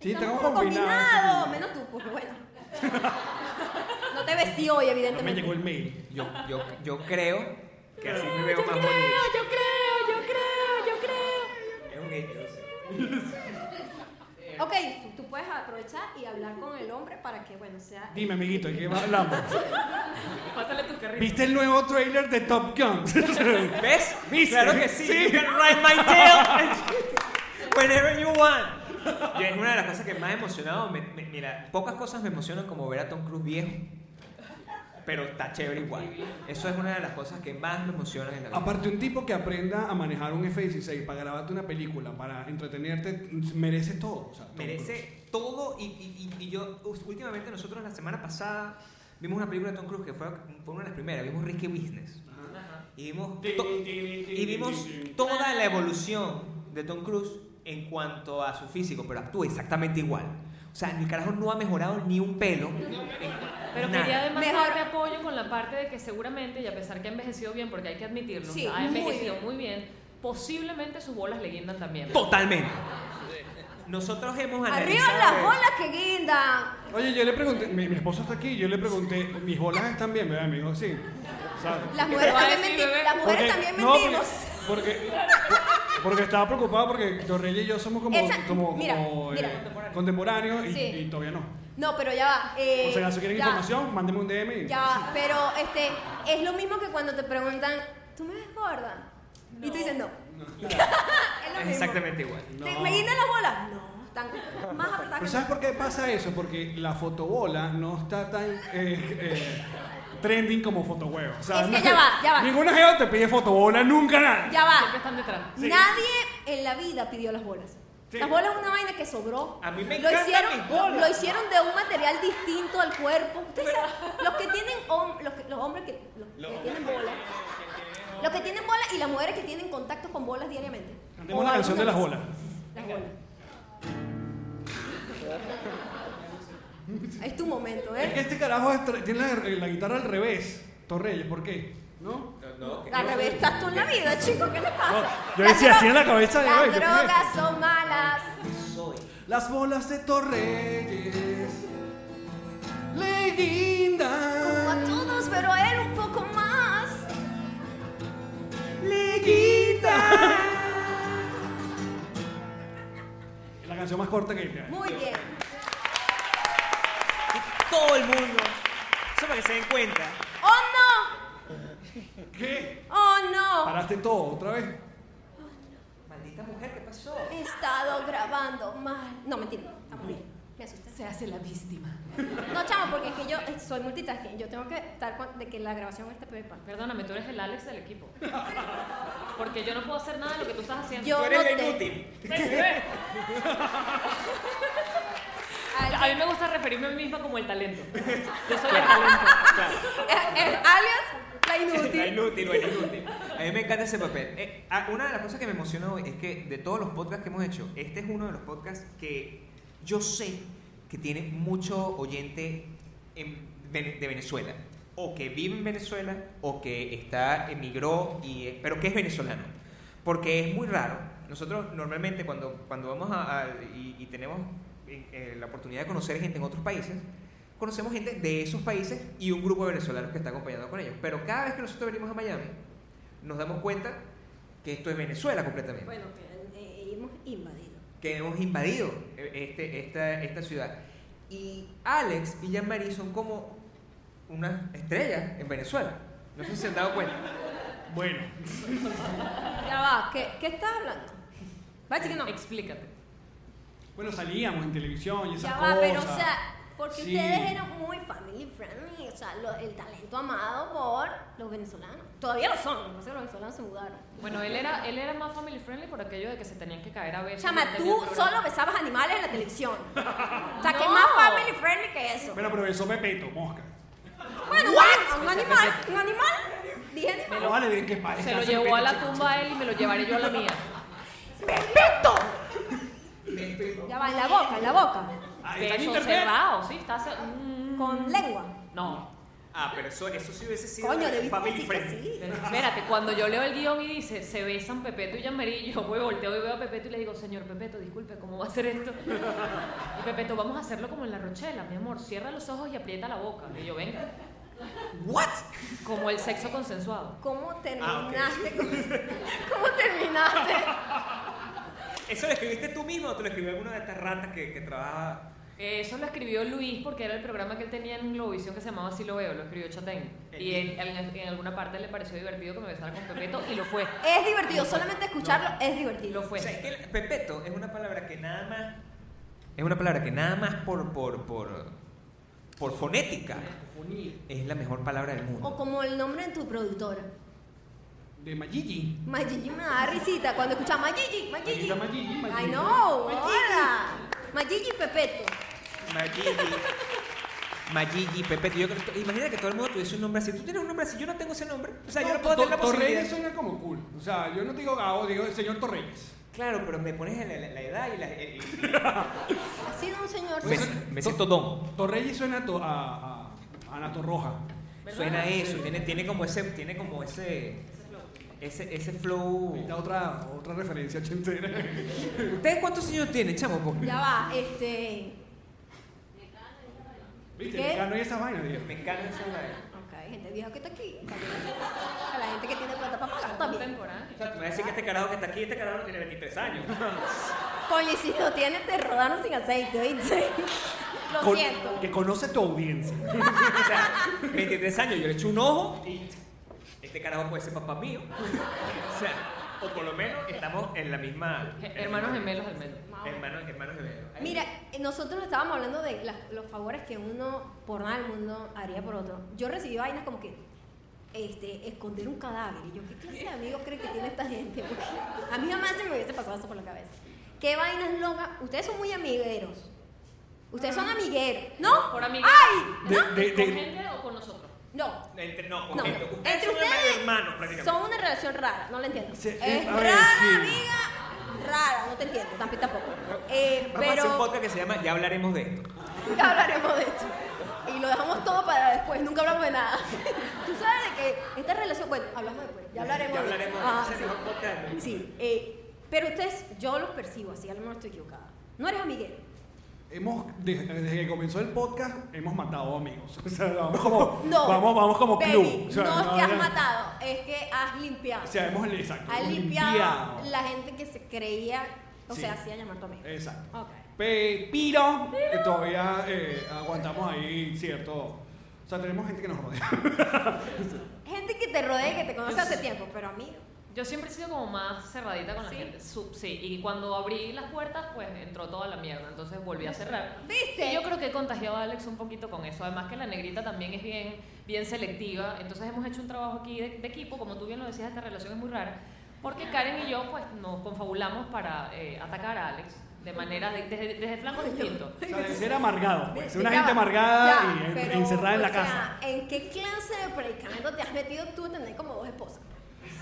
Speaker 5: Sí,
Speaker 1: estamos
Speaker 5: estamos
Speaker 1: como combinados.
Speaker 5: combinados.
Speaker 1: Menos tú, porque bueno. No te vestí hoy,
Speaker 5: No me
Speaker 1: evidentemente.
Speaker 5: llegó el mail.
Speaker 2: Yo, yo, yo creo que así me veo
Speaker 6: Yo
Speaker 2: más
Speaker 6: creo,
Speaker 2: bonito.
Speaker 6: yo creo, yo creo, yo creo.
Speaker 2: Es un hecho. yo sé.
Speaker 1: Ok, tú- tú puedes aprovechar y hablar con el hombre para que, bueno, sea...
Speaker 5: Dime, amiguito, ¿de qué hablamos?
Speaker 6: Pásale tu carrito.
Speaker 5: ¿Viste el nuevo trailer de Top Gun?
Speaker 2: ¿Ves?
Speaker 5: ¿Viste?
Speaker 2: Claro que sí.
Speaker 5: Sí.
Speaker 2: You can ride my tail whenever you want. Y es una de las cosas que más emocionado. me- me- mira, pocas cosas me emocionan como ver a Tom Cruise viejo. Pero está chévere igual. Eso es una de las cosas que más me emocionan en la vida.
Speaker 5: Aparte, un tipo que aprenda a manejar un F-16 para grabarte una película, para entretenerte, merece todo. o sea, Tom Cruise.
Speaker 2: merece todo y, y- y- y yo us- últimamente nosotros la semana pasada vimos una película de Tom Cruise que fue, fue una de las primeras vimos Risky Business y vimos to- y vimos toda la evolución de Tom Cruise en cuanto a su físico pero actúa exactamente igual o sea el carajo no ha mejorado ni un pelo
Speaker 6: Pero
Speaker 2: Nada.
Speaker 6: quería además
Speaker 1: Mejor-
Speaker 6: darte apoyo con la parte de que seguramente, y a pesar que ha envejecido bien, porque hay que admitirlo,
Speaker 1: Sí,
Speaker 6: ha
Speaker 1: muy
Speaker 6: envejecido muy bien. posiblemente sus bolas le guindan también.
Speaker 2: totalmente nosotros hemos
Speaker 1: ¡Arriba
Speaker 2: analizado
Speaker 1: las
Speaker 5: eh.
Speaker 2: eso.
Speaker 1: bolas que guindan!
Speaker 5: Oye, yo le pregunté, mi, mi esposo está aquí, yo le pregunté, mis bolas están bien, ¿verdad? Me dijo, sí. ¿Sabes?
Speaker 1: Las
Speaker 6: ¿Qué te
Speaker 1: mujeres
Speaker 6: va a
Speaker 1: también
Speaker 6: decir,
Speaker 1: mentimos.
Speaker 6: bebé?
Speaker 1: Las mujeres
Speaker 5: Porque-
Speaker 1: también
Speaker 5: no,
Speaker 1: mentimos.
Speaker 5: Porque, porque, porque estaba preocupado porque Torrella y yo somos como,
Speaker 1: Esa-
Speaker 5: como,
Speaker 1: mira,
Speaker 5: como,
Speaker 1: mira.
Speaker 5: contemporáneos y,
Speaker 1: Sí.
Speaker 5: y todavía no.
Speaker 1: No, pero ya va. eh,
Speaker 5: o sea, si quieren
Speaker 1: ya.
Speaker 5: información, mándenme un DM. y-
Speaker 1: Ya, pero este, es lo mismo que cuando te preguntan, ¿tú me ves gorda? Y tú dices, no. es lo
Speaker 2: es
Speaker 1: mismo.
Speaker 2: exactamente igual
Speaker 1: ¿Te,
Speaker 5: No.
Speaker 1: ¿Me guindan las bolas? No, están más apretadas
Speaker 5: Pero
Speaker 1: que
Speaker 5: ¿sabes por qué pasa eso? Porque la fotobola no está tan eh, eh, trending como fotohuevo. O sea,
Speaker 1: Es que
Speaker 5: no-
Speaker 1: ya va, ya va.
Speaker 5: Ninguna geo te pide fotobola, nunca
Speaker 2: Pues,
Speaker 5: nada.
Speaker 1: Ya
Speaker 6: Siempre
Speaker 1: va.
Speaker 6: están detrás.
Speaker 1: Nadie en la vida pidió las bolas.
Speaker 5: Sí.
Speaker 1: Las bolas es una vaina que sobró.
Speaker 2: A mí me
Speaker 1: lo
Speaker 2: encantan
Speaker 1: hicieron,
Speaker 2: mis bolas.
Speaker 1: Lo hicieron de un material distinto al cuerpo. Ustedes saben, los que tienen hom- los, que- los hombres que, los, que tienen bolas. Los que tienen bolas y las mujeres que tienen contacto con bolas diariamente.
Speaker 5: Cantemos
Speaker 1: O
Speaker 5: la canción de las
Speaker 1: alguna
Speaker 5: bolas.
Speaker 1: vez. Las bolas. Es tu momento,
Speaker 5: Es que
Speaker 1: ¿eh?
Speaker 5: este carajo es tra- tiene la, la guitarra al revés, Torreyes, ¿por qué? ¿No?
Speaker 1: Al revés, estás tú en la vida, chicos, ¿qué le pasa?
Speaker 5: No, yo
Speaker 1: Las
Speaker 5: decía,
Speaker 1: dro-
Speaker 5: así en la cabeza de
Speaker 1: Las
Speaker 5: hoy, ¿qué fue?
Speaker 1: drogas son malas.
Speaker 5: Las bolas de Torreyes
Speaker 1: Como
Speaker 5: le
Speaker 1: a
Speaker 5: guindan,
Speaker 1: todos, pero a él un poco más.
Speaker 5: le guindan. canción más corta que.
Speaker 1: Muy bien.
Speaker 2: Y todo el mundo. Eso para que se den cuenta.
Speaker 1: ¡Oh, no!
Speaker 5: ¿Qué?
Speaker 1: ¡Oh, no!
Speaker 5: Paraste todo otra vez.
Speaker 2: Maldita mujer, ¿qué pasó?
Speaker 1: He estado grabando mal. No, mentira. Estamos bien. Me asusté.
Speaker 6: Se hace la víctima.
Speaker 1: No, chamo, porque es que yo eh, soy multitasking. Yo tengo que estar con, de que la grabación esté pepa.
Speaker 6: Perdóname, tú eres el Alex del equipo. Porque yo no puedo hacer nada de lo que tú estás haciendo.
Speaker 1: Yo
Speaker 2: Tú eres
Speaker 1: no
Speaker 2: la
Speaker 1: te-
Speaker 2: inútil.
Speaker 6: A mí me gusta referirme a mí misma como el talento. Yo soy el talento.
Speaker 1: Eh, alias, la
Speaker 2: La
Speaker 1: inútil.
Speaker 2: inútil o el inútil. A mí me encanta ese papel. Eh, ah, una de las cosas que me emociona hoy es que de todos los podcasts que hemos hecho, este es uno de los podcasts que yo sé que tiene mucho oyente en Ven- de Venezuela. O que vive en Venezuela, o que está, emigró, y, pero que es venezolano. Porque es muy raro. Nosotros normalmente cuando, cuando vamos a, a- y, y tenemos eh, eh, la oportunidad de conocer gente en otros países, conocemos gente de esos países y un grupo de venezolanos que está acompañando con ellos. Pero cada vez que nosotros venimos a Miami, nos damos cuenta que esto es Venezuela completamente.
Speaker 1: Bueno, eh, eh, hemos invadido.
Speaker 2: Que hemos invadido eh, este, esta, esta ciudad. Y Alex y Jean-Marie son como unas estrellas en Venezuela. No sé si se han dado cuenta.
Speaker 5: Bueno.
Speaker 1: Ya va, ¿qué, qué estás hablando? Va a decir que no.
Speaker 6: Explícate.
Speaker 5: Bueno, salíamos en televisión y esas
Speaker 1: Ya
Speaker 5: cosas.
Speaker 1: va, pero o sea, porque
Speaker 5: Sí.
Speaker 1: ustedes eran muy family friendly, o sea, lo- el talento amado por los venezolanos. Todavía lo son, no sé, los venezolanos se mudaron.
Speaker 6: Bueno, él era, él era más family friendly por aquello de que se tenían que caer a veces.
Speaker 1: Chama,
Speaker 6: Tenía
Speaker 1: tú
Speaker 6: un programa.
Speaker 1: solo besabas animales en la televisión. O sea, ¿qué
Speaker 6: No.
Speaker 1: más family friendly que eso?
Speaker 5: Bueno, pero eso Pepeto, mosca.
Speaker 1: Bueno, un, un animal, un animal. Dije animal.
Speaker 5: Pero vale, bien que pa-
Speaker 6: Se lo
Speaker 5: hace
Speaker 6: llevó
Speaker 5: Pepeto,
Speaker 6: a la
Speaker 5: chico,
Speaker 6: tumba a él y me lo llevaré yo a la mía.
Speaker 1: ¡Perfecto! Ya va, en la boca, en la boca.
Speaker 5: chico. Ah, está en
Speaker 6: Beso
Speaker 5: internet.
Speaker 6: cerrado, sí, está cer- Mm,
Speaker 1: Con lengua.
Speaker 6: No.
Speaker 2: Ah, pero eso, eso sí hubiese sido
Speaker 1: Coño, debiste
Speaker 2: family
Speaker 1: decir que
Speaker 2: friendly.
Speaker 1: sí.
Speaker 6: Pero espérate, cuando yo leo el guión y dice se besan Pepeto y Yamarí, yo voy volteo y veo a Pepeto y le digo, señor Pepeto, disculpe, ¿cómo va a ser esto? Y Pepeto, vamos a hacerlo como en la Rochela, mi amor, cierra los ojos y aprieta la boca. Y yo, venga,
Speaker 2: ¿What?
Speaker 6: como el sexo consensuado.
Speaker 1: ¿Cómo
Speaker 2: Ah, ok.
Speaker 1: terminaste? con- ¿Cómo terminaste?
Speaker 2: ¿Eso lo escribiste tú mismo o te lo escribió alguna de estas ratas que, que trabaja
Speaker 6: Eso lo escribió Luis porque era el programa que él tenía en Globovisión que se llamaba Así lo veo, lo escribió Chatén. Y en, en- en alguna parte le pareció divertido que me besara con Pepeto y lo fue.
Speaker 1: Es divertido, solamente escucharlo es divertido.
Speaker 6: Lo
Speaker 2: O sea, es
Speaker 6: fue.
Speaker 2: que el- Pepeto es una palabra que nada más. Es una palabra que nada más por. por. por. por fonética. Es la mejor palabra
Speaker 1: O
Speaker 2: del mundo.
Speaker 1: como el nombre de tu productora.
Speaker 5: De Mayigi.
Speaker 1: Mayigi me da risita cuando escuchas Mayigi,
Speaker 5: Ahí
Speaker 1: Mayigi.
Speaker 5: está Mayigi, Mayigi.
Speaker 1: I know,
Speaker 5: Mayigi.
Speaker 1: hola. Mayigi Pepeto.
Speaker 2: Mayigi. Mayigi, Pepeto. Yo creo que- imagina que todo el mundo tuviese un nombre así. Tú tienes un nombre así, yo no tengo ese nombre. O sea, yo no puedo
Speaker 5: No,
Speaker 2: tener la
Speaker 5: Tor- Torreyes
Speaker 2: posibilidad.
Speaker 5: suena como cool. O sea, yo no te digo Gabo, digo el señor Torreyes.
Speaker 2: Claro, pero me pones en la, la- la edad y la. el- el-
Speaker 1: Ha sido un señor.
Speaker 2: me, me siento don.
Speaker 5: Torreyes suena a, to- a, a, a Nato Roja.
Speaker 2: Suena eso, tiene, tiene como ese. Tiene como ese. Ese, ese flow.
Speaker 5: La otra, otra referencia ochentera.
Speaker 2: ¿Ustedes cuántos años tienen, chamo? Porque-
Speaker 1: Ya va, este.
Speaker 5: ¿Viste?
Speaker 1: ¿Qué?
Speaker 5: Ya no hay esa vaina, tío.
Speaker 2: Me encanta esa vaina.
Speaker 1: Ok, gente vieja que está aquí. Está bien. A la gente que tiene plata para pagar también.
Speaker 6: Contemporáneo.
Speaker 2: O sea, tú me vas a decir que este carajo que está aquí, este carajo no tiene 23 años.
Speaker 1: Coño, y si lo tienes, te rodaron sin aceite, ¿oíste? Lo
Speaker 5: Con-
Speaker 1: siento.
Speaker 5: Que conoce tu audiencia.
Speaker 2: O sea, 23 años, yo le echo un ojo y este carajo puede ser papá mío. O sea, o por lo menos estamos en la misma.
Speaker 6: Je- Hermanos gemelos al menos.
Speaker 2: Hermanos, hermanos gemelos.
Speaker 1: Mira, eh, nosotros estábamos hablando de las- los favores que uno por nada del mundo haría por otro. Yo recibí vainas como que este, esconder un cadáver. Y yo, ¿qué clase de amigo cree que tiene esta gente? Porque a mí jamás se me hubiese pasado eso por la cabeza. ¿Qué vainas locas? Ustedes son muy amigueros. Ustedes son amigueros, ¿no?
Speaker 6: Por amigueros.
Speaker 1: ¡Ay!
Speaker 5: De-
Speaker 1: ¿No?
Speaker 5: de-
Speaker 6: ¿Con
Speaker 5: de-
Speaker 6: gente o con nosotros?
Speaker 1: No.
Speaker 2: Entre, no,
Speaker 1: No.
Speaker 2: porque
Speaker 1: Entre
Speaker 2: ustedes son hermanos,
Speaker 1: ustedes
Speaker 2: hermanos prácticamente.
Speaker 1: son una relación rara, no la entiendo.
Speaker 5: Sí,
Speaker 1: es
Speaker 5: es- a
Speaker 1: rara,
Speaker 5: ver, sí.
Speaker 1: amiga, rara, no te entiendo, tamp- tampoco. Eh,
Speaker 2: Vamos a hacer un
Speaker 1: pero
Speaker 2: podcast que se llama Ya hablaremos de esto.
Speaker 1: ya hablaremos de esto. Y lo dejamos todo para después, nunca hablamos de nada. Tú sabes de que esta relación, bueno, hablamos después, ya hablaremos
Speaker 2: Ya
Speaker 1: de
Speaker 2: hablaremos
Speaker 1: esto.
Speaker 2: de
Speaker 1: Ah,
Speaker 2: ese
Speaker 1: sí.
Speaker 2: mejor podcast. del mundo.
Speaker 1: Sí, eh, pero ustedes, yo los percibo así, a lo mejor estoy equivocada. No eres amiguero.
Speaker 5: Hemos, de- desde que comenzó el podcast, hemos matado amigos. O sea, vamos como,
Speaker 1: No.
Speaker 5: vamos, vamos como
Speaker 1: Baby,
Speaker 5: club. O sea,
Speaker 1: no es que has
Speaker 5: ya-
Speaker 1: matado, es que has limpiado.
Speaker 5: O sea, hemos exacto,
Speaker 1: Ha
Speaker 5: hemos
Speaker 1: limpiado
Speaker 5: limpiado.
Speaker 1: la gente que se creía O
Speaker 5: Sí.
Speaker 1: sea, hacía llamar tu amigo.
Speaker 5: Exacto.
Speaker 1: Ok.
Speaker 5: Pe- Pero, eh, todavía eh, aguantamos ahí cierto. O sea, tenemos gente que nos rodea.
Speaker 1: Gente que te rodea y que te conoce hace tiempo, pero amigo.
Speaker 6: Yo siempre he sido como más cerradita con la
Speaker 1: ¿Sí?
Speaker 6: gente. Su- sí, y cuando abrí las puertas, pues entró toda la mierda. Entonces volví a cerrar.
Speaker 1: ¿Viste?
Speaker 6: Y yo creo que he contagiado a Alex un poquito con eso. Además que la negrita también es bien, bien selectiva. Entonces hemos hecho un trabajo aquí de, de equipo. Como tú bien lo decías, esta relación es muy
Speaker 1: Ah.
Speaker 6: rara. Porque Karen y yo pues nos confabulamos para eh, atacar a Alex. De manera, de- desde, desde flancos distintos.
Speaker 5: O sea, de ser amargado, pues. Una
Speaker 1: Ya
Speaker 5: gente
Speaker 1: va.
Speaker 5: amargada
Speaker 1: Ya,
Speaker 5: y en-
Speaker 1: pero,
Speaker 5: encerrada en
Speaker 1: o
Speaker 5: la
Speaker 1: sea,
Speaker 5: casa.
Speaker 1: ¿En qué clase de predicamento te has metido tú a tener como dos esposas?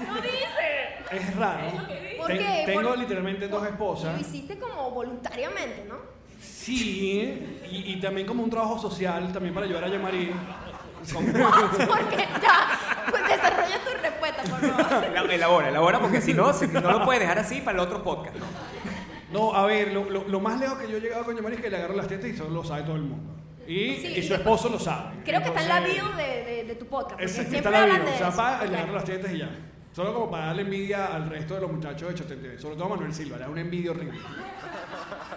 Speaker 6: ¡No dice!
Speaker 5: Es raro.
Speaker 1: ¿Por
Speaker 5: Ten-
Speaker 1: qué?
Speaker 5: Tengo
Speaker 1: Por-
Speaker 5: literalmente dos
Speaker 1: por- Lo
Speaker 5: esposas.
Speaker 1: hiciste como voluntariamente, ¿no?
Speaker 5: Sí, y, y también como un trabajo social, también para ayudar a Yamari.
Speaker 1: Porque ya, pues desarrolla tu respuesta, por favor.
Speaker 2: Ela- Elabora, elabora, porque si no, si no lo puedes dejar así para el otro podcast. ¿no?
Speaker 5: No, a ver, lo, lo- lo más lejos que yo he llegado con Yamari es que le agarro las tetas y eso lo sabe todo el mundo. Y,
Speaker 1: Sí,
Speaker 5: y
Speaker 1: y-
Speaker 5: su esposo lo sabe.
Speaker 1: Creo que está en la
Speaker 5: Entonces,
Speaker 1: bio de, de- de tu podcast. porque
Speaker 5: Ese es que
Speaker 1: siempre
Speaker 5: está en la
Speaker 1: hablan
Speaker 5: bio.
Speaker 1: de
Speaker 5: O sea,
Speaker 1: eso.
Speaker 5: para le
Speaker 1: Ok.
Speaker 5: agarro las tetas y ya. Solo como para darle envidia al resto de los muchachos de Chotente. Sobre todo a Manuel Silva, le da una envidia horrible.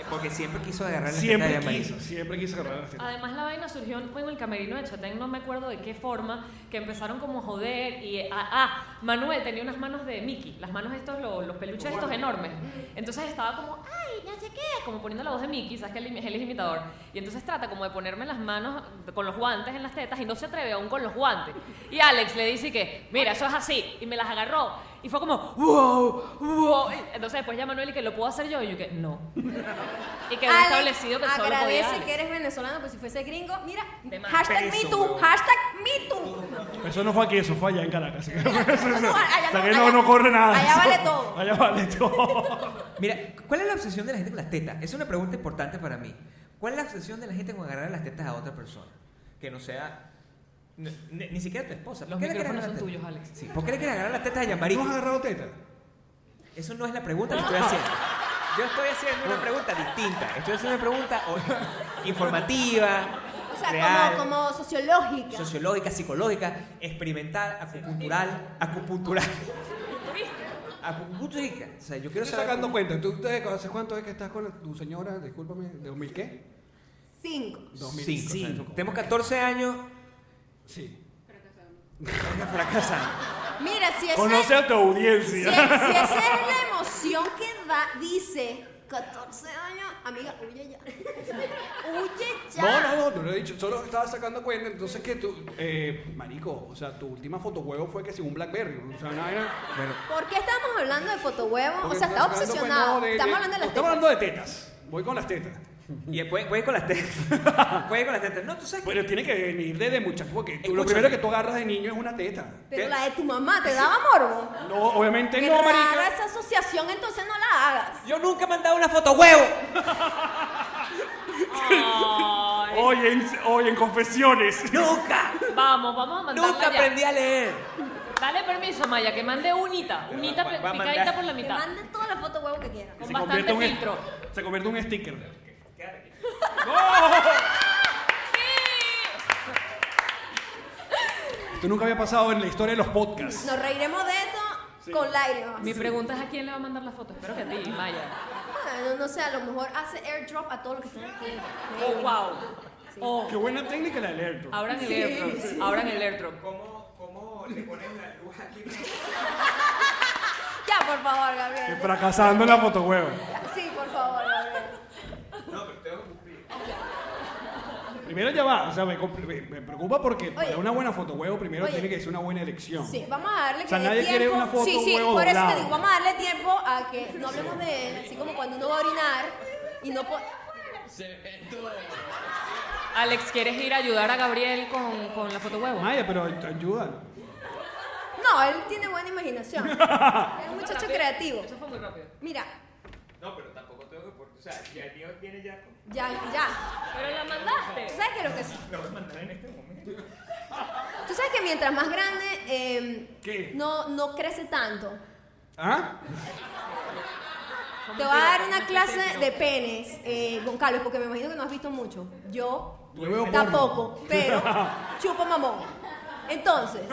Speaker 2: Porque siempre quiso agarrar la
Speaker 5: Siempre
Speaker 2: teta de
Speaker 5: quiso,
Speaker 2: Yamari.
Speaker 5: siempre quiso agarrar las tetas.
Speaker 6: Además la vaina surgió en pues, en el camerino de Chatén, no me acuerdo de qué forma, que empezaron como a joder y eh, ah, ah, Manuel tenía unas manos de Mickey, las manos estos, lo- los, peluches estos enormes. Entonces estaba como, ay, no sé qué, como poniendo la voz de Mickey, sabes que él, im- él es imitador. Y entonces trata como de ponerme las manos con los guantes en las tetas y no se atreve aún con los guantes. Y Alex le dice que, mira, eso es así, y me las agarró. Y fue como, wow, wow. Y Entonces después ya Manuel y que lo puedo hacer yo, y yo que no. Y quedó
Speaker 1: Alex,
Speaker 6: establecido que solo podía
Speaker 1: agradece
Speaker 6: Alex.
Speaker 1: que eres venezolano, pues si fuese gringo, mira,
Speaker 6: De más.
Speaker 1: hashtag
Speaker 2: Peso,
Speaker 1: me too,
Speaker 2: huevón.
Speaker 1: hashtag me too.
Speaker 5: Eso no fue aquí, eso fue allá en Caracas. Así que-
Speaker 1: no, allá
Speaker 5: o sea
Speaker 1: no-
Speaker 5: que no,
Speaker 1: allá-
Speaker 5: no corre nada.
Speaker 1: allá vale
Speaker 5: Eso-
Speaker 1: todo.
Speaker 5: Allá vale todo.
Speaker 2: Mira, ¿cuál es la obsesión de la gente con las tetas? Es una pregunta importante para mí. ¿Cuál es la obsesión de la gente con agarrar las tetas a otra persona? Que no sea. n- Ni, ni siquiera tu esposa. ¿Por
Speaker 6: Los
Speaker 2: qué le quieres
Speaker 6: micrófonos
Speaker 2: agarrar las tetas?
Speaker 6: son tuyos, Alex.
Speaker 2: Sí, ¿Por qué le quieres agarrar las tetas a Yamari?
Speaker 5: ¿Tú has agarrado teta?
Speaker 2: Eso no es la pregunta que estoy haciendo. Yo estoy haciendo una pregunta distinta. Estoy haciendo una pregunta o- informativa,
Speaker 1: O sea,
Speaker 2: real,
Speaker 1: como, como sociológica.
Speaker 2: sociológica, psicológica, experimental, acupuntural, acupuntural. Acupunturista. O sea, yo
Speaker 5: Yo
Speaker 2: quiero
Speaker 5: estoy
Speaker 2: saber.
Speaker 5: sacando
Speaker 2: cómo-
Speaker 5: cuenta. ¿Tú te- hace cuánto es que estás con tu señora? Discúlpame, ¿de 2000 qué?
Speaker 1: Cinco.
Speaker 5: 2005.
Speaker 2: Cinco.
Speaker 5: o sea, eso-
Speaker 2: Tenemos 14 años
Speaker 5: Sí.
Speaker 2: fracasando.
Speaker 1: Mira, si esa,
Speaker 5: Conoce a tu
Speaker 1: si,
Speaker 5: audiencia.
Speaker 1: si esa es la emoción que da, dice 14 años, amiga, huye ya. huye ya.
Speaker 5: No, no, no, no lo he dicho. Solo estaba sacando cuenta. Entonces, que tú, eh, marico, o sea, tu última fotohuevo fue que sin un Blackberry. O sea, una vaina.
Speaker 2: Bueno,
Speaker 1: ¿Por qué estamos hablando de fotohuevo? O
Speaker 5: Porque
Speaker 1: sea,
Speaker 5: tú
Speaker 1: está
Speaker 5: estás sacando
Speaker 1: obsesionado.
Speaker 5: cuenta de-
Speaker 1: Estamos hablando de las
Speaker 5: Estamos
Speaker 1: tetas.
Speaker 5: hablando de tetas. Voy con las tetas.
Speaker 2: y después puedes con las tetas. Puedes con las tetas. No, tú sabes. que-
Speaker 5: Pero tiene que venir desde muchachos, porque tú, lo
Speaker 2: Escúchame.
Speaker 5: primero que tú agarras de niño es una teta.
Speaker 1: Pero
Speaker 2: ¿Qué?
Speaker 1: la de tu mamá te daba morbo.
Speaker 5: No, obviamente
Speaker 1: Qué
Speaker 5: no,
Speaker 1: rara
Speaker 5: marica.
Speaker 1: esa asociación, entonces no la hagas.
Speaker 2: Yo nunca he mandado una foto huevo.
Speaker 6: Ay,
Speaker 5: Hoy en, hoy en confesiones.
Speaker 2: Nunca.
Speaker 6: vamos, vamos a mandarla
Speaker 2: Nunca
Speaker 6: ya.
Speaker 2: aprendí a leer.
Speaker 6: Dale permiso, Maya, que mande unita.
Speaker 2: Pero
Speaker 6: unita
Speaker 2: va-
Speaker 6: pe-
Speaker 2: va a
Speaker 6: picadita
Speaker 2: mandar.
Speaker 6: por la
Speaker 1: Que
Speaker 6: mitad.
Speaker 1: mande todas las fotos huevo que quieran.
Speaker 6: Con bastante
Speaker 5: en,
Speaker 6: filtro.
Speaker 5: se convierte en un sticker.
Speaker 6: Sí.
Speaker 5: Esto nunca había pasado en la historia de los podcasts.
Speaker 1: Nos reiremos de esto
Speaker 5: Sí.
Speaker 1: con lágrimas.
Speaker 6: Mi pregunta es a quién le va a mandar la foto. Espero que a ti, Maya.
Speaker 1: Bueno, no sé, a lo mejor hace airdrop a todos los que están aquí.
Speaker 6: Oh, wow. Oh,
Speaker 5: Qué buena técnica la del airdrop.
Speaker 6: abran el airdrop. Abran el airdrop.
Speaker 2: ¿Cómo, ¿Cómo le pones la luz aquí?
Speaker 1: Ya, por favor,
Speaker 5: Que
Speaker 1: Gabriel.
Speaker 5: Fracasando en la fotohuevo.
Speaker 1: Sí, por favor, Gabriel.
Speaker 2: No, pero tengo que cumplir.
Speaker 5: Primero ya va, o sea, me, compl- me- me preocupa porque para una buena fotohuevo primero
Speaker 1: Oye.
Speaker 5: tiene que ser una buena elección.
Speaker 1: Sí, vamos a darle
Speaker 5: O sea,
Speaker 1: que dé
Speaker 5: nadie
Speaker 1: tiempo.
Speaker 5: quiere una foto
Speaker 1: sí, sí,
Speaker 5: huevo
Speaker 1: por eso te
Speaker 5: doblado.
Speaker 1: digo, vamos a darle tiempo a que no hablemos de él, así como cuando uno va a orinar y no po-
Speaker 6: Alex, ¿quieres ir a ayudar a Gabriel con, con la foto huevo?
Speaker 5: Maya, pero ay- ayúdalo.
Speaker 1: No, él tiene buena imaginación. es un muchacho creativo.
Speaker 6: Eso fue muy rápido.
Speaker 1: Mira,
Speaker 2: No, pero tampoco tengo que. O sea, si el mío viene ya con.
Speaker 1: ya, ya.
Speaker 6: Pero la mandaste.
Speaker 1: ¿Tú sabes que lo que
Speaker 2: Lo voy a mandar en este momento.
Speaker 1: Tú sabes que mientras más grande eh,
Speaker 5: ¿Qué?
Speaker 1: no no crece tanto.
Speaker 5: ¿Ah?
Speaker 1: Te voy a dar una clase de penes, eh, Goncalo, porque me imagino que no has visto mucho. Yo
Speaker 5: Yo veo porno.
Speaker 1: tampoco, pero chupo mamón. Entonces,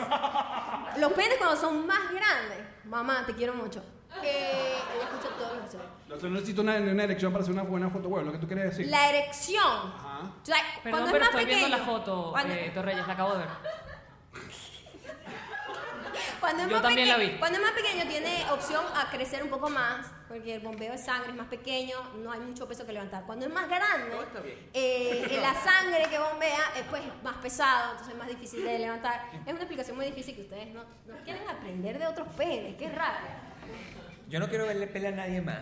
Speaker 1: los penes cuando son más grandes, mamá, te quiero mucho. que ella escucha todos los episodios.
Speaker 5: No, yo no necesito una, una erección para hacer una buena foto huevo, lo que tú quieres decir.
Speaker 1: La erección.
Speaker 5: Ajá.
Speaker 1: O sea,
Speaker 6: Perdón,
Speaker 1: cuando es más
Speaker 6: pero estoy
Speaker 1: pequeño.
Speaker 6: viendo la foto,
Speaker 1: cuando,
Speaker 6: eh, Torreyes, la acabo de ver.
Speaker 1: cuando es
Speaker 6: yo
Speaker 1: más
Speaker 6: también la
Speaker 1: pequeño-
Speaker 6: vi.
Speaker 1: Cuando es más pequeño tiene opción a crecer un poco más, porque el bombeo de sangre es más pequeño, no hay mucho peso que levantar. Cuando es más grande,
Speaker 2: No, está bien.
Speaker 1: eh, eh, la sangre que bombea es pues más pesado, entonces es más difícil de levantar. Es una explicación muy difícil que ustedes no, no quieren aprender de otros penes, que es raro.
Speaker 2: Yo no quiero verle pela a nadie más.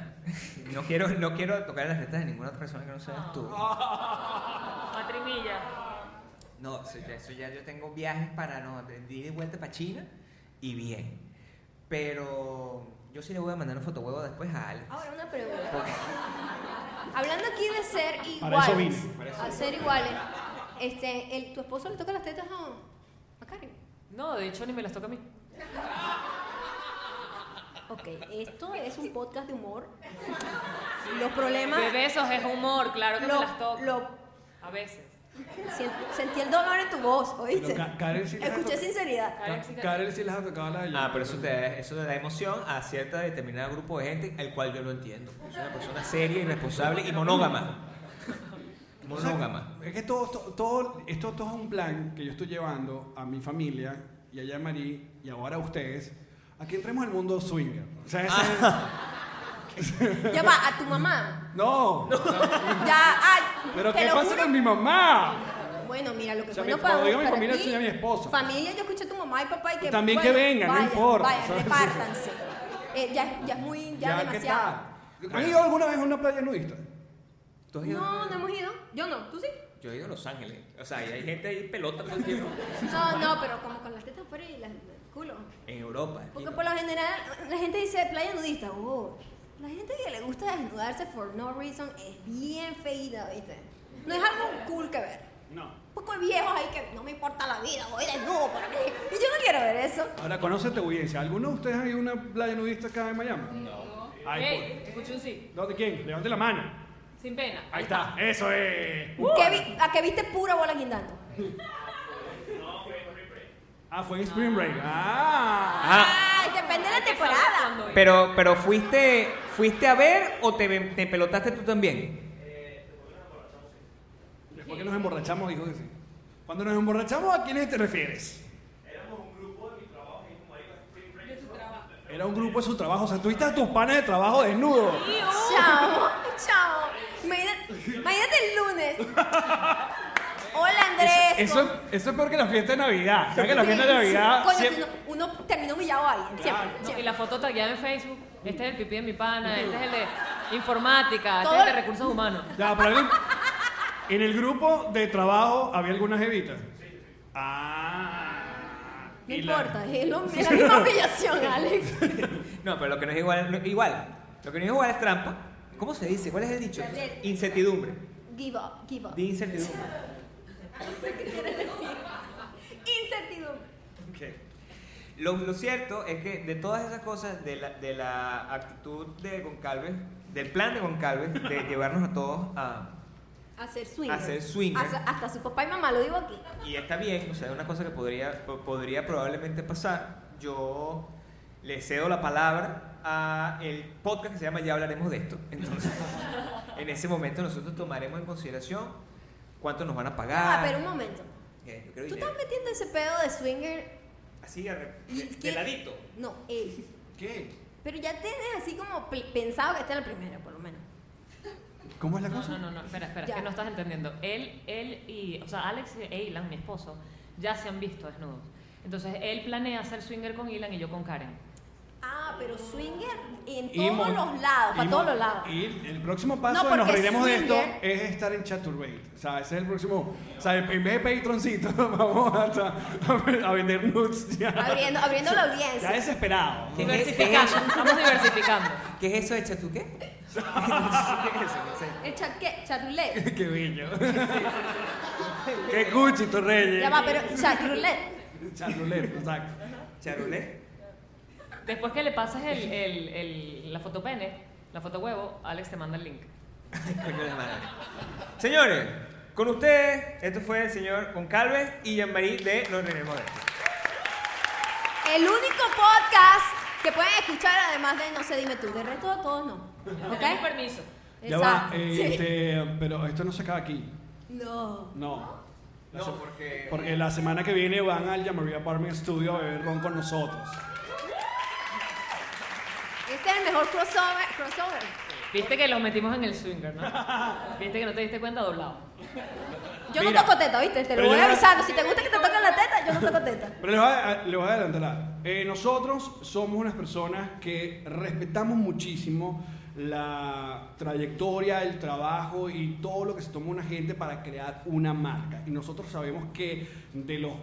Speaker 2: No quiero, no quiero tocar las tetas de ninguna otra persona que no seas tú.
Speaker 6: Matrimilla.
Speaker 2: No, eso ya, eso ya yo tengo viajes para no, de, de ida y vuelta para China y bien. Pero yo sí le voy a mandar un fotohuevo después a Alex.
Speaker 1: Ahora Ah, una pregunta.
Speaker 2: Porque-
Speaker 1: Hablando aquí de ser
Speaker 5: Para eso
Speaker 1: iguales,
Speaker 5: vine, para eso
Speaker 1: a ser iguales, este, el, ¿tu esposo le toca las tetas a, a Karen?
Speaker 6: No, de hecho ni me las toca a mí.
Speaker 1: Ok, esto es un podcast de humor. Los problemas.
Speaker 6: De besos es humor, claro que
Speaker 1: lo-
Speaker 6: me las toco.
Speaker 1: lo-
Speaker 6: A veces.
Speaker 1: sien- sentí el dolor en tu voz, ¿oíste?
Speaker 5: Pero Ka- Karen sí le ha
Speaker 1: Escuché
Speaker 5: tocado-
Speaker 1: sinceridad.
Speaker 6: Karen sí-
Speaker 5: Karen sí les ha tocado la de
Speaker 2: Ah, pero eso te, da, eso te da emoción a cierta determinado grupo de gente, al cual yo lo entiendo. Yo soy una persona seria y responsable y monógama.
Speaker 5: O sea,
Speaker 2: Monógama.
Speaker 5: Es que todo, to- todo, esto todo es un plan que yo estoy llevando a mi familia y allá a Marí y ahora a ustedes. Aquí entremos al mundo swinger. O sea, ese es-
Speaker 2: Ah.
Speaker 1: Ya va, a tu mamá.
Speaker 5: no,
Speaker 1: Ya, ay,
Speaker 5: pero
Speaker 1: te
Speaker 5: ¿qué
Speaker 1: lo
Speaker 5: pasa
Speaker 1: juro.
Speaker 5: con mi mamá?
Speaker 1: Bueno, mira, lo que
Speaker 5: O sea,
Speaker 1: fue no
Speaker 5: mi-
Speaker 1: para
Speaker 5: cuando digo mi
Speaker 1: para
Speaker 5: familia,
Speaker 1: ti,
Speaker 5: soy a mi esposa.
Speaker 1: Familia, yo escuché a tu mamá y papá y que.
Speaker 5: También que vengan, no
Speaker 1: vayan,
Speaker 5: importa,
Speaker 1: Vayan,
Speaker 5: ¿sabes?
Speaker 1: repártanse. Eh, ya, ya es muy, ya,
Speaker 5: ¿qué
Speaker 1: demasiado.
Speaker 5: tal? ¿Han ido alguna vez a una playa nudista?
Speaker 2: ¿Tú has ido?
Speaker 1: No, no hemos ido. Yo no, ¿tú sí?
Speaker 2: Yo he ido a Los Ángeles. O sea, y hay gente ahí pelota todo el tiempo.
Speaker 1: No, no, pero como con las tetas fuera y las el culo.
Speaker 2: En Europa.
Speaker 1: Porque
Speaker 2: digo.
Speaker 1: por lo general la gente dice playa nudista. Oh, la gente que le gusta desnudarse for no reason es bien feída, ¿viste? No es algo cool que ver.
Speaker 5: No.
Speaker 1: Un poco de viejos ahí que no me importa la vida, voy desnudo por aquí. Y yo no quiero ver eso.
Speaker 5: Ahora, conoce tu audiencia. ¿Alguno de ustedes ha ido a una playa nudista acá en Miami?
Speaker 2: No.
Speaker 5: Ay,
Speaker 6: Ey, escuché un sí.
Speaker 5: por- ¿Dónde quién? Levante la mano.
Speaker 6: Sin pena.
Speaker 5: Ahí está. Eso es.
Speaker 1: ¿Qué vi- ¿A qué viste pura bola guindando?
Speaker 5: Ah, fue en Spring Break. Ah.
Speaker 2: Ah,
Speaker 1: Ay, depende de la
Speaker 6: Sabrás
Speaker 1: temporada.
Speaker 6: cuándo ir.
Speaker 2: pero, pero fuiste, fuiste a ver o te, te pelotaste tú también.
Speaker 5: ¿Por qué nos emborrachamos? Dijo que sí. Cuando nos emborrachamos, ¿a quiénes te refieres? Éramos un grupo de mi trabajo Era un grupo de su trabajo. O sea, tú viste a tus panes de trabajo desnudo.
Speaker 1: Chao, chao. Imagínate, imagínate el lunes. Hola Andrés.
Speaker 5: Eso, eso, eso es peor que la fiesta de Navidad. ¿Sabes que la
Speaker 1: Sí,
Speaker 5: fiesta de
Speaker 1: sí.
Speaker 5: Navidad?
Speaker 1: Coño,
Speaker 5: siempre-
Speaker 1: uno, uno termina humillado a alguien, siempre.
Speaker 6: No,
Speaker 1: siempre.
Speaker 6: y la foto tagueada en Facebook. Este es el pipí de mi pana, este es el de informática, este es el de
Speaker 1: Todo-
Speaker 6: recursos humanos.
Speaker 5: Ya, pero alguien- en el grupo de trabajo había algunas evitas. Ah.
Speaker 1: No
Speaker 5: y la-
Speaker 1: importa, es el hombre, la misma humillación, Alex.
Speaker 2: No, pero lo que no es igual, no- igual. Lo que no es igual es trampa. ¿Cómo se dice? ¿Cuál es el dicho? Incertidumbre.
Speaker 1: Give up, give up.
Speaker 2: De incertidumbre.
Speaker 1: ¿Qué quieres decir? Incertidumbre.
Speaker 2: Lo, lo cierto es que de todas esas cosas, de la, de la actitud de Goncalves, del plan de Goncalves, de llevarnos a todos a...
Speaker 1: Hacer swing.
Speaker 2: Hacer swinger.
Speaker 1: Hasta, hasta su papá y mamá lo digo aquí.
Speaker 2: Y está bien, o sea, es una cosa que podría, po- podría probablemente pasar. Yo le cedo la palabra a el podcast que se llama Ya hablaremos de esto. Entonces, en ese momento nosotros tomaremos en consideración cuánto nos van a
Speaker 1: Ah,
Speaker 2: pagar.
Speaker 1: pero un momento.
Speaker 2: Eh, yo quiero
Speaker 1: ¿Tú
Speaker 2: dinero.
Speaker 1: estás metiendo ese pedo de swinger?
Speaker 2: Así, a re-
Speaker 1: y
Speaker 2: de, de
Speaker 1: qué-
Speaker 2: ladito.
Speaker 1: No, eh.
Speaker 5: ¿Qué?
Speaker 1: Pero ya tienes así como pl- pensado que esta es la primera, por lo menos.
Speaker 5: ¿Cómo es la
Speaker 6: No,
Speaker 5: cosa?
Speaker 6: no, no, no, espera, espera,
Speaker 1: Ya.
Speaker 6: que no estás entendiendo. Él, él y, o sea, Alex e Ilan, mi esposo, ya se han visto desnudos. Entonces, él planea hacer swinger con Ilan y yo con Karen.
Speaker 1: Ah, pero swinger en
Speaker 5: Y
Speaker 1: todos
Speaker 5: mon-
Speaker 1: los lados,
Speaker 5: y
Speaker 1: para todos
Speaker 5: mon-
Speaker 1: los lados.
Speaker 5: Y el próximo paso,
Speaker 1: No,
Speaker 5: de nos
Speaker 1: porque
Speaker 5: reiremos de esto,
Speaker 1: swinger-
Speaker 5: es estar en Chaturbate. O sea, ese es el próximo. O sea, en vez de Patroncito, vamos hasta a, vender nudes ya.
Speaker 1: Abriendo, abriendo la
Speaker 5: Ya
Speaker 1: audiencia.
Speaker 5: desesperado.
Speaker 2: ¿Qué es-
Speaker 6: Diversificando, estamos diversificando.
Speaker 2: ¿Qué es eso de chatuqué? ¿Qué es eso? No sé.
Speaker 1: El chat, ¿qué? Chat roulette.
Speaker 5: Qué bello. Qué cuchi, Torreyes.
Speaker 1: Ya va, pero chat roulette.
Speaker 5: Charulet, exacto.
Speaker 2: Charolais.
Speaker 6: Después que le pases el, el, el- la foto pene, la foto huevo, Alex te manda el link.
Speaker 2: Coño de madre. Señores, con ustedes, esto fue el señor Goncalves y Jean-Marie de Los Renemodelos.
Speaker 1: El único podcast Que pueden escuchar además de, no sé, dime tú, de resto de todos no.
Speaker 6: Tenemos
Speaker 1: ¿Ok?
Speaker 6: permiso.
Speaker 5: Ya va,
Speaker 1: Exacto.
Speaker 5: eh,
Speaker 1: Sí.
Speaker 5: este, pero esto no se acaba aquí.
Speaker 1: No.
Speaker 5: No. La se-
Speaker 2: No, porque.
Speaker 5: Porque la semana que viene van al Yamaria Apartment Studio a beber ron con nosotros.
Speaker 1: Este es el mejor crossover. crossover.
Speaker 6: Viste que los metimos en el swinger, ¿no? Viste que no te diste cuenta doblado.
Speaker 1: Yo
Speaker 5: Mira,
Speaker 1: no toco teta, ¿viste? Te
Speaker 5: pero
Speaker 1: lo voy
Speaker 5: yo-
Speaker 1: avisando. Si te gusta que te toquen la teta, yo no toco teta.
Speaker 5: Pero les voy a, les voy a adelantar. algo. Eh, nosotros somos unas personas que respetamos muchísimo la trayectoria, el trabajo y todo lo que se toma una gente para crear una marca. Y nosotros sabemos que de los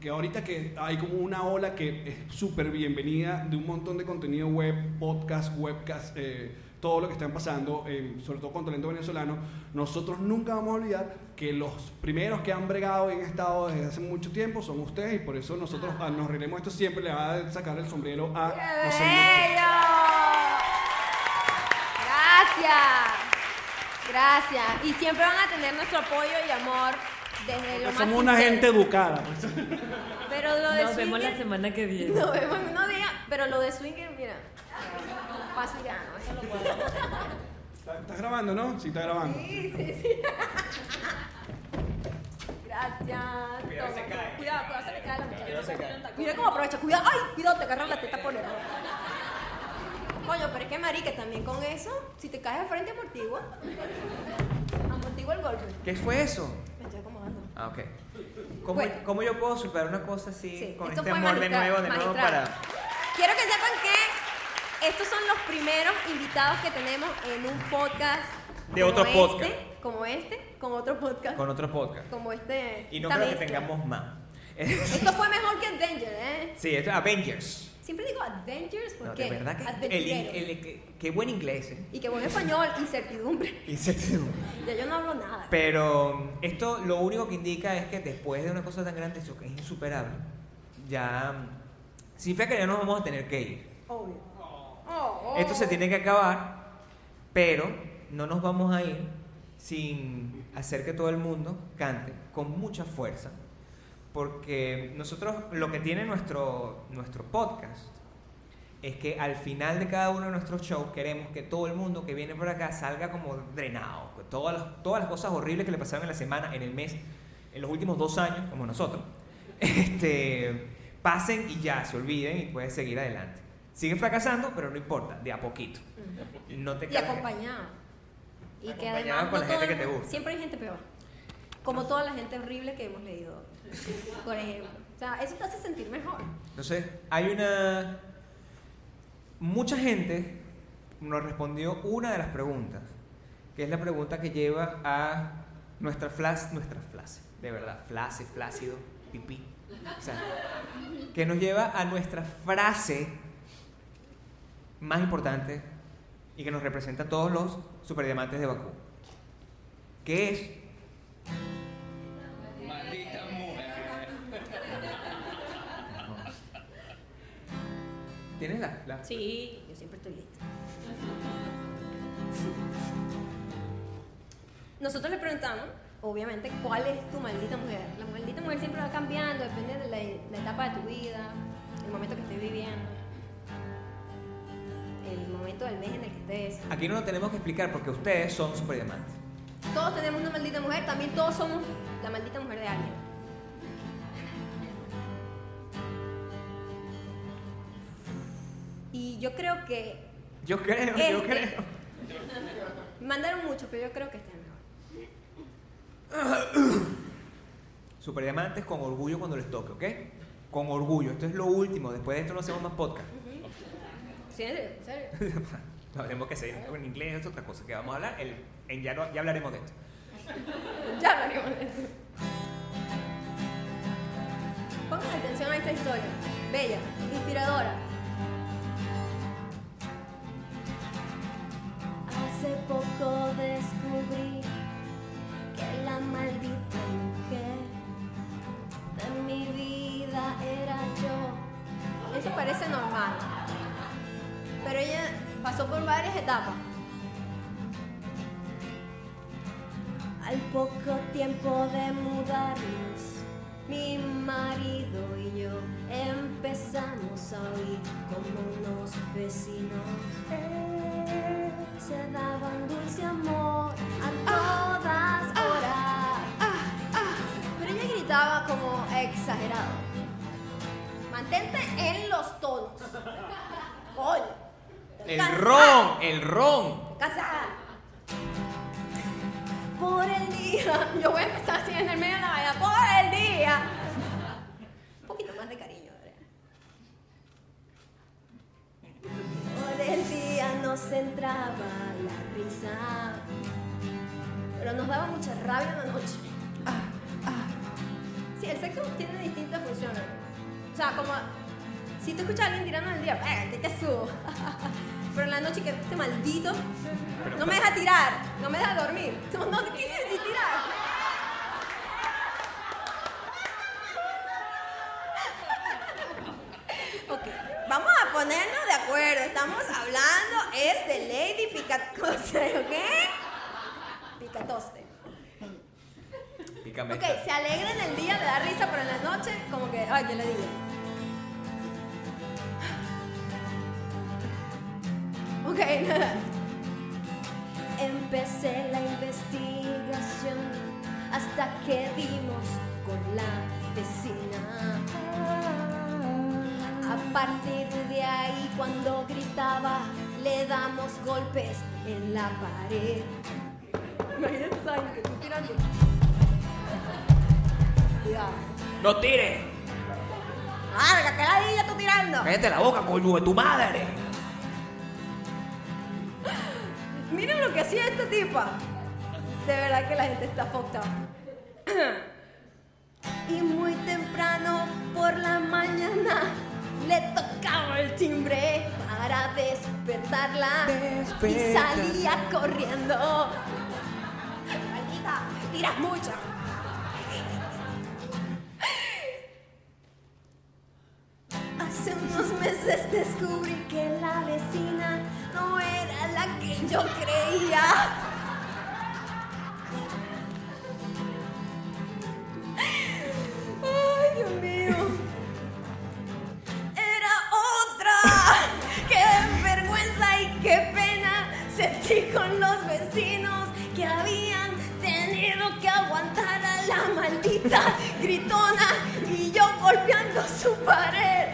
Speaker 5: que ahorita que hay como una ola que es súper bienvenida de un montón de contenido web, podcast, webcast, eh, todo lo que están pasando, eh, sobre todo con talento venezolano, nosotros nunca vamos a olvidar que los primeros que han bregado y han estado desde hace mucho tiempo son ustedes y por eso nosotros ah, nos reiremos de esto siempre, le va a sacar el sombrero a...
Speaker 1: ¡Qué
Speaker 5: los señores.
Speaker 1: bello! Gracias. Gracias. Y siempre van a tener nuestro apoyo y amor desde lo más
Speaker 5: Somos una
Speaker 1: sincero.
Speaker 5: gente educada. pues.
Speaker 1: Pero lo de
Speaker 6: Nos vemos la
Speaker 1: swinger...
Speaker 6: semana que viene.
Speaker 1: Nos vemos en unos días. Pero lo de swinger, mira. Paso y gano. Eso lo puedo.
Speaker 5: ¿Estás grabando, no? Sí, está grabando.
Speaker 1: Sí, sí, sí. Gracias.
Speaker 2: Cuidado, se
Speaker 1: Toma.
Speaker 2: cae.
Speaker 1: Cuidado, cuidado, se le cae la
Speaker 2: Cuidado, se cae.
Speaker 1: muchacha. Mira cómo aprovecha. Cuidado. Ay, cuidado, te agarran la teta por el Coño, pero es que marica, también con eso, si te caes de frente, amortigua. Amortigua el golpe.
Speaker 2: ¿Qué fue eso?
Speaker 1: Me estoy acomodando.
Speaker 2: Ah, ok. ¿Cómo,
Speaker 1: Bueno.
Speaker 2: cómo yo puedo superar una cosa así
Speaker 1: Sí,
Speaker 2: con
Speaker 1: esto
Speaker 2: este
Speaker 1: fue
Speaker 2: amor de
Speaker 1: magistral,
Speaker 2: nuevo, de nuevo
Speaker 1: magistral.
Speaker 2: para.
Speaker 1: Quiero que sepan que estos son los primeros invitados que tenemos en un podcast.
Speaker 2: De
Speaker 1: como
Speaker 2: otro
Speaker 1: este,
Speaker 2: podcast.
Speaker 1: Como este, con otro podcast.
Speaker 2: con otro podcast?
Speaker 1: Como este.
Speaker 2: Y no
Speaker 1: esta
Speaker 2: creo que
Speaker 1: mezcla.
Speaker 2: tengamos más.
Speaker 1: Esto fue mejor que Avenger, ¿eh?
Speaker 2: sí, esto es Avengers.
Speaker 1: Siempre digo Avengers
Speaker 2: No,
Speaker 1: porque.
Speaker 2: de verdad que. El,
Speaker 1: aventurero.
Speaker 2: el- el- que- qué buen inglés, ¿eh?
Speaker 1: Y que buen español, incertidumbre.
Speaker 2: Incertidumbre.
Speaker 1: Ya yo no hablo nada.
Speaker 2: Pero esto lo único que indica es que después de una cosa tan grande eso que es insuperable, ya significa que ya nos vamos a tener que ir.
Speaker 1: Obvio. Oh, oh.
Speaker 2: Esto se tiene que acabar, pero no nos vamos a ir sin hacer que todo el mundo cante con mucha fuerza, porque nosotros lo que tiene nuestro, nuestro podcast es que al final de cada uno de nuestros shows queremos que todo el mundo que viene por acá salga como drenado, que todas las, todas las cosas horribles que le pasaron en la semana, en el mes, en los últimos dos años, como nosotros, este, pasen y ya se olviden y pueden seguir adelante. Siguen fracasando, pero no importa, de a poquito. No te
Speaker 1: Y
Speaker 2: cargues.
Speaker 1: acompañado. Y que
Speaker 2: Acompañado
Speaker 1: además. no
Speaker 2: con la gente
Speaker 1: todo el
Speaker 2: que te
Speaker 1: mundo-
Speaker 2: gusta.
Speaker 1: Siempre hay gente peor. Como toda la gente horrible que hemos leído. Por ejemplo. O sea, eso te hace sentir mejor.
Speaker 2: Entonces, hay una... Mucha gente nos respondió una de las preguntas, que es la pregunta que lleva a nuestra flas, nuestra frase, de verdad, flase, flácido, pipí. O sea, que nos lleva a nuestra frase más importante y que nos representa a todos los superdiamantes de Bakú. Que es ¿Tienes la, la-
Speaker 1: Sí, yo siempre estoy lista. Nosotros le preguntamos, obviamente, ¿cuál es tu maldita mujer? La maldita mujer siempre va cambiando, depende de la, la etapa de tu vida, el momento que estés viviendo, el momento del mes en el que estés.
Speaker 2: Aquí no lo tenemos que explicar porque ustedes son superdiamantes.
Speaker 1: Todos tenemos una maldita mujer, también todos somos la maldita mujer de alguien. Y yo creo que
Speaker 2: Yo creo, yo
Speaker 1: Este.
Speaker 2: creo.
Speaker 1: Mandaron mucho, pero yo creo que está mejor.
Speaker 2: Superdiamantes con orgullo cuando les toque, ¿ok? Con orgullo. Esto es lo último. Después de esto no hacemos más podcast.
Speaker 1: ¿Sí? ¿En serio? ¿En serio?
Speaker 2: no tenemos que seguir en inglés, es otra cosa que vamos a hablar. El- en- ya, no- ya hablaremos de esto.
Speaker 1: Ya hablaremos de esto. Pongan atención a esta historia. Bella, inspiradora.
Speaker 4: Hace poco descubrí que la maldita mujer de mi vida era yo.
Speaker 1: Eso parece normal. Pero ella pasó por varias etapas.
Speaker 4: Al poco tiempo de mudarnos, mi marido y yo empezamos. empezamos a oír como unos vecinos eh, se daban dulce amor a todas horas.
Speaker 1: Pero ella gritaba como exagerado. Mantente en los tonos. Coño. estoy
Speaker 2: El
Speaker 1: cansada,
Speaker 2: ron, el ron.
Speaker 1: estoy Cansada. Por el día. Yo voy a empezar así en el medio de la valla. Por el día. Un poquito más de cariño, Andrea.
Speaker 4: Por el día nos entraba la risa.
Speaker 1: Pero nos daba mucha rabia en la noche. Sí, el sexo tiene distintas funciones. O sea, como si tú escuchas a alguien tirando en el día, "Venga, que te subo. Pero en la noche que este maldito no me deja tirar, no me deja dormir. No, no te quise ni tirar. Ok, vamos a ponernos de acuerdo. Estamos hablando es de Lady Picatose, ¿ok? Picatoste.
Speaker 2: Pícame
Speaker 1: Ok,
Speaker 2: esta.
Speaker 1: se alegra en el día, le da risa, pero en la noche, como que, ay, ¿qué le digo? Ok, nada.
Speaker 4: Empecé la investigación hasta que dimos con la vecina. A partir de ahí, cuando gritaba, le damos golpes en la pared.
Speaker 1: Imagínate, ¿saben? Que tú tirando. Cuidado.
Speaker 2: ¡No tires!
Speaker 1: ¡Marga, qué ladilla tú tirando!
Speaker 2: ¡Cállate la boca, coño de tu madre!
Speaker 1: Miren lo que hacía
Speaker 4: este
Speaker 1: esta tipa. De verdad que la gente está fucked up.
Speaker 4: Y muy temprano por la mañana le tocaba el timbre para despertarla y salía corriendo. Maldita, tiras mucho. Hace unos meses descubrí que la vecina no era la que yo creía.
Speaker 1: ¡Ay, Dios mío! ¡Era otra! ¡Qué vergüenza y qué pena sentí con los vecinos que habían tenido que aguantar a la maldita gritona y yo golpeando su pared!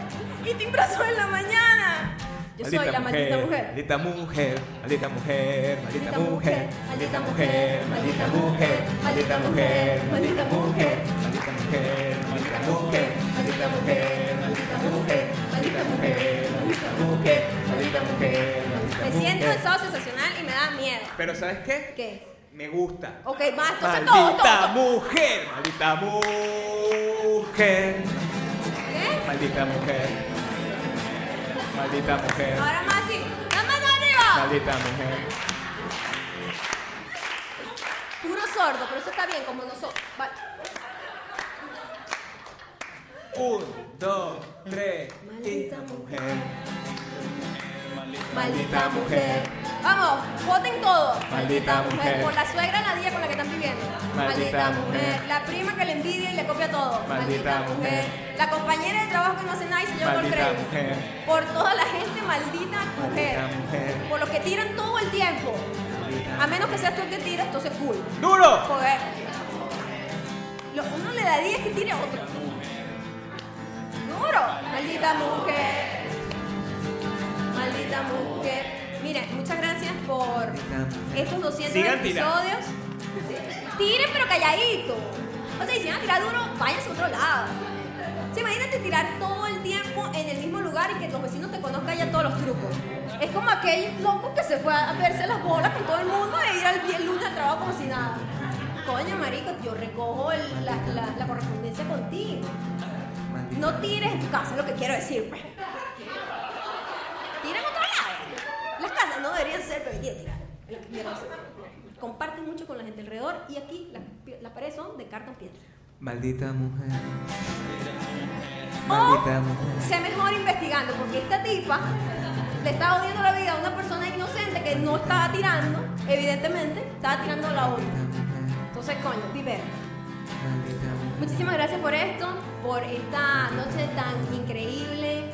Speaker 1: ¡Y timbrazo en la mañana! Yo soy la maldita mujer.
Speaker 2: Maldita mujer, maldita mujer, maldita
Speaker 1: Maldita
Speaker 2: mujer,
Speaker 1: mujer,
Speaker 2: maldita mujer, maldita mujer, maldita mujer, maldita mujer, maldita mujer, maldita mujer, maldita mujer, maldita mujer, maldita mujer, maldita mujer, maldita mujer, maldita
Speaker 1: Me
Speaker 2: mujer.
Speaker 1: siento en estado sensacional y me da miedo.
Speaker 2: Pero ¿sabes qué? Oh,
Speaker 1: ¿Qué?
Speaker 2: Me gusta.
Speaker 1: Ok, más, entonces todo, todo,
Speaker 2: Maldita
Speaker 1: todo.
Speaker 2: mujer, maldita mujer,
Speaker 1: ¿Qué?
Speaker 2: maldita mujer, maldita mujer,
Speaker 1: Ahora más sí. ¡La mano arriba!
Speaker 2: maldita mujer.
Speaker 1: Puro sordo, pero eso está bien, como nosotros. Vale.
Speaker 2: Un, dos, tres.
Speaker 1: Maldita
Speaker 2: mujer.
Speaker 1: Maldita mujer. Vamos, voten todo.
Speaker 2: Maldita mujer.
Speaker 1: Por la suegra nadie con la que están viviendo.
Speaker 2: Maldita mujer.
Speaker 1: La prima que le envidia y le copia todo.
Speaker 2: Maldita mujer.
Speaker 1: La compañera de trabajo que no hace nada y se lleva por
Speaker 2: Maldita
Speaker 1: crédito.
Speaker 2: mujer.
Speaker 1: Por toda la gente, maldita mujer.
Speaker 2: Maldita mujer.
Speaker 1: Por los que tiran todo el tiempo. A menos que seas tú el que tira, entonces cool.
Speaker 2: ¡Duro!
Speaker 1: Joder. Lo- uno le da 10 que tire otro. Duro. Maldita mujer. Maldita mujer. Miren, muchas gracias por estos 200
Speaker 2: Sigan tirando.
Speaker 1: episodios. Tiren pero calladito. O sea, y si van a tirar duro, váyanse a otro lado. O sea, imagínate tirar todo el tiempo en el mismo lugar y que los vecinos te conozcan ya todos los trucos. Es como aquel loco que se fue a verse las bolas con todo el mundo e ir al bien lunes al trabajo como si nada. Coño, marico, yo recojo el- la, la- la correspondencia contigo. No tires en tu casa, es lo que quiero decir, pues. Tira en otro lado. Las casas no deberían ser permitidas tirar. es lo que quiero decir. Comparten mucho con la gente alrededor y aquí las, pi- las paredes son de cartón piedra.
Speaker 2: Maldita mujer.
Speaker 1: O
Speaker 2: Maldita mujer.
Speaker 1: sé mejor investigando, porque esta tipa le está odiando la vida a una persona inocente que no estaba tirando, evidentemente, estaba tirando la otra. Entonces, coño, viver. Muchísimas gracias por esto, por esta noche tan increíble,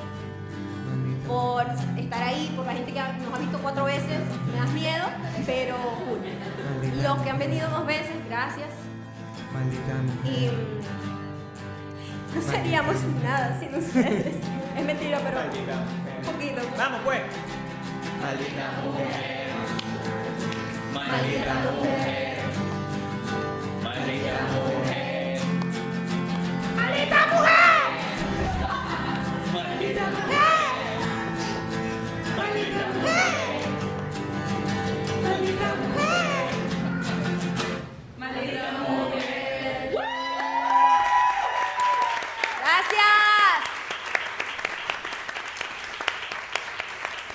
Speaker 1: por estar ahí, por la gente que ha- nos ha visto cuatro veces, me das miedo, pero cool. Los que han venido dos veces, gracias.
Speaker 2: Maldita
Speaker 1: Y mm, no seríamos nada sin ustedes. Es mentira, pero un poquito.
Speaker 2: Vamos pues.
Speaker 1: Maldita mujer. Maldita mujer. Maldita mujer. Maldita mujer. Maldita mujer. Gracias.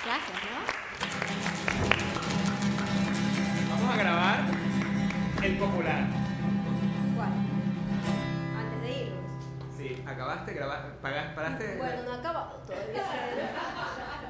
Speaker 1: Gracias, ¿no?
Speaker 2: Vamos a grabar el popular.
Speaker 1: ¿Cuál? Antes de irnos.
Speaker 2: Sí, acabaste de grabar, pagas- paraste.
Speaker 1: Bueno, no ha acabado todavía.